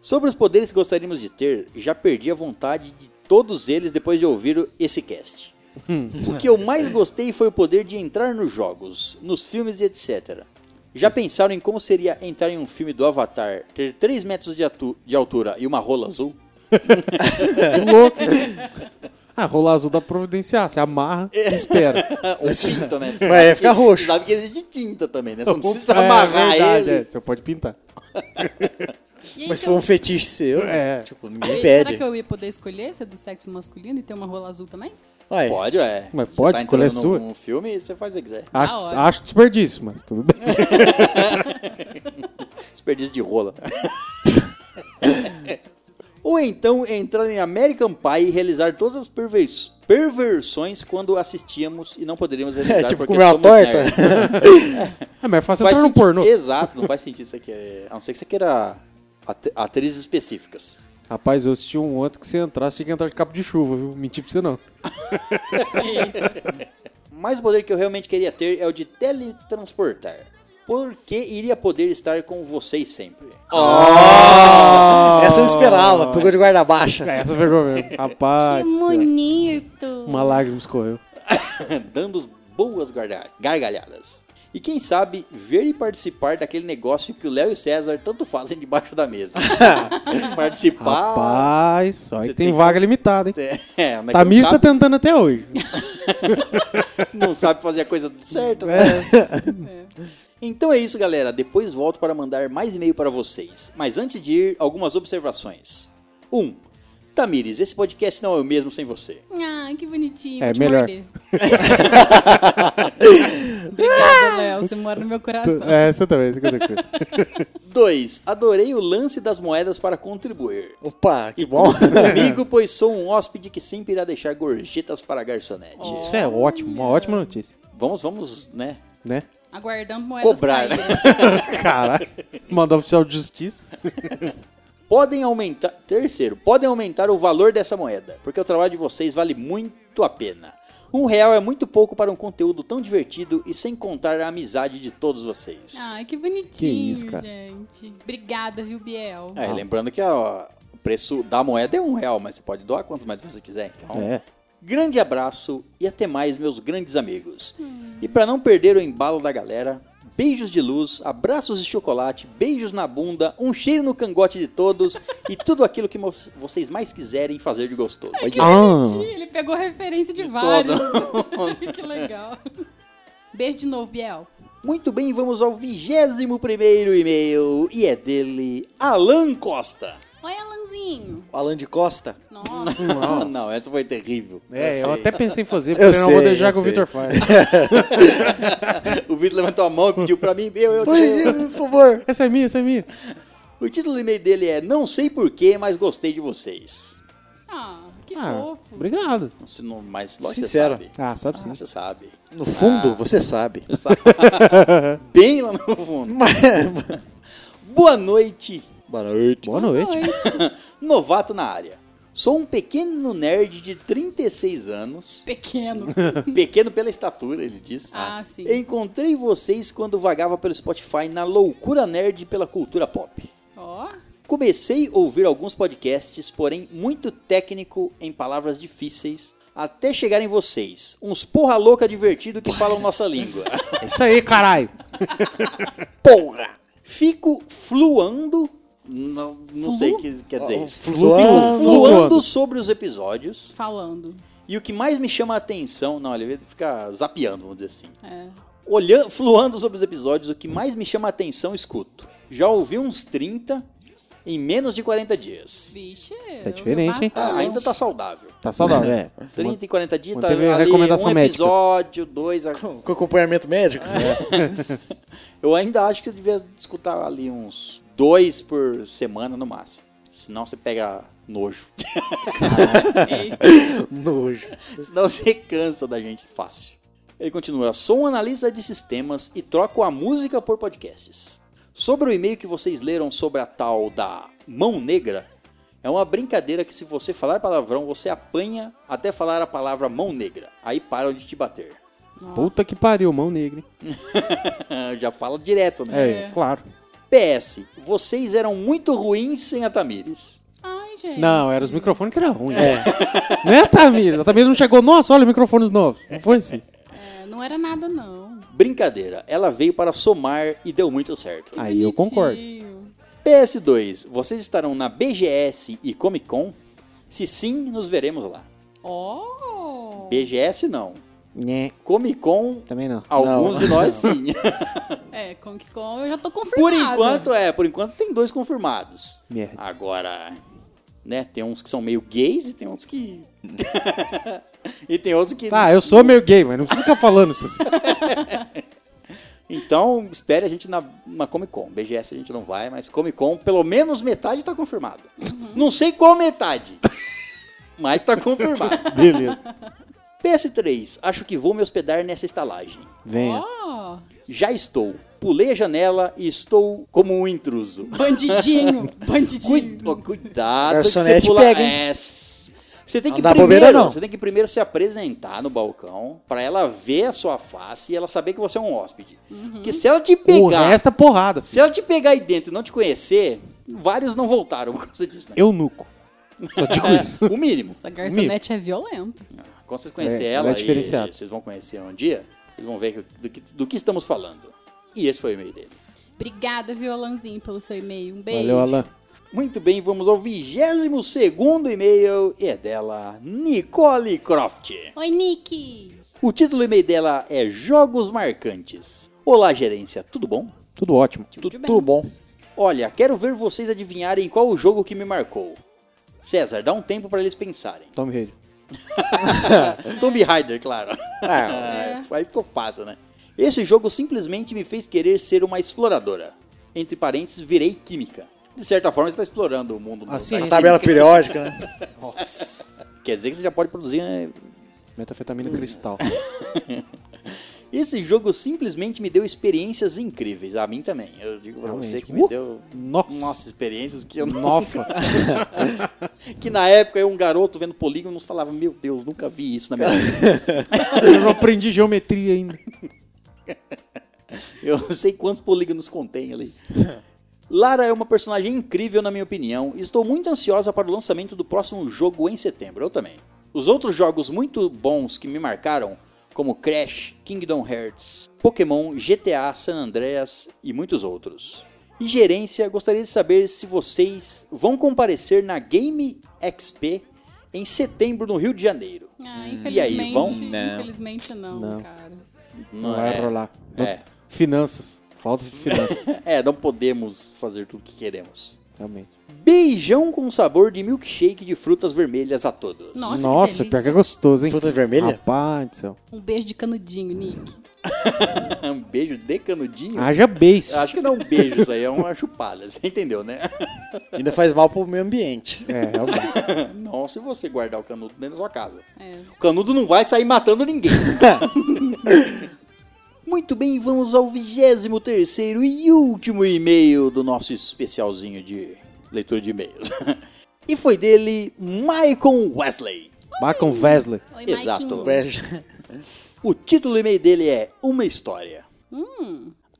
A: Sobre os poderes que gostaríamos de ter, já perdi a vontade de todos eles depois de ouvir o- esse cast. o que eu mais gostei foi o poder de entrar nos jogos, nos filmes e etc. Já pensaram em como seria entrar em um filme do Avatar, ter 3 metros de, atu- de altura e uma rola azul?
E: Que louco. Ah, rola azul dá pra providenciar. Você amarra e
A: É.
E: espera.
A: Ou tinta, né? Você
B: Mas ia
A: sabe
B: ficar
A: que-
B: roxo.
A: sabe que existe tinta também, né? Você não precisa
E: É,
A: amarrar
E: verdade,
A: ele.
E: é. Você pode pintar.
F: E aí,
B: Mas
F: se
B: foi
F: eu-
B: um fetiche seu,
E: É.
B: tipo, ninguém
F: e-
B: pede.
F: Será que eu ia poder escolher ser do sexo masculino e ter uma rola azul também?
B: Olha,
A: Pode, é.
E: Mas
A: Você
E: pode,
A: tá
E: escolher
A: entrando
E: sua.
A: num filme, você faz o que quiser.
E: Acho,
F: hora.
E: acho desperdício, mas tudo bem.
A: Desperdício de rola. Ou então entrar em American Pie e realizar todas as pervers- perversões quando assistíamos e não poderíamos realizar
B: É, tipo,
A: porque
B: comer uma
A: somos
B: torta.
A: nerds.
E: É, mas é fácil
A: Faz
E: entrar no
A: sentido-
E: pornô.
A: Exato, não faz sentido isso aqui. é- A não ser que você queira at- atrizes específicas.
E: Rapaz, eu assisti um outro que se entrasse, tinha que entrar de capa de chuva, viu? Mentir pra você não.
A: Mas o poder que eu realmente queria ter é o de teletransportar. Porque iria poder estar com vocês sempre.
B: Essa eu não esperava, pegou de guarda baixa.
E: É, essa pegou mesmo. Rapaz.
B: Ah,
F: que
E: do céu.
F: bonito.
E: Uma lágrima escorreu.
A: dando as boas guarda- gargalhadas. E quem sabe ver e participar daquele negócio que o Léo e o César tanto fazem debaixo da mesa. participar.
E: Rapaz, só
A: Tá. Você
E: aí
A: tem
E: tem vaga limitada, hein?
A: É, é, mas
E: Tamir
A: não,
E: tá
A: sabe,
E: tentando até hoje.
A: não sabe fazer a coisa certa. né?
E: É.
A: Então é isso, galera. Depois volto para mandar mais e-mail para vocês. Mas antes de ir, algumas observações. 1. Um, Tamires, esse podcast não é o mesmo sem você.
F: Ah, que bonitinho.
E: É,
F: Vou te
E: melhor.
F: morder. Obrigada, Léo. Você mora no meu coração.
E: É, você também, você quer dizer.
A: 2. Adorei o lance das moedas para contribuir.
B: Opa, que bom.
A: Comigo, pois sou um hóspede que sempre irá deixar gorjetas para a garçonete.
E: Isso é ótimo, uma ótima notícia.
A: Vamos, vamos, né?
E: Né?
F: Aguardando moedas
A: Cobrar.
F: caírem.
E: Caralho. Mandar oficial de justiça.
A: Podem aumentar. Terceiro, podem aumentar o valor dessa moeda, porque o trabalho de vocês vale muito a pena. Um real é muito pouco para um conteúdo tão divertido e sem contar a amizade de todos vocês.
F: Ai, Ah, que bonitinho,
H: Que isso, cara.
F: gente. Obrigada, viu, Biel?
A: É, lembrando que ó, o preço da moeda é um real, mas você pode doar quantos mais você quiser. Então,
H: É.
A: grande abraço e até mais, meus grandes amigos. E para não perder o embalo da galera, beijos de luz, abraços de chocolate, beijos na bunda, um cheiro no cangote de todos e tudo aquilo que mo- vocês mais quiserem fazer de gostoso.
F: Que
H: Ah.
F: bonitinho, ele pegou referência de, vários. que legal. Beijo de novo, Biel.
A: Muito bem, vamos ao 21 primeiro e-mail e é dele, Alan Costa.
F: Oi, Alanzinho.
B: Alan de Costa.
F: Nossa,
A: Não, essa foi terrível.
E: É, eu,
B: sei.
E: até pensei em fazer,
B: Eu
E: porque eu não vou
B: sei,
E: deixar
B: eu
E: com o
B: sei.
E: Victor faz.
A: O Vitor levantou a mão e pediu pra mim, meu, eu
B: Oi, por favor.
E: Essa é minha, essa é minha.
A: O título do e-mail dele é Não sei porquê, mas gostei de vocês.
F: ah, que
E: Ah,
F: fofo.
E: obrigado.
A: Se não- Mas lógico que você
B: Sincero.
A: sabe.
E: Ah, sabe sim.
A: Ah, Você sabe.
B: No fundo, você sabe.
A: Você sabe. Bem lá no fundo. Boa noite,
B: Boa noite.
H: Boa noite.
F: Noite.
A: novato na área. Sou um pequeno nerd de 36 anos.
F: Pequeno.
A: Pequeno pela estatura, ele disse.
F: Ah, sim.
A: Encontrei vocês quando vagava pelo Spotify na loucura nerd pela cultura pop.
F: Ó,
A: Comecei a ouvir alguns podcasts, porém muito técnico em palavras difíceis, até chegar em vocês, uns porra louca divertido que falam nossa língua.
E: É isso aí, caralho.
B: Porra!
A: Fico fluando, não, não sei o que quer dizer isso.
B: Flutuando.
A: Fluando sobre os episódios,
F: falando.
A: e o que mais me chama a atenção, não, ele fica zapeando, vamos dizer assim.
F: É.
A: Olhando, fluando sobre os episódios, o que mais me chama a atenção, escuto. Já ouvi uns 30 em menos de 40 dias.
F: Vixe,
H: diferente, hein?
A: Ah, ainda tá saudável.
H: Tá saudável, é.
A: 30 e 40 dias, tá
E: Manteve a
A: ali
E: recomendação
A: um
E: médica.
A: episódio, dois. a-
B: Com acompanhamento médico?
A: Eu ainda acho que você devia escutar ali uns dois por semana no máximo. Senão você pega nojo.
F: Ei,
B: Nojo.
A: Senão você cansa da gente fácil. Ele continua: sou um analista de sistemas e troco a música por podcasts. Sobre o e-mail que vocês leram sobre a tal da mão negra, é uma brincadeira que se você falar palavrão, você apanha até falar a palavra mão negra. Aí param de te bater.
E: Puta que pariu, mão negra. hein?
A: Já fala direto, né?
E: É, claro.
A: PS, vocês eram muito ruins sem a Tamires.
F: Ai, gente.
E: Não, era os microfones que eram ruins. É. Né, Tamires? A Tamires não chegou. Nossa, olha, microfones novos. Não foi assim?
F: É, não era nada, não.
A: Brincadeira, ela veio para somar e deu muito certo.
E: Aí eu concordo.
F: Bonitinho.
A: PS2, vocês estarão na BGS e Comic Con? Se sim, nos veremos lá.
F: Ó.
A: BGS não.
E: Né,
A: Comic Con,
E: também não.
A: alguns
B: Não.
A: de nós sim.
F: É, Comic Con eu já tô
A: por
F: confirmada.
A: enquanto, é, por enquanto tem dois confirmados.
E: Merda.
A: Agora, né, tem uns que são meio gays e tem outros que. e tem outros que.
E: Tá, eu sou meio gay, mas não precisa ficar falando isso assim.
A: Então, espere a gente na, na Comic Con. BGS a gente não vai, mas Comic Con, pelo menos metade tá confirmado. Não sei qual metade, mas tá confirmado.
E: Beleza.
A: PS3, acho que vou me hospedar nessa estalagem.
E: Venha.
F: Ó,
A: Já estou. Pulei a janela e estou como um intruso.
F: bandidinho, bandidinho.
A: Cuid- ó, cuidado que você
B: Garçonete
A: pula...
B: pega, hein?
A: É, s- Você tem
B: Não
A: que
B: dá
A: primeiro,
B: bobeira, não.
A: você tem que primeiro se apresentar no balcão pra ela ver a sua face e ela saber que você é um hóspede. Porque se ela te
E: O
A: pegar,
E: resto é porrada.
A: se ela te pegar aí dentro e não te conhecer, vários não voltaram por causa disso, né?
E: Eu nuco. Só digo isso.
A: O mínimo.
F: Essa garçonete é violenta.
A: Quando vocês conhecerem
E: É,
A: ela,
E: ela
A: e
E: é diferenciada.
A: vocês vão conhecer um dia, vocês vão ver do que, do que estamos falando. E esse foi o e-mail dele.
F: Obrigada, viu, Alanzinho, pelo seu e-mail. Um beijo.
E: Valeu, Alan.
A: Muito bem, vamos ao 22º e-mail e é dela, Nicole Croft.
F: Oi, Nick.
A: O título do e-mail dela é Jogos Marcantes. Olá, gerência, tudo bom?
E: Tudo ótimo.
F: Tudo bem.
B: Tudo bom.
A: Olha, quero ver vocês adivinharem qual o jogo que me marcou. César, dá um tempo para eles pensarem.
E: Tome rede.
A: Tomb Raider, claro.
B: Ah,
A: É, Aí ficou fácil, né? Esse jogo simplesmente me fez querer ser uma exploradora. Entre parênteses, virei química. De certa forma, você está explorando o mundo.
E: Ah,
A: da
E: sim.
B: a
A: química.
B: tabela periódica, né?
E: Nossa.
A: Quer dizer que você já pode produzir né,
E: Metafetamina cristal.
A: Esse jogo simplesmente me deu experiências incríveis. A mim também. Eu digo pra
E: Realmente.
A: você que me
E: Uh!
A: deu.
E: Nossa.
A: Nossa, experiências que eu não.
E: Nofa.
A: Que na época eu, um garoto vendo polígonos, falava: Meu Deus, nunca vi isso na minha vida.
E: Eu não aprendi geometria ainda.
A: Eu não sei quantos polígonos contém ali. Lara é uma personagem incrível, na minha opinião, e estou muito ansiosa para o lançamento do próximo jogo em setembro. Eu também. Os outros jogos muito bons que me marcaram, como Crash, Kingdom Hearts, Pokémon, GTA, San Andreas e muitos outros. E gerência, gostaria de saber se vocês vão comparecer na Game XP em setembro no Rio de Janeiro.
F: Ah,
A: E aí,
F: infelizmente,
A: vão?
B: Não.
F: infelizmente não,
E: Não.
F: cara.
E: Não, vai rolar. Não-
A: É.
E: Finanças. Falta de finanças.
A: É, não podemos fazer tudo o que queremos.
E: Realmente.
A: Beijão com sabor de milkshake de frutas vermelhas a todos.
F: Nossa,
E: pior que
F: que delícia.
E: é gostoso, hein?
B: Fruta vermelha?
E: Rapaz do céu.
F: Um beijo de canudinho, Nick.
A: um beijo de canudinho?
E: Haja beijo.
A: Acho que não é um beijo isso aí, é uma chupada, você entendeu, né?
B: Ainda faz mal pro meio ambiente.
E: É, realmente.
A: Não se você guardar o canudo dentro da sua casa.
F: É.
A: O canudo não vai sair matando ninguém. Muito bem, vamos ao 23 terceiro e último e-mail do nosso especialzinho de leitura de e-mails. e foi dele, Michael Wesley.
E: Bacon Wesley.
F: Oi,
A: Exato.
F: Maikinho.
B: Inveja.
A: O título do e-mail dele é Uma História.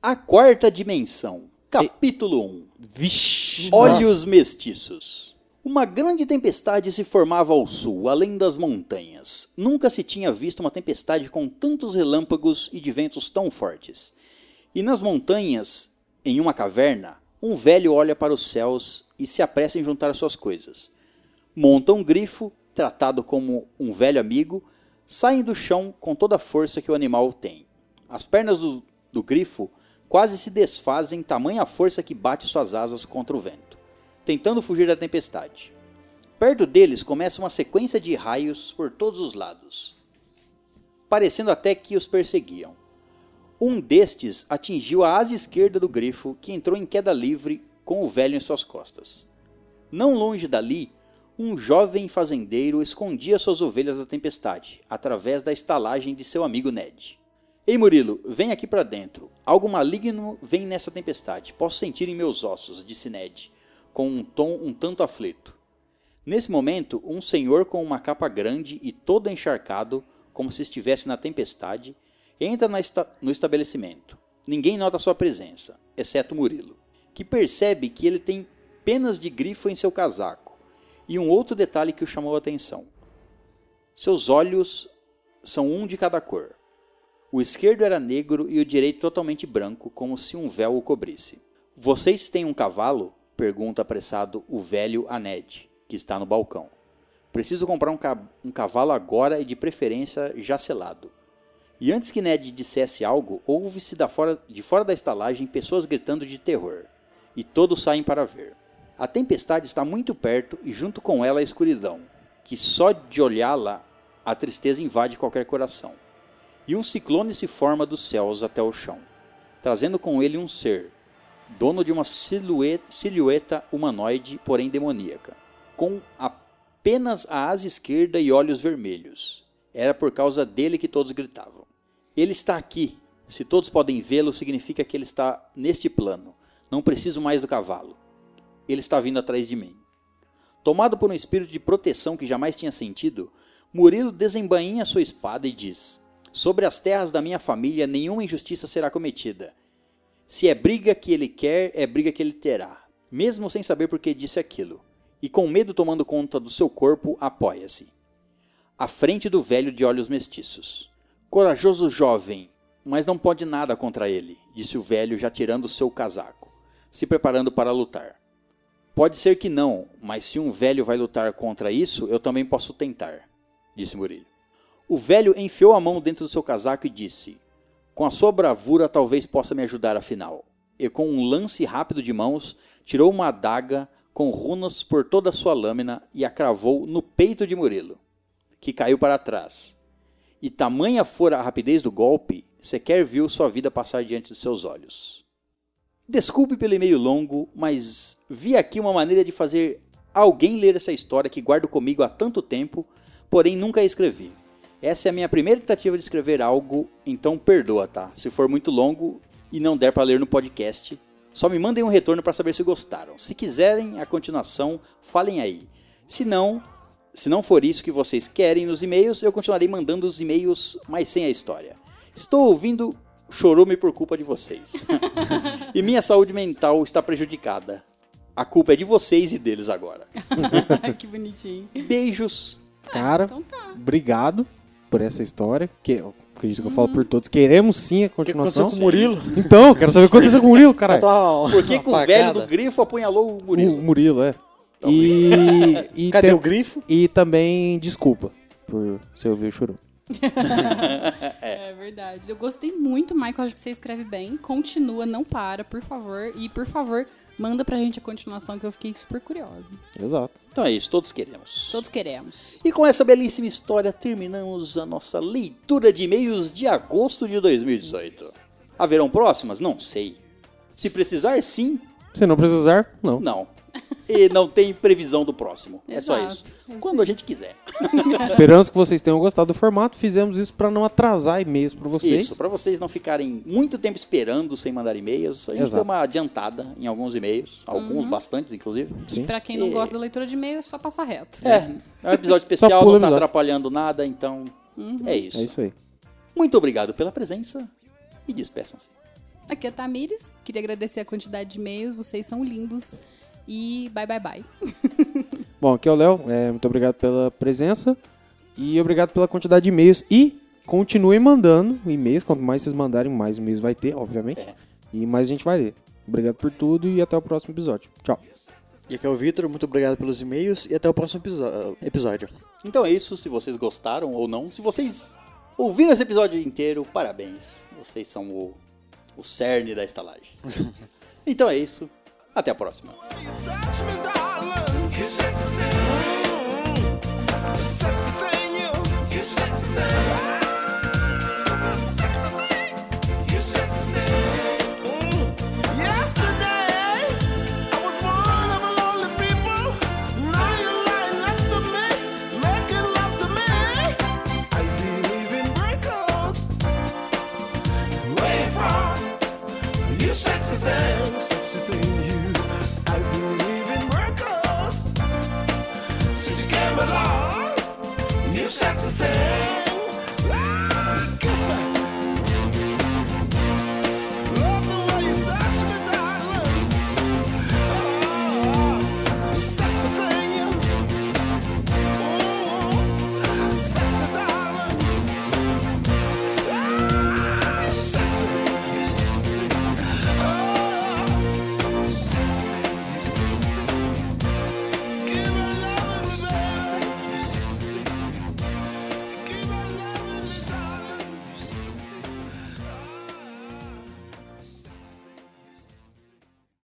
A: A Quarta Dimensão, capítulo 1.
E: Vixe.
A: Olhos Mestiços. Uma grande tempestade se formava ao sul, além das montanhas. Nunca se tinha visto uma tempestade com tantos relâmpagos e de ventos tão fortes. E nas montanhas, em uma caverna, um velho olha para os céus e se apressa em juntar suas coisas. Monta um grifo, tratado como um velho amigo, saem do chão com toda a força que o animal tem. As pernas do, do grifo quase se desfazem, tamanha força que bate suas asas contra o vento, tentando fugir da tempestade. Perto deles começa uma sequência de raios por todos os lados, parecendo até que os perseguiam. Um destes atingiu a asa esquerda do grifo, que entrou em queda livre com o velho em suas costas. Não longe dali, um jovem fazendeiro escondia suas ovelhas da tempestade, através da estalagem de seu amigo Ned. Ei Murilo, vem aqui pra dentro. Algo maligno vem nessa tempestade. Posso sentir em meus ossos, disse Ned, com um tom um tanto aflito. Nesse momento, um senhor com uma capa grande e todo encharcado, como se estivesse na tempestade, entra na esta- no estabelecimento. Ninguém nota sua presença, exceto Murilo, que percebe que ele tem penas de grifo em seu casaco e um outro detalhe que o chamou a atenção. Seus olhos são um de cada cor. O esquerdo era negro e o direito totalmente branco, como se um véu o cobrisse. Vocês têm um cavalo? pergunta apressado o velho a Ned, que está no balcão. Preciso comprar um, ca- um cavalo agora e de preferência já selado. E antes que Ned dissesse algo, ouve-se da fora- de fora da estalagem pessoas gritando de terror, e todos saem para ver. A tempestade está muito perto e junto com ela a escuridão, que só de olhá-la a tristeza invade qualquer coração e um ciclone se forma dos céus até o chão, trazendo com ele um ser, dono de uma silhue- silhueta humanoide, porém demoníaca, com apenas a asa esquerda e olhos vermelhos. Era por causa dele que todos gritavam. Ele está aqui. Se todos podem vê-lo, significa que ele está neste plano. Não preciso mais do cavalo. Ele está vindo atrás de mim. Tomado por um espírito de proteção que jamais tinha sentido, Murilo desembainha sua espada e diz: Sobre as terras da minha família, nenhuma injustiça será cometida. Se é briga que ele quer, é briga que ele terá, mesmo sem saber por que disse aquilo. E com medo tomando conta do seu corpo, apoia-se. À frente do velho de olhos mestiços. Corajoso jovem, mas não pode nada contra ele, disse o velho já tirando seu casaco, se preparando para lutar. Pode ser que não, mas se um velho vai lutar contra isso, eu também posso tentar, disse Murilo. O velho enfiou a mão dentro do seu casaco e disse: Com a sua bravura talvez possa me ajudar afinal. E com um lance rápido de mãos, tirou uma adaga com runas por toda a sua lâmina e a cravou no peito de Murilo, que caiu para trás. E tamanha fora a rapidez do golpe, sequer viu sua vida passar diante de seus olhos. Desculpe pelo e-mail longo, mas vi aqui uma maneira de fazer alguém ler essa história que guardo comigo há tanto tempo, porém nunca a escrevi. Essa é a minha primeira tentativa de escrever algo, então perdoa, tá? Se for muito longo e não der pra ler no podcast, só me mandem um retorno pra saber se gostaram. Se quiserem a continuação, falem aí. Se não, se não for isso que vocês querem nos e-mails, eu continuarei mandando os e-mails, mas sem a história. Estou ouvindo chorume por culpa de vocês. e minha saúde mental está prejudicada. A culpa é de vocês e deles agora.
F: que bonitinho.
A: Beijos.
E: Cara,
F: Então tá.
E: obrigado por essa história, que eu acredito que eu falo por todos. Queremos sim a
B: O que aconteceu
E: continuação.
B: com o Murilo? Tá
E: Então, eu quero saber o que aconteceu com o Murilo, caralho.
A: Por que, que o velho do grifo apunhalou o Murilo?
E: O Murilo, é. E, e,
B: Cadê
E: tem-
B: o grifo?
E: e também desculpa por você ouvir o churu.
F: É verdade. Eu gostei muito, Michael. Acho que você escreve bem. Continua, não para, por favor. E, por favor, manda pra gente a continuação que eu fiquei super curiosa.
E: Exato.
A: Então é isso, todos queremos.
F: Todos queremos.
A: E com essa belíssima história terminamos a nossa leitura de e-mails de agosto de 2018. Haverão próximas? Não sei. Se precisar, sim,
E: Se não precisar, não.
A: não. E não tem previsão do próximo. É só
F: Exato,
A: isso.
F: é isso
A: Quando a gente quiser.
E: Esperamos que vocês tenham gostado do formato. Fizemos isso pra não atrasar e-mails pra vocês.
A: Isso, pra vocês não ficarem muito tempo esperando sem mandar e-mails. A gente
E: Exato.
A: deu uma adiantada em alguns e-mails, alguns bastantes, inclusive.
E: Sim.
F: Pra quem não gosta da leitura de e-mail, é só passar reto.
A: É, é um episódio
E: Só
A: especial,
E: pula o
A: não tá
E: episódio.
A: atrapalhando nada, então é isso.
E: É isso aí.
A: Muito obrigado pela presença e despeçam-se.
F: Aqui é a Tamires. Queria agradecer a quantidade de e-mails. Vocês são lindos. E bye, bye, bye.
E: Bom, aqui é o Léo. É, muito obrigado pela presença e obrigado pela quantidade de e-mails. E continuem mandando e-mails. Quanto mais vocês mandarem, mais e-mails vai ter, obviamente. E mais a gente vai ler. Obrigado por tudo e até o próximo episódio. Tchau.
B: E aqui é o Vitor, muito obrigado pelos e-mails e até o próximo episo- episódio.
A: Então é isso, se vocês gostaram ou não. Se vocês ouviram esse episódio inteiro, parabéns. Vocês são o, o cerne da estalagem. então é isso, até a próxima.
H: You sexy thing, sexy thing, you. I believe in miracles. Since you came along, you sexy thing. Ah, kiss me. Love the way you touch me, darling. Oh, you sexy thing, you. Ooh, sexy darling. Ah, sexy thing, you sexy thing. Oh, sexy thing, you sexy thing. Give her love, baby. Give her love, baby. Ah.